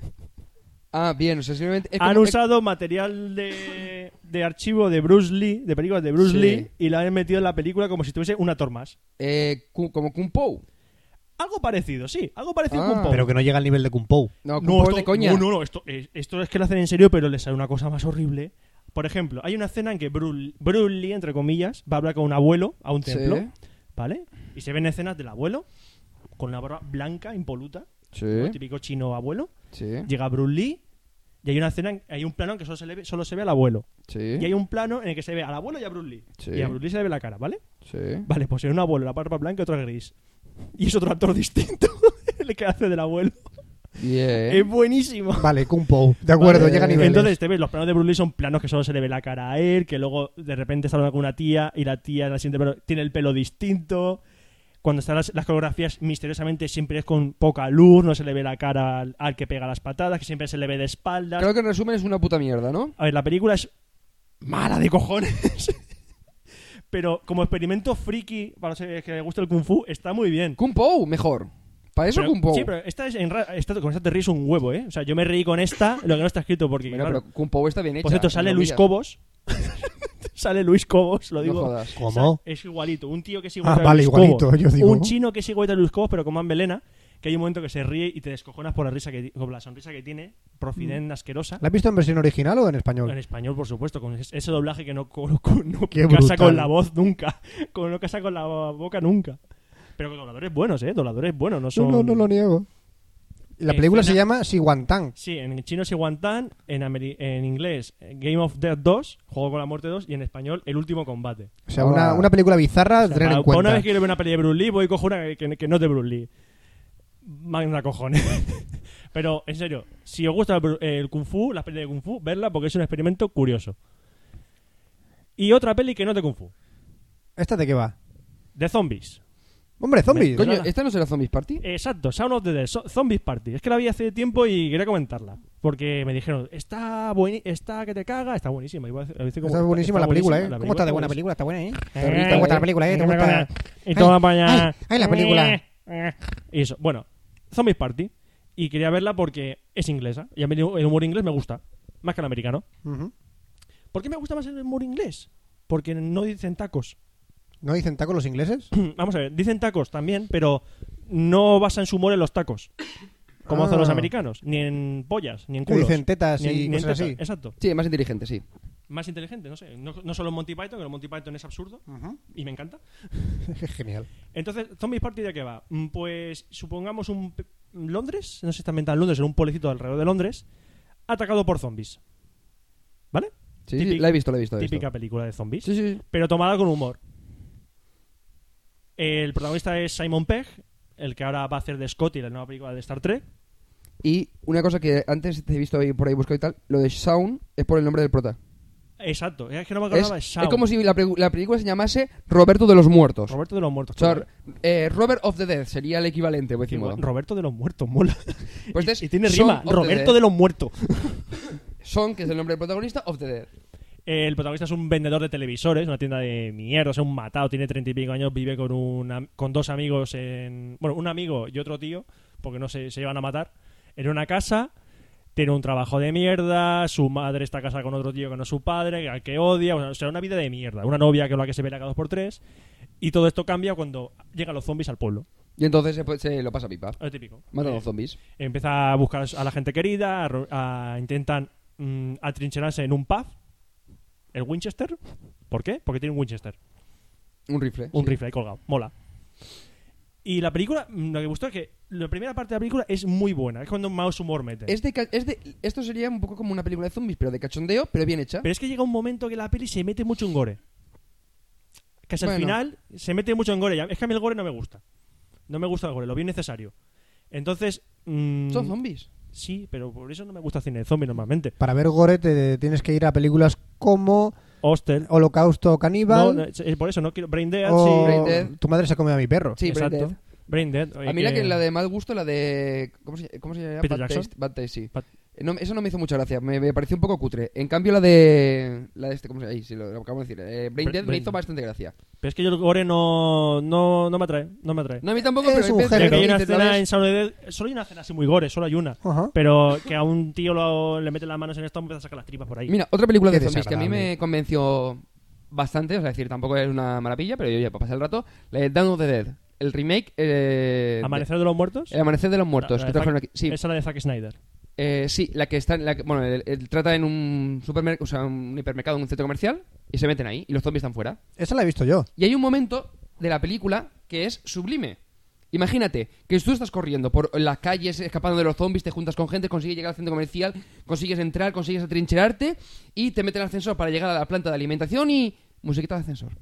Ah, bien, o sea, simplemente. es han como- eh, es- usado material de, de archivo de Bruce Lee, de películas de Bruce Sí. Lee, y la han metido en la película como si tuviese un actor más. eh, cu- como Kung Po. Algo parecido, sí, algo parecido Ah. a Kung Po. Pero que no llega al nivel de Kung Pao. No, Kung no, Po esto, es de coña. no, no, no, esto, es- esto es que lo hacen en serio, pero les sale una cosa más horrible. Por ejemplo, hay una escena en que Bruce, Bruce Lee, entre comillas, va a hablar con un abuelo a un Sí. templo, ¿vale? Y se ven escenas del abuelo con una barba blanca, impoluta, como el Sí. típico chino abuelo. Sí. Llega Bruce Lee y hay una escena, en- hay un plano en que solo se, le ve- solo se ve al abuelo. Sí. Y hay un plano en el que se ve al abuelo y a Bruce Lee. Sí. Y a Bruce Lee se le ve la cara, ¿vale? Sí. Vale, pues en un abuelo la barba blanca y otro gris. Y es otro actor *laughs* distinto el que hace del abuelo. Bien. Es buenísimo. Vale, Kung Pao. ¿Eh? De acuerdo, Vale. llega a nivel. Entonces, te ves, los planos de Bruce Lee son planos que solo se le ve la cara a él, que luego de repente está hablando con una tía y la tía en la siguiente pero tiene el pelo distinto. Cuando están las, las coreografías, misteriosamente siempre es con poca luz, no se le ve la cara al, al que pega las patadas, que siempre se le ve de espaldas. Creo que en resumen es una puta mierda, ¿no? A ver, la película es mala de cojones. *laughs* Pero como experimento friki, para los que les gusta el kung fu, está muy bien. Kung Po, mejor. Para eso Pero- Kung Po. Sí, pero esta es en ra- esta- con esta te ríes un huevo, ¿eh? O sea, yo me reí con esta, lo que no está escrito porque, Bueno, claro, pero Kung Po está bien hecha. por cierto, entre sale Luis comillas. Cobos. *laughs* sale Luis Cobos, lo No digo. jodas. O sea, ¿Cómo? es igualito. Un tío que es igualito Ah, vale, a Luis igualito, Cobos. yo digo. Un chino que es igualito a Luis Cobos, pero con más melena. Que hay un momento que se ríe y te descojonas por la risa que ti- por la sonrisa que tiene, profiden Mm. asquerosa. ¿La has visto en versión original o en En español? español, por supuesto, con es- ese doblaje que no, co- *laughs* co- no Qué casa brutal. con la voz nunca. *laughs* Con no casa con la boca nunca. Pero con dobladores buenos, ¿eh? Dobladores buenos, no son... No, no, no lo niego. La Eh, película se escena- llama Siguantán. Sí, en chino se guantan, en, ameri- en inglés eh, Game of Death 2, Juego con la Muerte 2, y en español El Último Combate. O sea, una, Ah. una película bizarra, O sea, tener para- para en cuenta. una vez que quiero ver una peli de Bruce Lee, voy y cojo una que, que- que no es de Bruce Lee. Magna cojones. *laughs* Pero, en serio, si os gusta el, Bru- el Kung Fu, las pelis de Kung Fu, verla porque es un experimento curioso. Y otra peli que no es de Kung Fu, ¿Esta de qué va? de zombies. Hombre, zombies. Me- Coño, Nada. ¿esta no será Zombies Party? Exacto, Sound of the Dead, so- Zombies Party. Es que la vi hace tiempo y quería comentarla. Porque me dijeron, está, bueni- está que te caga, está buenísima. Iba a decir- iba a decir como- Está buenísima la película, ¿eh? buenísima, la ¿Cómo está de buena buenísima. película? Está buena, ¿eh? Eh, ¿Te gusta la película, eh? ¿Te gusta? Y todo Ay, para allá. ay, ay, la película. Eh, eh. Y eso. Bueno, Zombies Party. Y quería verla porque es inglesa. Y a mí el humor inglés me gusta. Más que el americano. Ujú. ¿Por qué me gusta más el humor inglés? Porque no dicen tacos. ¿No dicen tacos los ingleses? *clears throat* *laughs* Vamos a ver, dicen tacos también, pero no basan su humor en los tacos. Como hacen Ah. los americanos. Ni en pollas, ni en Que culos. dicen tetas ni en- y ni en cosas así. Exacto. Sí, más inteligente, sí. Más inteligente, no sé. No, no solo en Monty Python, que en Monty Python es absurdo. Y me encanta. Genial. Entonces, Zombies Party de qué va? Mm, Pues supongamos un pe- Londres, no sé si está ambientado en Londres, en un pueblecito alrededor de Londres, atacado por zombies. ¿Vale? Sí, sí, Típica- la he visto, la he visto. la he visto. Típica película de zombies, Sí, sí. sí. pero tomada con humor. El protagonista es Simon Pegg, el que ahora va a hacer de Scotty la nueva película de Star Trek. Y una cosa que antes te he visto ahí por ahí buscado y tal, lo de Sound es por el nombre del prota. Exacto, es que no me Es, acordaba. es Shaw. como si la, pregu- la película se llamase Roberto de los Muertos. Roberto de los Muertos. O sea, eh, Robert of the Dead sería el equivalente, por Qué decir guay. modo. Roberto de los Muertos, mola. Pues y, es y tiene Son rima. of the Roberto Dead. de los Muertos. Son, que es el nombre del protagonista, of the Dead. Eh, El protagonista es un vendedor de televisores, una tienda de mierda, es un matado, tiene treinta y pico años, vive con una, con dos amigos en. Bueno, un amigo y otro tío, porque no se, se iban a matar, en una casa, tiene un trabajo de mierda, su madre está casada con otro tío que no es su padre, al que odia, o sea, una vida de mierda, una novia que es la que se ve cada dos por tres, y todo esto cambia cuando llegan los zombies al pueblo. Y entonces se, se lo pasa pipa. Lo típico. Mata a Eh, los zombies. empieza a buscar a la gente querida, a ro- a- intentan mm, atrincherarse en un pub, el Winchester. ¿Por qué? Porque tiene un Winchester, Un rifle. un sí. rifle ahí colgado, mola. Y la película, mm, lo que me gustó es que la primera parte de la película es muy buena, es cuando más humor mete. Es de, Este ca- es de- esto sería un poco como una película de zombies, pero de cachondeo, pero bien hecha. Pero es que llega un momento que la peli se mete mucho en gore. Casi al Bueno. final se mete mucho en gore. Ya- Es que a mí el gore no me gusta. No me gusta el gore, lo vi necesario. Entonces. mm, Son zombies. Sí, pero por eso no me gusta el cine de zombie normalmente. Para ver gore te tienes que ir a películas como Hostel. Holocausto No, Caníbal no, es- es por eso no quiero. Brain Dead, o sí. Brain Dead. Tu madre se ha comido a mi perro. Sí, pero Exacto. de- Brain Dead. oye, A mí la que la de mal gusto, la de. ¿Cómo se, cómo se llama? Peter Bad Jackson. Taste. Bad Taste, sí. Bad- Eh, no, eso no me hizo mucha gracia, me, me pareció un poco cutre. En cambio, la de. La de este, ¿cómo se llama? Ahí, sí, lo, lo acabo de decir. Eh, Brain Bra- Dead me Brain hizo Dead. bastante gracia. Pero es que yo el gore no, no, no me atrae. No me atrae. No, a mí tampoco, Es pero. un hay veces Mira, género. que que hay una dices, escena ¿sabes? en Shaun of the Dead- Solo hay una escena así muy gore, solo hay una. Ajá. Pero que a un tío lo- le mete las manos en esto y empieza a sacar las tripas por ahí. Mira, otra película de Qué zombies que a mí desagradable. me convenció bastante, o sea, es decir, tampoco es una maravilla, pero yo ya para pasar el rato, la de Dawn of the Dead, el remake eh, de- ¿Amanecer de los muertos? El Amanecer de los Muertos, La- la que de trajeron Zack- aquí. Sí, Esa la de Zack Snyder. eh, sí, la que está, en la que- bueno, el- el- trata en un supermercado, o sea, un hipermercado, en un centro comercial, y se meten ahí, y los zombies están fuera. Esa la he visto yo. Y hay un momento de la película que es sublime. Imagínate que tú estás corriendo por las calles, escapando de los zombies, te juntas con gente, consigues llegar al centro comercial, consigues entrar, consigues atrincherarte y te meten al ascensor para llegar a la planta de alimentación y... Musiquita de ascensor.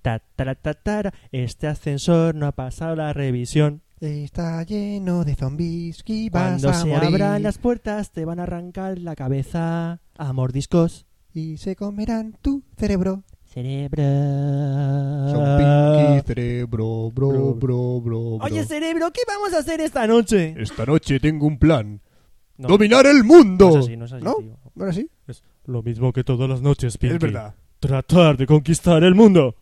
Ta, tara, ta, tara. Este ascensor no ha pasado la revisión. Está lleno de zombies y vas Cuando a se morir. abran las puertas te van a arrancar la cabeza a mordiscos. Y se comerán tu cerebro. Cerebro. Son pinky cerebro, Ah. bro, bro, bro, bro. Oye, cerebro, ¿qué vamos a hacer esta noche? Esta noche tengo un plan. No, ¡Dominar el No mundo! es Pues así, no es así, ¿No? tío. ¿No era así? Lo mismo que todas las noches, Pinky. Es verdad. Tratar de conquistar el mundo.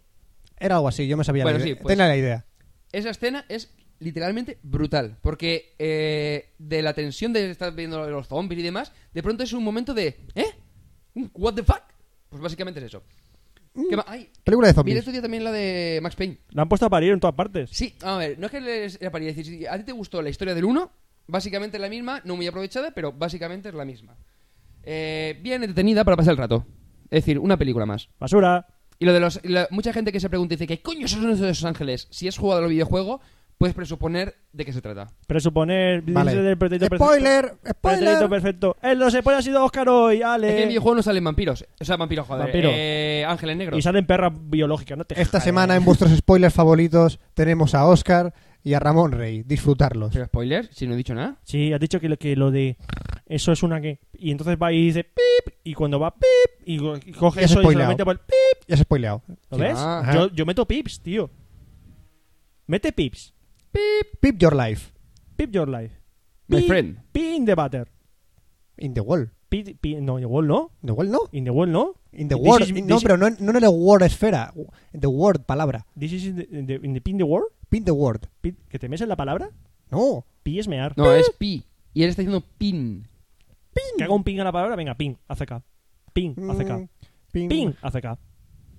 Era algo así, yo me sabía Bueno, la idea. sí, pues. Tenía la idea. Esa escena es literalmente brutal, porque eh, de la tensión de estar viendo los zombies y demás, de pronto es un momento de... ¿Eh? ¿Un what the fuck? Pues básicamente es eso. ¿Qué va- Ay, Mm. Película de mira zombies. este día también la de Max Payne. La han puesto a parir en todas partes. Sí, a ver, no es que les era para decir, si a ti te gustó la historia del 1, básicamente es la misma, no muy aprovechada, pero básicamente es la misma. Eh, bien entretenida para pasar el rato. Es decir, una película más. Basura. Y lo de los. la- mucha gente que se pregunta y dice, ¿qué coño son esos de Los Ángeles? Si es jugador del videojuego, puedes presuponer de qué se trata. Presuponer. Vale. Pretérito perfecto. Spoiler, Pretérito spoiler. perfecto. El no se puede ha sido Oscar hoy, Es que en el Ale. videojuego no salen vampiros. O sea, vampiros, joder. Eh, Vampiro. eh, ángeles negros. Y salen perras biológicas, ¿no? Te Esta jodas. semana en vuestros spoilers favoritos tenemos a Oscar y a Ramón Rey. Disfrutarlos. Pero spoiler, si no he dicho nada. Sí, has dicho que lo, que lo de. Eso es una que. Y entonces va y dice pip. Y cuando va pip. Y go- y coge Y has eso y spoileado. solamente va el pip. Ya se spoileado. ¿Lo Sí, ves? ah. yo, yo meto pips, tío. Mete pips. Pip your life Pip your life. My Pi- friend. Pi in the butter. in the wall. Pi, pi- no, in the wall no. In the wall no. In the wall no. In the This world. is- no, this- pero no, en- no en el word esfera. En the word palabra. This is in the, in the, in the pin the word. Pin the word. Pi- ¿Que te meses la palabra? No. Pi es mear. No, es pi. Y él está diciendo pin. Que haga un ping a la palabra, venga, ping, hace acá. Ping, hace acá. Mm, pin. Ping, hace acá.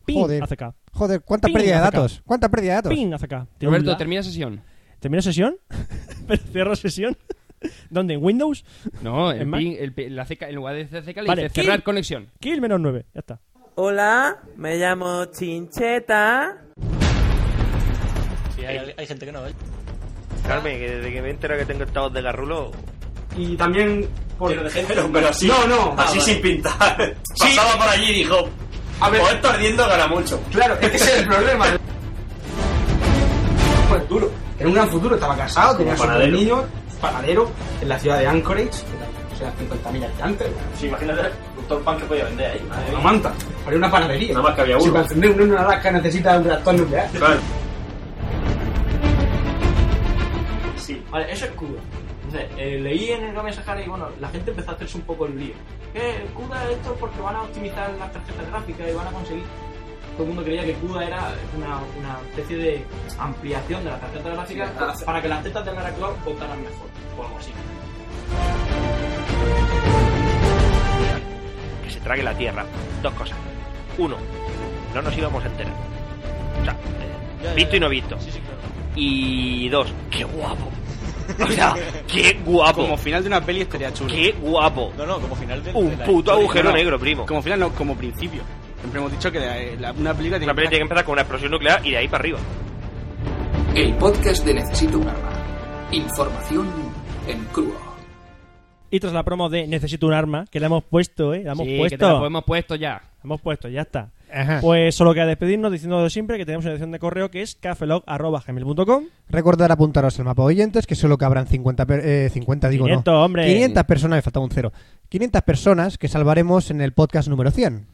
Ping, Joder. hace acá. Joder, cuánta Pin, pérdida de hace acá. datos. Cuánta pérdida de datos. Ping, hace acá. Tiene un Roberto, la- termina sesión. ¿Termino sesión? *laughs* Pero ¿Cierro sesión? *laughs* ¿Dónde? ¿En Windows? No, el ¿En Mac? pin, el, pi- la CK, en lugar de CK le Vale, dice ¿qué? cerrar conexión. Kill menos 9, ya está. Hola, me llamo Chincheta. Sí, hay, hay gente que no, ¿eh? Carmen, que desde que me entera que tengo estados de garrulo. Y también por Pero de género, pero así. No, Ah, no. Así sin pintar. Pasaba por allí y dijo. A ver, esto ardiendo gana mucho. Claro, ese es el problema. Pues Futuro. Era un gran futuro, estaba casado, tenía Como panadero. niños, panadero en la ciudad de Anchorage. que tal. O sea, las 50.000 habitantes. Sí, imagínate el- todo el pan que podía vender ahí. madre Una mía. manta, para una panadería. Nada más que había Si uno. para encender un horno en Alaska necesitas un reactor nuclear. Claro. Sí, vale, eso es Cuba. Entonces, eh, leí en el Game Sahara y bueno, la gente empezó a hacerse un poco el lío. ¿Qué? Cuba esto porque van a optimizar las tarjetas gráficas y van a conseguir. Todo el mundo creía que Cuba era una, una especie de ampliación de las tarjetas gráficas Sí, hace- para que las tetas de Lara Croft contaran mejor o algo así. que se trague la tierra. Dos cosas. Uno, no nos íbamos a enterar. O sea, eh, ya, visto y ya. no visto. Y dos, qué guapo. O *laughs* sea, qué guapo. Ah, Como final de una peli estaría chulo. Qué guapo. No, no, como final de. Un de la puto historia. agujero No, no. negro, primo. Como final, no, como principio. Siempre hemos dicho que la- la- Una una película tiene película tiene que empezar con una explosión nuclear y de ahí para arriba. El podcast de Necesito un arma. Información en crudo. Y tras la promo de Necesito un arma, que la hemos puesto, ¿eh? La hemos Sí, que puesto. te la Ah. hemos puesto ya. La hemos puesto, ya está. Ajá. Pues solo queda despedirnos diciendo siempre que tenemos una dirección de correo que es cafelog.gmail.com Recordar apuntaros al mapa oyentes, que solo cabrán 50, per- eh, 50 digo 500, no. hombre. 500 personas, me faltaba un cero. 500 personas que salvaremos en el podcast número 100.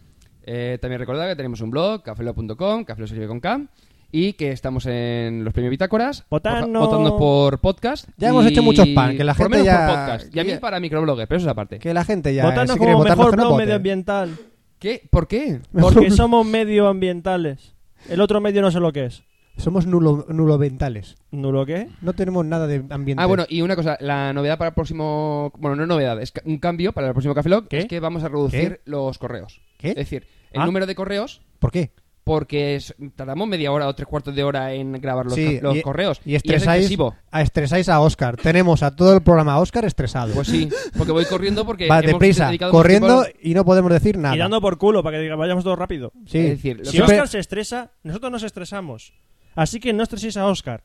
Eh, también recordad que tenemos un blog, cafelo.com, cafelo se escribe con K, y que estamos en los premios bitácoras, Votadnos. votando por podcast. Ya hemos y hecho muchos pan, que la por gente menos ya- por podcast. Y a mí para microblogger, pero eso es aparte. Que la gente ya... Votanos si como quiere votarnos, mejor que no blog vote. medioambiental. *laughs* ¿Qué? ¿Por qué? Porque somos medioambientales. El otro medio no sé lo que es. Somos nulo, nuloventales. ¿Nulo qué? No tenemos nada de ambiente. Ah, bueno, y una cosa, la novedad para el próximo... Bueno, no novedad, es ca- un cambio para el próximo Café Lock, es que vamos a reducir los correos. ¿Qué? Es decir, el Ah. número de correos... ¿Por qué? Porque es- tardamos media hora o tres cuartos de hora en grabar los, Sí, ca- los y- correos. Y es estresáis, excesivo. a estresáis a Oscar. Tenemos a todo el programa Oscar estresado. Pues sí, porque voy corriendo porque... Va, hemos deprisa, dedicado mucho tiempo corriendo al- y no podemos decir nada. Y dando por culo para que diga, vayamos todos rápido. Sí. Es decir, si siempre- Oscar se estresa, nosotros nos estresamos. Así que no estreséis a Oscar.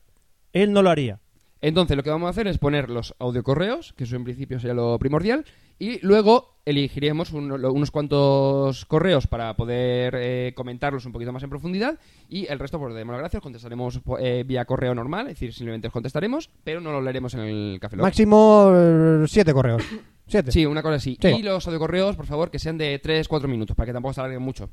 Él no lo haría. Entonces, lo que vamos a hacer es poner los audiocorreos, que eso en principio sería lo primordial, y luego elegiremos un- lo- unos cuantos correos para poder eh, comentarlos un poquito más en profundidad, y el resto, pues, daremos las gracias, contestaremos po- eh, vía correo normal, es decir, simplemente os contestaremos, pero no lo leeremos en el café. Lock. Máximo eh, siete correos. Siete. Sí, una cosa así. Sí. Y los audiocorreos, por favor, que sean de 3-4 minutos, para que tampoco se alarguen mucho.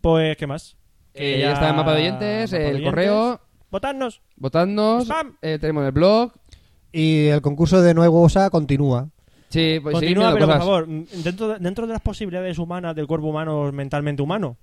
Pues, ¿qué más? Eh, ya está el mapa de oyentes, mapa de el oyentes. correo. Votadnos. Votadnos. eh, tenemos el blog. Y el concurso de Nuevo OSA continúa. Sí, pues, seguid Continúa, viendo pero por cosas. favor, mm, dentro de, dentro de las posibilidades humanas del cuerpo humano mentalmente humano,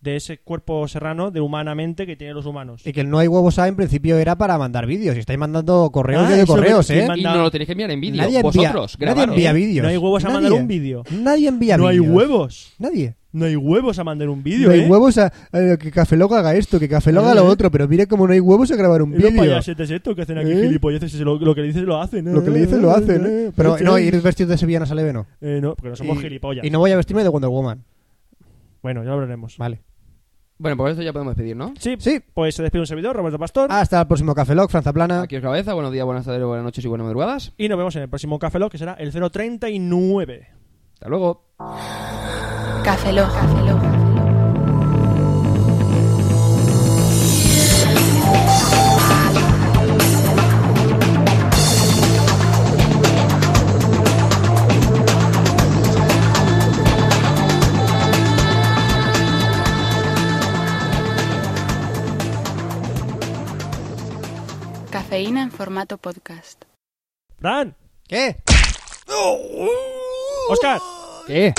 de ese cuerpo serrano de humanamente que tienen los humanos. Y que el no hay huevos A en principio era para mandar vídeos. Y estáis mandando correos Ah, y de eso correos, es- ¿eh? ¿quién manda? Y no lo tenéis que enviar en vídeo, Nadie envía, vosotros, nadie grabaros. envía vídeos. Eh, No hay huevos a Nadie. mandar un vídeo. Nadie envía No hay vídeos. huevos. Nadie. No hay huevos a mandar un vídeo, No hay ¿eh? huevos a, a que Café Loco haga esto, que Café Loco haga lo Eh. otro, pero mire cómo no hay huevos a grabar un Y los vídeo. payasetes estos que hacen aquí ¿Eh? gilipolleces, lo, lo que le dices lo hacen. Lo que le dicen lo hacen, ¿eh? Pero no, ir vestido de sevillana sale bien, ¿no? Eh, no, porque no somos Y- gilipollas. Y no voy a vestirme de Wonder Woman. Bueno, ya lo hablaremos. Vale. Bueno, por esto ya podemos pedir, ¿no? Sí, Pues se despide un servidor, Roberto Pastor. Hasta el próximo Café Lock, Franza Plana. Aquí os cabeza, buenos días, buenas tardes, buenas noches y buenas madrugadas. Y nos vemos en el próximo Café Lock, que será el 039. Hasta luego. Café Lock. Cafeína en formato podcast. ¡Fran! ¿Qué? ¡Oscar! ¿Qué?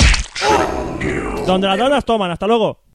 Donde las donas toman, hasta luego.